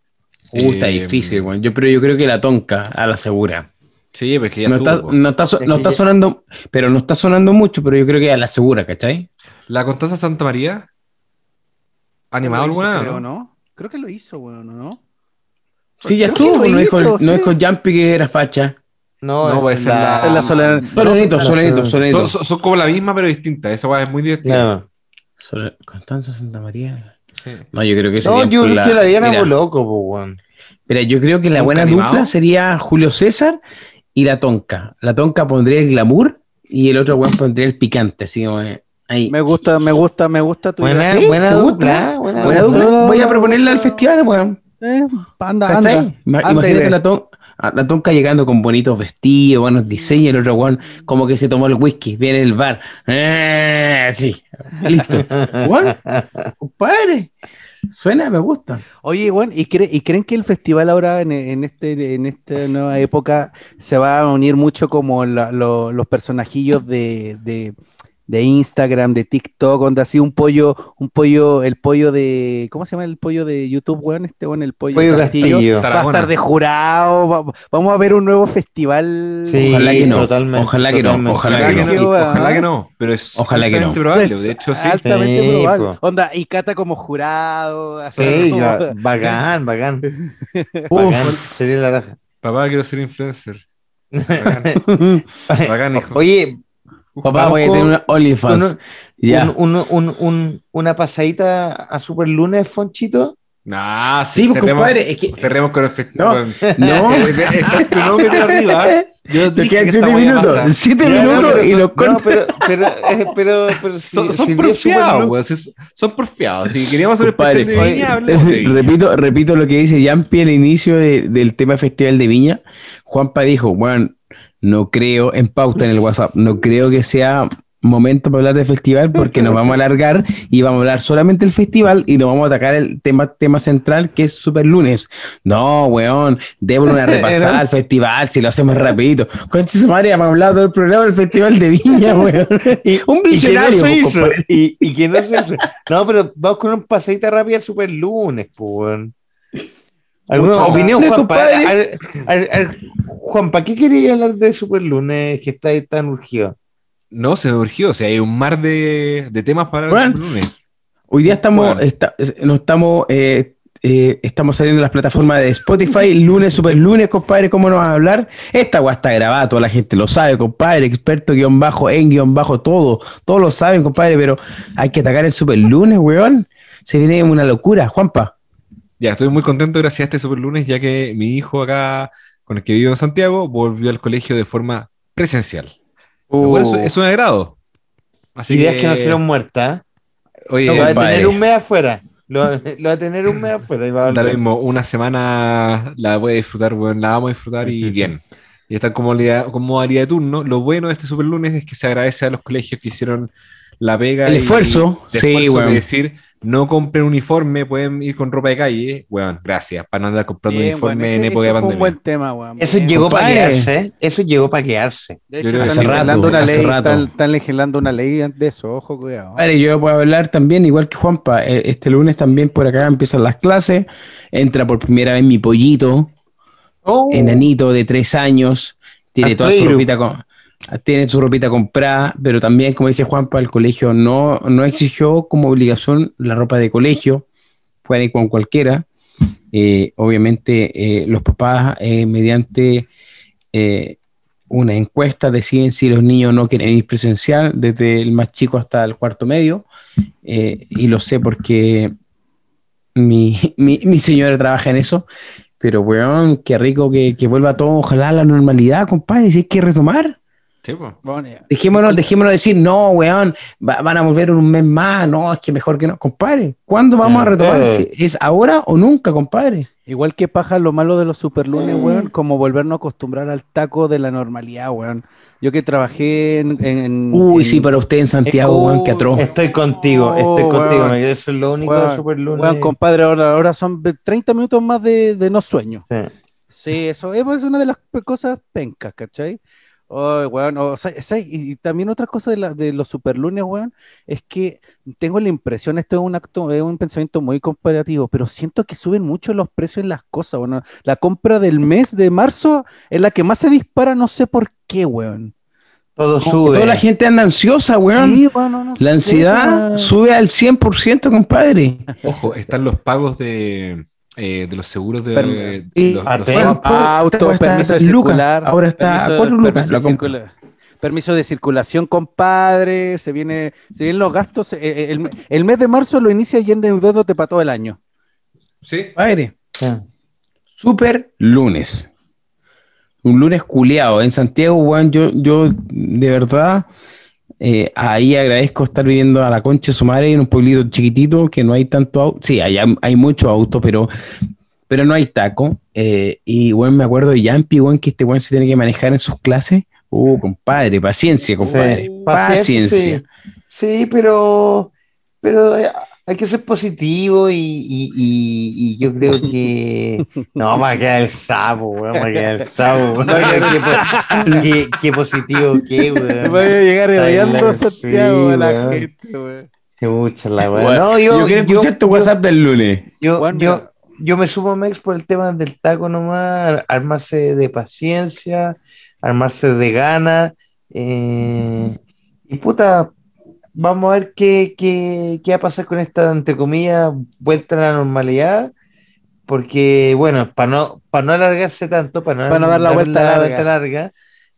[SPEAKER 2] Uh, está
[SPEAKER 5] Eh,
[SPEAKER 2] difícil, weón. Yo, pero yo creo que la tonca a la segura.
[SPEAKER 5] Sí, pues que ya
[SPEAKER 2] no
[SPEAKER 5] estuvo,
[SPEAKER 2] está,
[SPEAKER 5] po.
[SPEAKER 2] no está, so- no está sonando, pero no está sonando mucho, pero yo creo que a la segura, ¿cachai?
[SPEAKER 5] ¿La Constanza Santa María? ¿Animado
[SPEAKER 4] Lo hizo,
[SPEAKER 5] alguna?
[SPEAKER 4] creo,
[SPEAKER 5] no?
[SPEAKER 4] ¿no? Creo que lo hizo, weón, ¿o ¿no?
[SPEAKER 2] Sí, ya
[SPEAKER 4] Creo que
[SPEAKER 2] estuvo,
[SPEAKER 4] lo
[SPEAKER 2] no dijo,
[SPEAKER 4] hizo,
[SPEAKER 2] no
[SPEAKER 4] sí.
[SPEAKER 2] dijo Jumpy que era facha.
[SPEAKER 3] No,
[SPEAKER 5] No,
[SPEAKER 2] pues,
[SPEAKER 5] es la-
[SPEAKER 4] es la Soler-
[SPEAKER 2] Solenito,
[SPEAKER 5] No,
[SPEAKER 2] Solenito, Solenito.
[SPEAKER 5] Son, son- son como la misma, pero distinta. Esa weá es muy divertida.
[SPEAKER 2] Sol- Constanza Santa María.
[SPEAKER 5] Sí.
[SPEAKER 2] No, yo creo que
[SPEAKER 3] No,
[SPEAKER 2] serían
[SPEAKER 3] yo
[SPEAKER 2] por
[SPEAKER 3] creo que la Diana
[SPEAKER 2] pues, mira,
[SPEAKER 3] loco, po, weón.
[SPEAKER 2] Mira, yo creo que la
[SPEAKER 5] ¿Nunca
[SPEAKER 2] buena
[SPEAKER 5] animado?
[SPEAKER 2] dupla sería Julio César y la Tonka. La Tonka pondría el glamour y el otro weón pondría el picante, así como, eh, ahí.
[SPEAKER 4] Me gusta, me gusta, me gusta tu
[SPEAKER 3] Buena,
[SPEAKER 5] eh.
[SPEAKER 4] idea.
[SPEAKER 2] ¿Sí?
[SPEAKER 3] buena
[SPEAKER 2] ¿Te gusta?
[SPEAKER 3] dupla, buena,
[SPEAKER 2] Buena
[SPEAKER 3] dupla.
[SPEAKER 2] dupla. Voy a proponerla al festival, weón.
[SPEAKER 4] Eh, anda, anda.
[SPEAKER 2] ¿Cachai? Ma-
[SPEAKER 4] Anda y
[SPEAKER 2] Imagínate
[SPEAKER 4] ve.
[SPEAKER 2] la, ton- a- la tonca llegando con bonitos vestidos,
[SPEAKER 3] Mm.
[SPEAKER 2] buenos diseños, y el otro weón como que se tomó el whisky, viene el bar. Eh, sí, listo.
[SPEAKER 3] (laughs)
[SPEAKER 2] Weón, compadre, suena, me gusta.
[SPEAKER 4] Oye, weón, ¿y, cre- y creen que el festival ahora en, en este, en esta nueva época se va a unir mucho como la- lo- los personajillos de, de- de Instagram, de TikTok, onda así un pollo, un pollo, el pollo de, ¿cómo se llama el pollo de YouTube, weón? Este weón, el pollo,
[SPEAKER 3] Pollo Castillo.
[SPEAKER 4] Va a estar de jurado, va- vamos a ver un nuevo festival.
[SPEAKER 3] Sí,
[SPEAKER 2] ojalá que no,
[SPEAKER 3] totalmente,
[SPEAKER 2] ojalá que no,
[SPEAKER 3] totalmente.
[SPEAKER 2] ojalá
[SPEAKER 5] Ojalá que
[SPEAKER 2] que
[SPEAKER 5] no.
[SPEAKER 2] no.
[SPEAKER 5] Ojalá que no. Pero es
[SPEAKER 2] Ojalá que no.
[SPEAKER 5] altamente probable.
[SPEAKER 4] Es
[SPEAKER 5] De hecho, sí.
[SPEAKER 4] Altamente
[SPEAKER 3] Sí,
[SPEAKER 4] probable.
[SPEAKER 3] po.
[SPEAKER 4] Onda, y Cata como jurado. así
[SPEAKER 5] (laughs)
[SPEAKER 3] Sí,
[SPEAKER 4] como- (laughs)
[SPEAKER 3] ya, bacán, bacán. Bacán,
[SPEAKER 2] Uf,
[SPEAKER 3] sería la raja.
[SPEAKER 5] Papá, quiero ser influencer. Bacán, bacán, hijo.
[SPEAKER 3] (laughs) Oye,
[SPEAKER 2] papá, voy a
[SPEAKER 3] Vamos
[SPEAKER 2] tener
[SPEAKER 3] con-
[SPEAKER 2] una OnlyFans.
[SPEAKER 3] con
[SPEAKER 2] Ya.
[SPEAKER 3] un- un- un- un- una pasadita a Super Lunes, Fonchito.
[SPEAKER 5] Nah,
[SPEAKER 2] Sí, pues, compadre, es que-
[SPEAKER 5] cerremos con Eh, el festival.
[SPEAKER 2] (laughs) No,
[SPEAKER 3] (laughs)
[SPEAKER 2] no.
[SPEAKER 5] Está el cronómetro arriba. Yo
[SPEAKER 2] Te
[SPEAKER 5] dije
[SPEAKER 2] quedan
[SPEAKER 5] que
[SPEAKER 2] 7
[SPEAKER 5] esta weá pasa.
[SPEAKER 2] minutos, 7
[SPEAKER 3] Ya, no,
[SPEAKER 2] minutos
[SPEAKER 3] pero
[SPEAKER 2] y
[SPEAKER 3] son-
[SPEAKER 2] los
[SPEAKER 3] No,
[SPEAKER 2] corto.
[SPEAKER 3] pero, pero, eh, pero, pero si-
[SPEAKER 5] (laughs) (laughs) Son, son
[SPEAKER 3] si diez
[SPEAKER 5] porfiados,
[SPEAKER 3] Superlunes-
[SPEAKER 5] weón, si- Son porfiados. (laughs) Si queríamos hacer
[SPEAKER 2] Compadre,
[SPEAKER 5] especial de
[SPEAKER 2] (laughs)
[SPEAKER 5] viña, hablemos (laughs) de
[SPEAKER 2] oye,
[SPEAKER 5] viña.
[SPEAKER 2] repito, repito lo que dice Yampi al inicio de- del tema Festival de Viña. Juanpa dijo, bueno, no creo, en pauta en el WhatsApp, no creo que sea momento para hablar de festival porque nos vamos a alargar y vamos a hablar solamente del festival y nos vamos a atacar el tema, tema central que es Super Lunes. No, weón, démosle una repasada al festival si lo hacemos rapidito. Concha su madre, hemos hablado todo el programa del Festival de Viña, (laughs) weón. Un
[SPEAKER 3] Y que no
[SPEAKER 2] visionario,
[SPEAKER 3] se
[SPEAKER 2] pues,
[SPEAKER 3] hizo.
[SPEAKER 2] compadre.
[SPEAKER 3] Y, y que no se hizo. No, pero vamos con un pasadita rápida al Super Lunes, po, weón. ¿Alguna
[SPEAKER 4] Mucho
[SPEAKER 3] opinión,
[SPEAKER 2] tarde,
[SPEAKER 3] Juanpa?
[SPEAKER 2] compadre.
[SPEAKER 3] A ver, a ver, a ver, Juanpa, ¿qué querías hablar de Super Lunes que está ahí tan urgido?
[SPEAKER 5] No, se me urgió. O sea, hay un mar de, de temas para el
[SPEAKER 2] Bueno.
[SPEAKER 5] lunes.
[SPEAKER 2] Hoy día estamos,
[SPEAKER 5] Bueno.
[SPEAKER 2] esta- no estamos, eh, eh, estamos saliendo en las plataformas de Spotify, lunes, super lunes, compadre, ¿cómo nos vas a hablar? Esta guay está grabada, toda la gente lo sabe, compadre, experto, guión bajo, en guión bajo, todo, todos lo saben, compadre, pero hay que atacar el super lunes, weón. Se viene una locura, Juanpa.
[SPEAKER 5] Ya, estoy muy contento gracias a este super lunes, ya que mi hijo acá, con el que vivo en Santiago, volvió al colegio de forma presencial. Lo cual
[SPEAKER 2] Oh.
[SPEAKER 5] es, es un agrado. Así
[SPEAKER 3] Ideas que no serán muertas. ¿eh?
[SPEAKER 5] Oye,
[SPEAKER 3] Lo va a
[SPEAKER 2] compadre.
[SPEAKER 3] tener un mes afuera. Lo, lo va a tener un mes afuera. y va a
[SPEAKER 5] Da lo
[SPEAKER 3] volver.
[SPEAKER 5] mismo, una semana la voy a disfrutar, weón, la vamos a disfrutar
[SPEAKER 4] (laughs)
[SPEAKER 5] y bien. Y está como modalidad, con modalidad de turno. Lo bueno de este super lunes es que se agradece a los colegios que hicieron la pega.
[SPEAKER 2] El
[SPEAKER 5] y-
[SPEAKER 2] esfuerzo,
[SPEAKER 5] el
[SPEAKER 2] sí,
[SPEAKER 5] esfuerzo de
[SPEAKER 2] weón.
[SPEAKER 5] decir, no compren uniforme, pueden ir con ropa de calle. Weón, gracias, para no andar comprando
[SPEAKER 4] Bien,
[SPEAKER 5] uniforme
[SPEAKER 4] bueno,
[SPEAKER 5] en
[SPEAKER 4] ese-
[SPEAKER 5] época
[SPEAKER 4] ese
[SPEAKER 5] de
[SPEAKER 4] fue
[SPEAKER 5] pandemia.
[SPEAKER 4] un buen tema, weón.
[SPEAKER 3] Eso
[SPEAKER 4] Bien.
[SPEAKER 3] llegó para
[SPEAKER 2] Compadre.
[SPEAKER 3] quedarse. ¿eh? Eso llegó para quedarse.
[SPEAKER 4] De
[SPEAKER 5] Yo
[SPEAKER 4] hecho,
[SPEAKER 5] creo que
[SPEAKER 4] están
[SPEAKER 5] hace
[SPEAKER 4] legislando
[SPEAKER 2] rato,
[SPEAKER 4] una
[SPEAKER 2] hace
[SPEAKER 4] ley,
[SPEAKER 2] rato.
[SPEAKER 4] están, están legislando una ley de eso, ojo, cuidado.
[SPEAKER 2] Vale, yo puedo hablar también, igual que Juanpa, eh, este lunes también por acá empiezan las clases, entra por primera vez mi pollito,
[SPEAKER 3] Oh.
[SPEAKER 2] Oh. enanito de tres años, tiene
[SPEAKER 3] Al
[SPEAKER 2] toda su
[SPEAKER 3] Playroom.
[SPEAKER 2] ropita con- tiene su ropita comprada, pero también, como dice Juanpa, el colegio no, no exigió como obligación la ropa de colegio, pueden ir con cualquiera. Eh, obviamente, eh, los papás, eh, mediante eh, una encuesta, deciden si los niños no quieren ir presencial, desde el más chico hasta el cuarto medio. Eh, y lo sé porque mi, (laughs) mi- mi señora trabaja en eso. Pero, weón, qué rico que, que vuelva todo, ojalá a la normalidad, compadre, si hay que retomar.
[SPEAKER 5] Sí, po.
[SPEAKER 4] Bueno, ya.
[SPEAKER 2] Dejémonos, dejémonos decir, no, weón, va- van a volver en un mes más, no, es que mejor que no. Compadre, ¿cuándo vamos a retomar?
[SPEAKER 3] Eh.
[SPEAKER 2] ¿Es ahora o nunca, compadre?
[SPEAKER 4] Igual que paja lo malo de los superlunes, weón, como volvernos a acostumbrar al taco de la normalidad, weón. Yo que trabajé en... en-
[SPEAKER 2] Uy,
[SPEAKER 4] en-
[SPEAKER 2] sí, para usted en Santiago,
[SPEAKER 4] Eh,
[SPEAKER 2] weón, qué
[SPEAKER 4] oh,
[SPEAKER 2] atroz.
[SPEAKER 3] Estoy contigo, estoy
[SPEAKER 4] Oh,
[SPEAKER 3] contigo.
[SPEAKER 4] weón.
[SPEAKER 3] me quedé- Eso es lo único de
[SPEAKER 4] Weón,
[SPEAKER 3] Super Lunes.
[SPEAKER 4] weón, compadre, ahora, ahora son ve- 30 minutos más de, de no sueño.
[SPEAKER 3] Sí.
[SPEAKER 4] eh, Sí, eso es pues, una de las pe- cosas pencas, ¿cachai? Ay, weón, o sea, o sea, y, y también otra cosa de, la- de los superlunes, weón, es que tengo la impresión, esto es un acto, es un pensamiento muy comparativo, pero siento que suben mucho los precios en las cosas, weón. La compra del mes de marzo es la que más se dispara, no sé por qué, weón.
[SPEAKER 3] Todo
[SPEAKER 4] sube.
[SPEAKER 2] Toda la gente anda ansiosa, Ah, weón.
[SPEAKER 4] Sí, weón, no, no sé,
[SPEAKER 2] la ansiedad
[SPEAKER 4] weón.
[SPEAKER 2] sube al 100%, compadre.
[SPEAKER 5] Ojo, están los pagos de, eh, de los seguros de,
[SPEAKER 2] Perm-
[SPEAKER 5] de los, los-
[SPEAKER 4] Ah, auto,
[SPEAKER 2] Ahora
[SPEAKER 4] permiso
[SPEAKER 2] está
[SPEAKER 4] de
[SPEAKER 2] Lucas,
[SPEAKER 4] circular.
[SPEAKER 2] ahora está
[SPEAKER 4] permiso,
[SPEAKER 2] cuatro lucas,
[SPEAKER 4] permiso de
[SPEAKER 2] la compra.
[SPEAKER 4] circula- permiso de circulación, compadre. Se viene, se vienen los gastos. eh, eh, El, el mes de marzo lo inicia y endeudándote para todo el año.
[SPEAKER 5] Sí.
[SPEAKER 2] Padre. Super lunes. Un lunes culeado. En Santiago, weón, yo, yo de verdad eh, ahí agradezco estar viviendo a la concha de su madre en un pueblito chiquitito que no hay tanto auto. Sí, hay, hay mucho auto, pero, pero no hay taco. Eh, y bueno, me acuerdo de Yampi, weón, que este weón se tiene que manejar en sus clases. Uh, compadre, paciencia, compadre. Paciencia.
[SPEAKER 3] Sí, Sí, pero, pero eh, hay que ser positivo y, y- y- y yo
[SPEAKER 2] (laughs)
[SPEAKER 3] creo que. No, me va a quedar el sapo, weón. Me va a quedar el
[SPEAKER 2] (laughs)
[SPEAKER 3] sapo. weón. Qué, po- qué- qué positivo que, weón.
[SPEAKER 2] (laughs)
[SPEAKER 4] Voy a llegar
[SPEAKER 3] Está en la-
[SPEAKER 4] rayando a Santiago
[SPEAKER 3] sí,
[SPEAKER 4] a la
[SPEAKER 3] weón.
[SPEAKER 4] gente, weón.
[SPEAKER 3] Chucha la weá.
[SPEAKER 2] Weón,
[SPEAKER 3] No, yo,
[SPEAKER 2] yo quiero
[SPEAKER 3] yo-
[SPEAKER 2] escuchar tu WhatsApp del lunes.
[SPEAKER 3] yo,
[SPEAKER 4] Juan,
[SPEAKER 3] yo-
[SPEAKER 4] mira.
[SPEAKER 3] yo me sumo a Mex por el tema del taco nomás, ar- armarse de paciencia, armarse de gana. eh, y puta, vamos a ver qué, qué, qué va a pasar con esta, entre comillas, vuelta a la normalidad. Porque, bueno, para no, para no alargarse tanto, para no,
[SPEAKER 4] Para no dar la vuelta larga.
[SPEAKER 3] larga,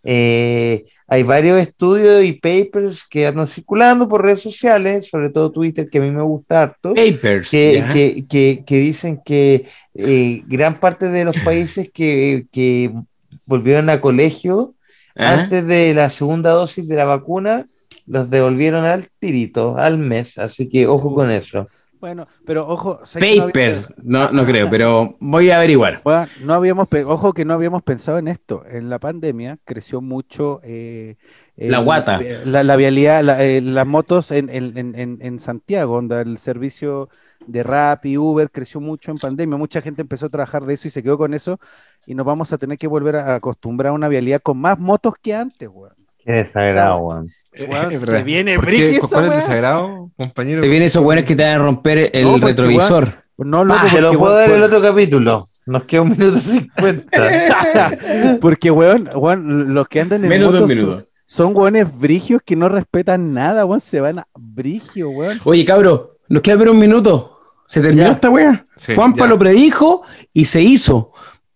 [SPEAKER 3] eh, hay varios estudios y papers que andan circulando por redes sociales, sobre todo Twitter, que a mí me gusta harto
[SPEAKER 2] Papers.
[SPEAKER 3] que,
[SPEAKER 2] ya.
[SPEAKER 3] que- que- que dicen que eh, gran parte de los países que, que volvieron a colegio
[SPEAKER 2] Ajá.
[SPEAKER 3] antes de la segunda dosis de la vacuna los devolvieron al tirito, al mes, así que ojo con eso.
[SPEAKER 4] Bueno, pero ojo, ¿sabes que no había-
[SPEAKER 2] Papers. No, no creo, pero voy a averiguar.
[SPEAKER 4] Bueno, no habíamos, pe- ojo que no habíamos pensado en esto. En la pandemia creció mucho eh,
[SPEAKER 2] La
[SPEAKER 4] el-
[SPEAKER 2] guata.
[SPEAKER 4] la, la vialidad, la- eh, las motos en, en- en- en- en Santiago, onda, el servicio de rap y Uber creció mucho en pandemia. Mucha gente empezó a trabajar de eso y se quedó con eso. Y nos vamos a tener que volver a acostumbrar a una vialidad con más motos que antes, weón.
[SPEAKER 3] Qué desagrado, weón.
[SPEAKER 4] Weón,
[SPEAKER 5] Eh, (laughs) Es
[SPEAKER 4] se
[SPEAKER 5] verdad.
[SPEAKER 4] viene
[SPEAKER 5] ¿Por qué?
[SPEAKER 4] brígida esa
[SPEAKER 5] ¿Cuál es el
[SPEAKER 4] weá.
[SPEAKER 5] desagrado, compañero?
[SPEAKER 2] Te vienen esos buenos que te van a romper el
[SPEAKER 4] No, porque,
[SPEAKER 2] retrovisor.
[SPEAKER 4] No, loco,
[SPEAKER 3] Ah, Te lo
[SPEAKER 4] porque,
[SPEAKER 3] puedo dar
[SPEAKER 4] weón,
[SPEAKER 3] el otro capítulo. Nos queda un minuto cincuenta.
[SPEAKER 4] Porque, weón, weón, los que andan en
[SPEAKER 2] Menos de un
[SPEAKER 4] motos son-
[SPEAKER 2] minuto.
[SPEAKER 4] Son hueones brigios que no respetan nada, weón. Se van a brigio, weón.
[SPEAKER 2] Oye, cabro, nos queda pero un minuto. Se terminó
[SPEAKER 3] Ya.
[SPEAKER 2] esta wea.
[SPEAKER 5] Sí,
[SPEAKER 2] Juanpa
[SPEAKER 5] ya.
[SPEAKER 2] lo predijo y se hizo.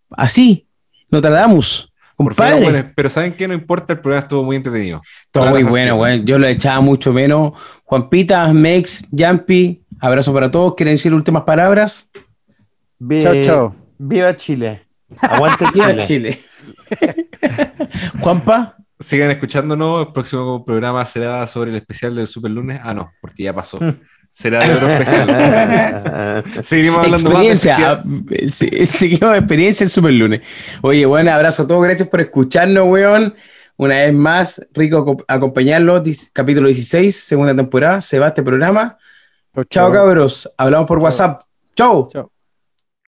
[SPEAKER 2] Así. No tardamos.
[SPEAKER 5] Por favor,
[SPEAKER 2] Compadre.
[SPEAKER 5] bueno, pero ¿saben qué? No importa, el programa estuvo muy entretenido.
[SPEAKER 2] Todo
[SPEAKER 5] Toda
[SPEAKER 2] muy
[SPEAKER 5] la
[SPEAKER 2] bueno,
[SPEAKER 5] razón.
[SPEAKER 2] weón. Yo lo echaba mucho menos. Juanpita, Mex, Yampi, abrazo para todos. ¿Quieren decir últimas palabras?
[SPEAKER 3] Ve-
[SPEAKER 4] (laughs) Chao, chao.
[SPEAKER 3] Viva Chile. Aguante Chile.
[SPEAKER 2] Chile. (laughs) Juanpa,
[SPEAKER 5] Sigan escuchándonos. El próximo programa será sobre el especial del Super Lunes. Ah, no, porque ya pasó.
[SPEAKER 2] Mm.
[SPEAKER 5] Será de otro
[SPEAKER 2] (laughs)
[SPEAKER 5] especial.
[SPEAKER 3] (laughs)
[SPEAKER 5] Seguiremos hablando más. de
[SPEAKER 2] experiencia.
[SPEAKER 5] especial.
[SPEAKER 2] ah, sí, (laughs) Seguimos de experiencia el super lunes. Oye, bueno, abrazo a todos. Gracias por escucharnos, weón. Una vez más, rico aco- acompañarlos. Dis- Capítulo 16, segunda temporada. Se va este programa. Chao, cabros. Hablamos por WhatsApp. Chao.
[SPEAKER 4] Chao.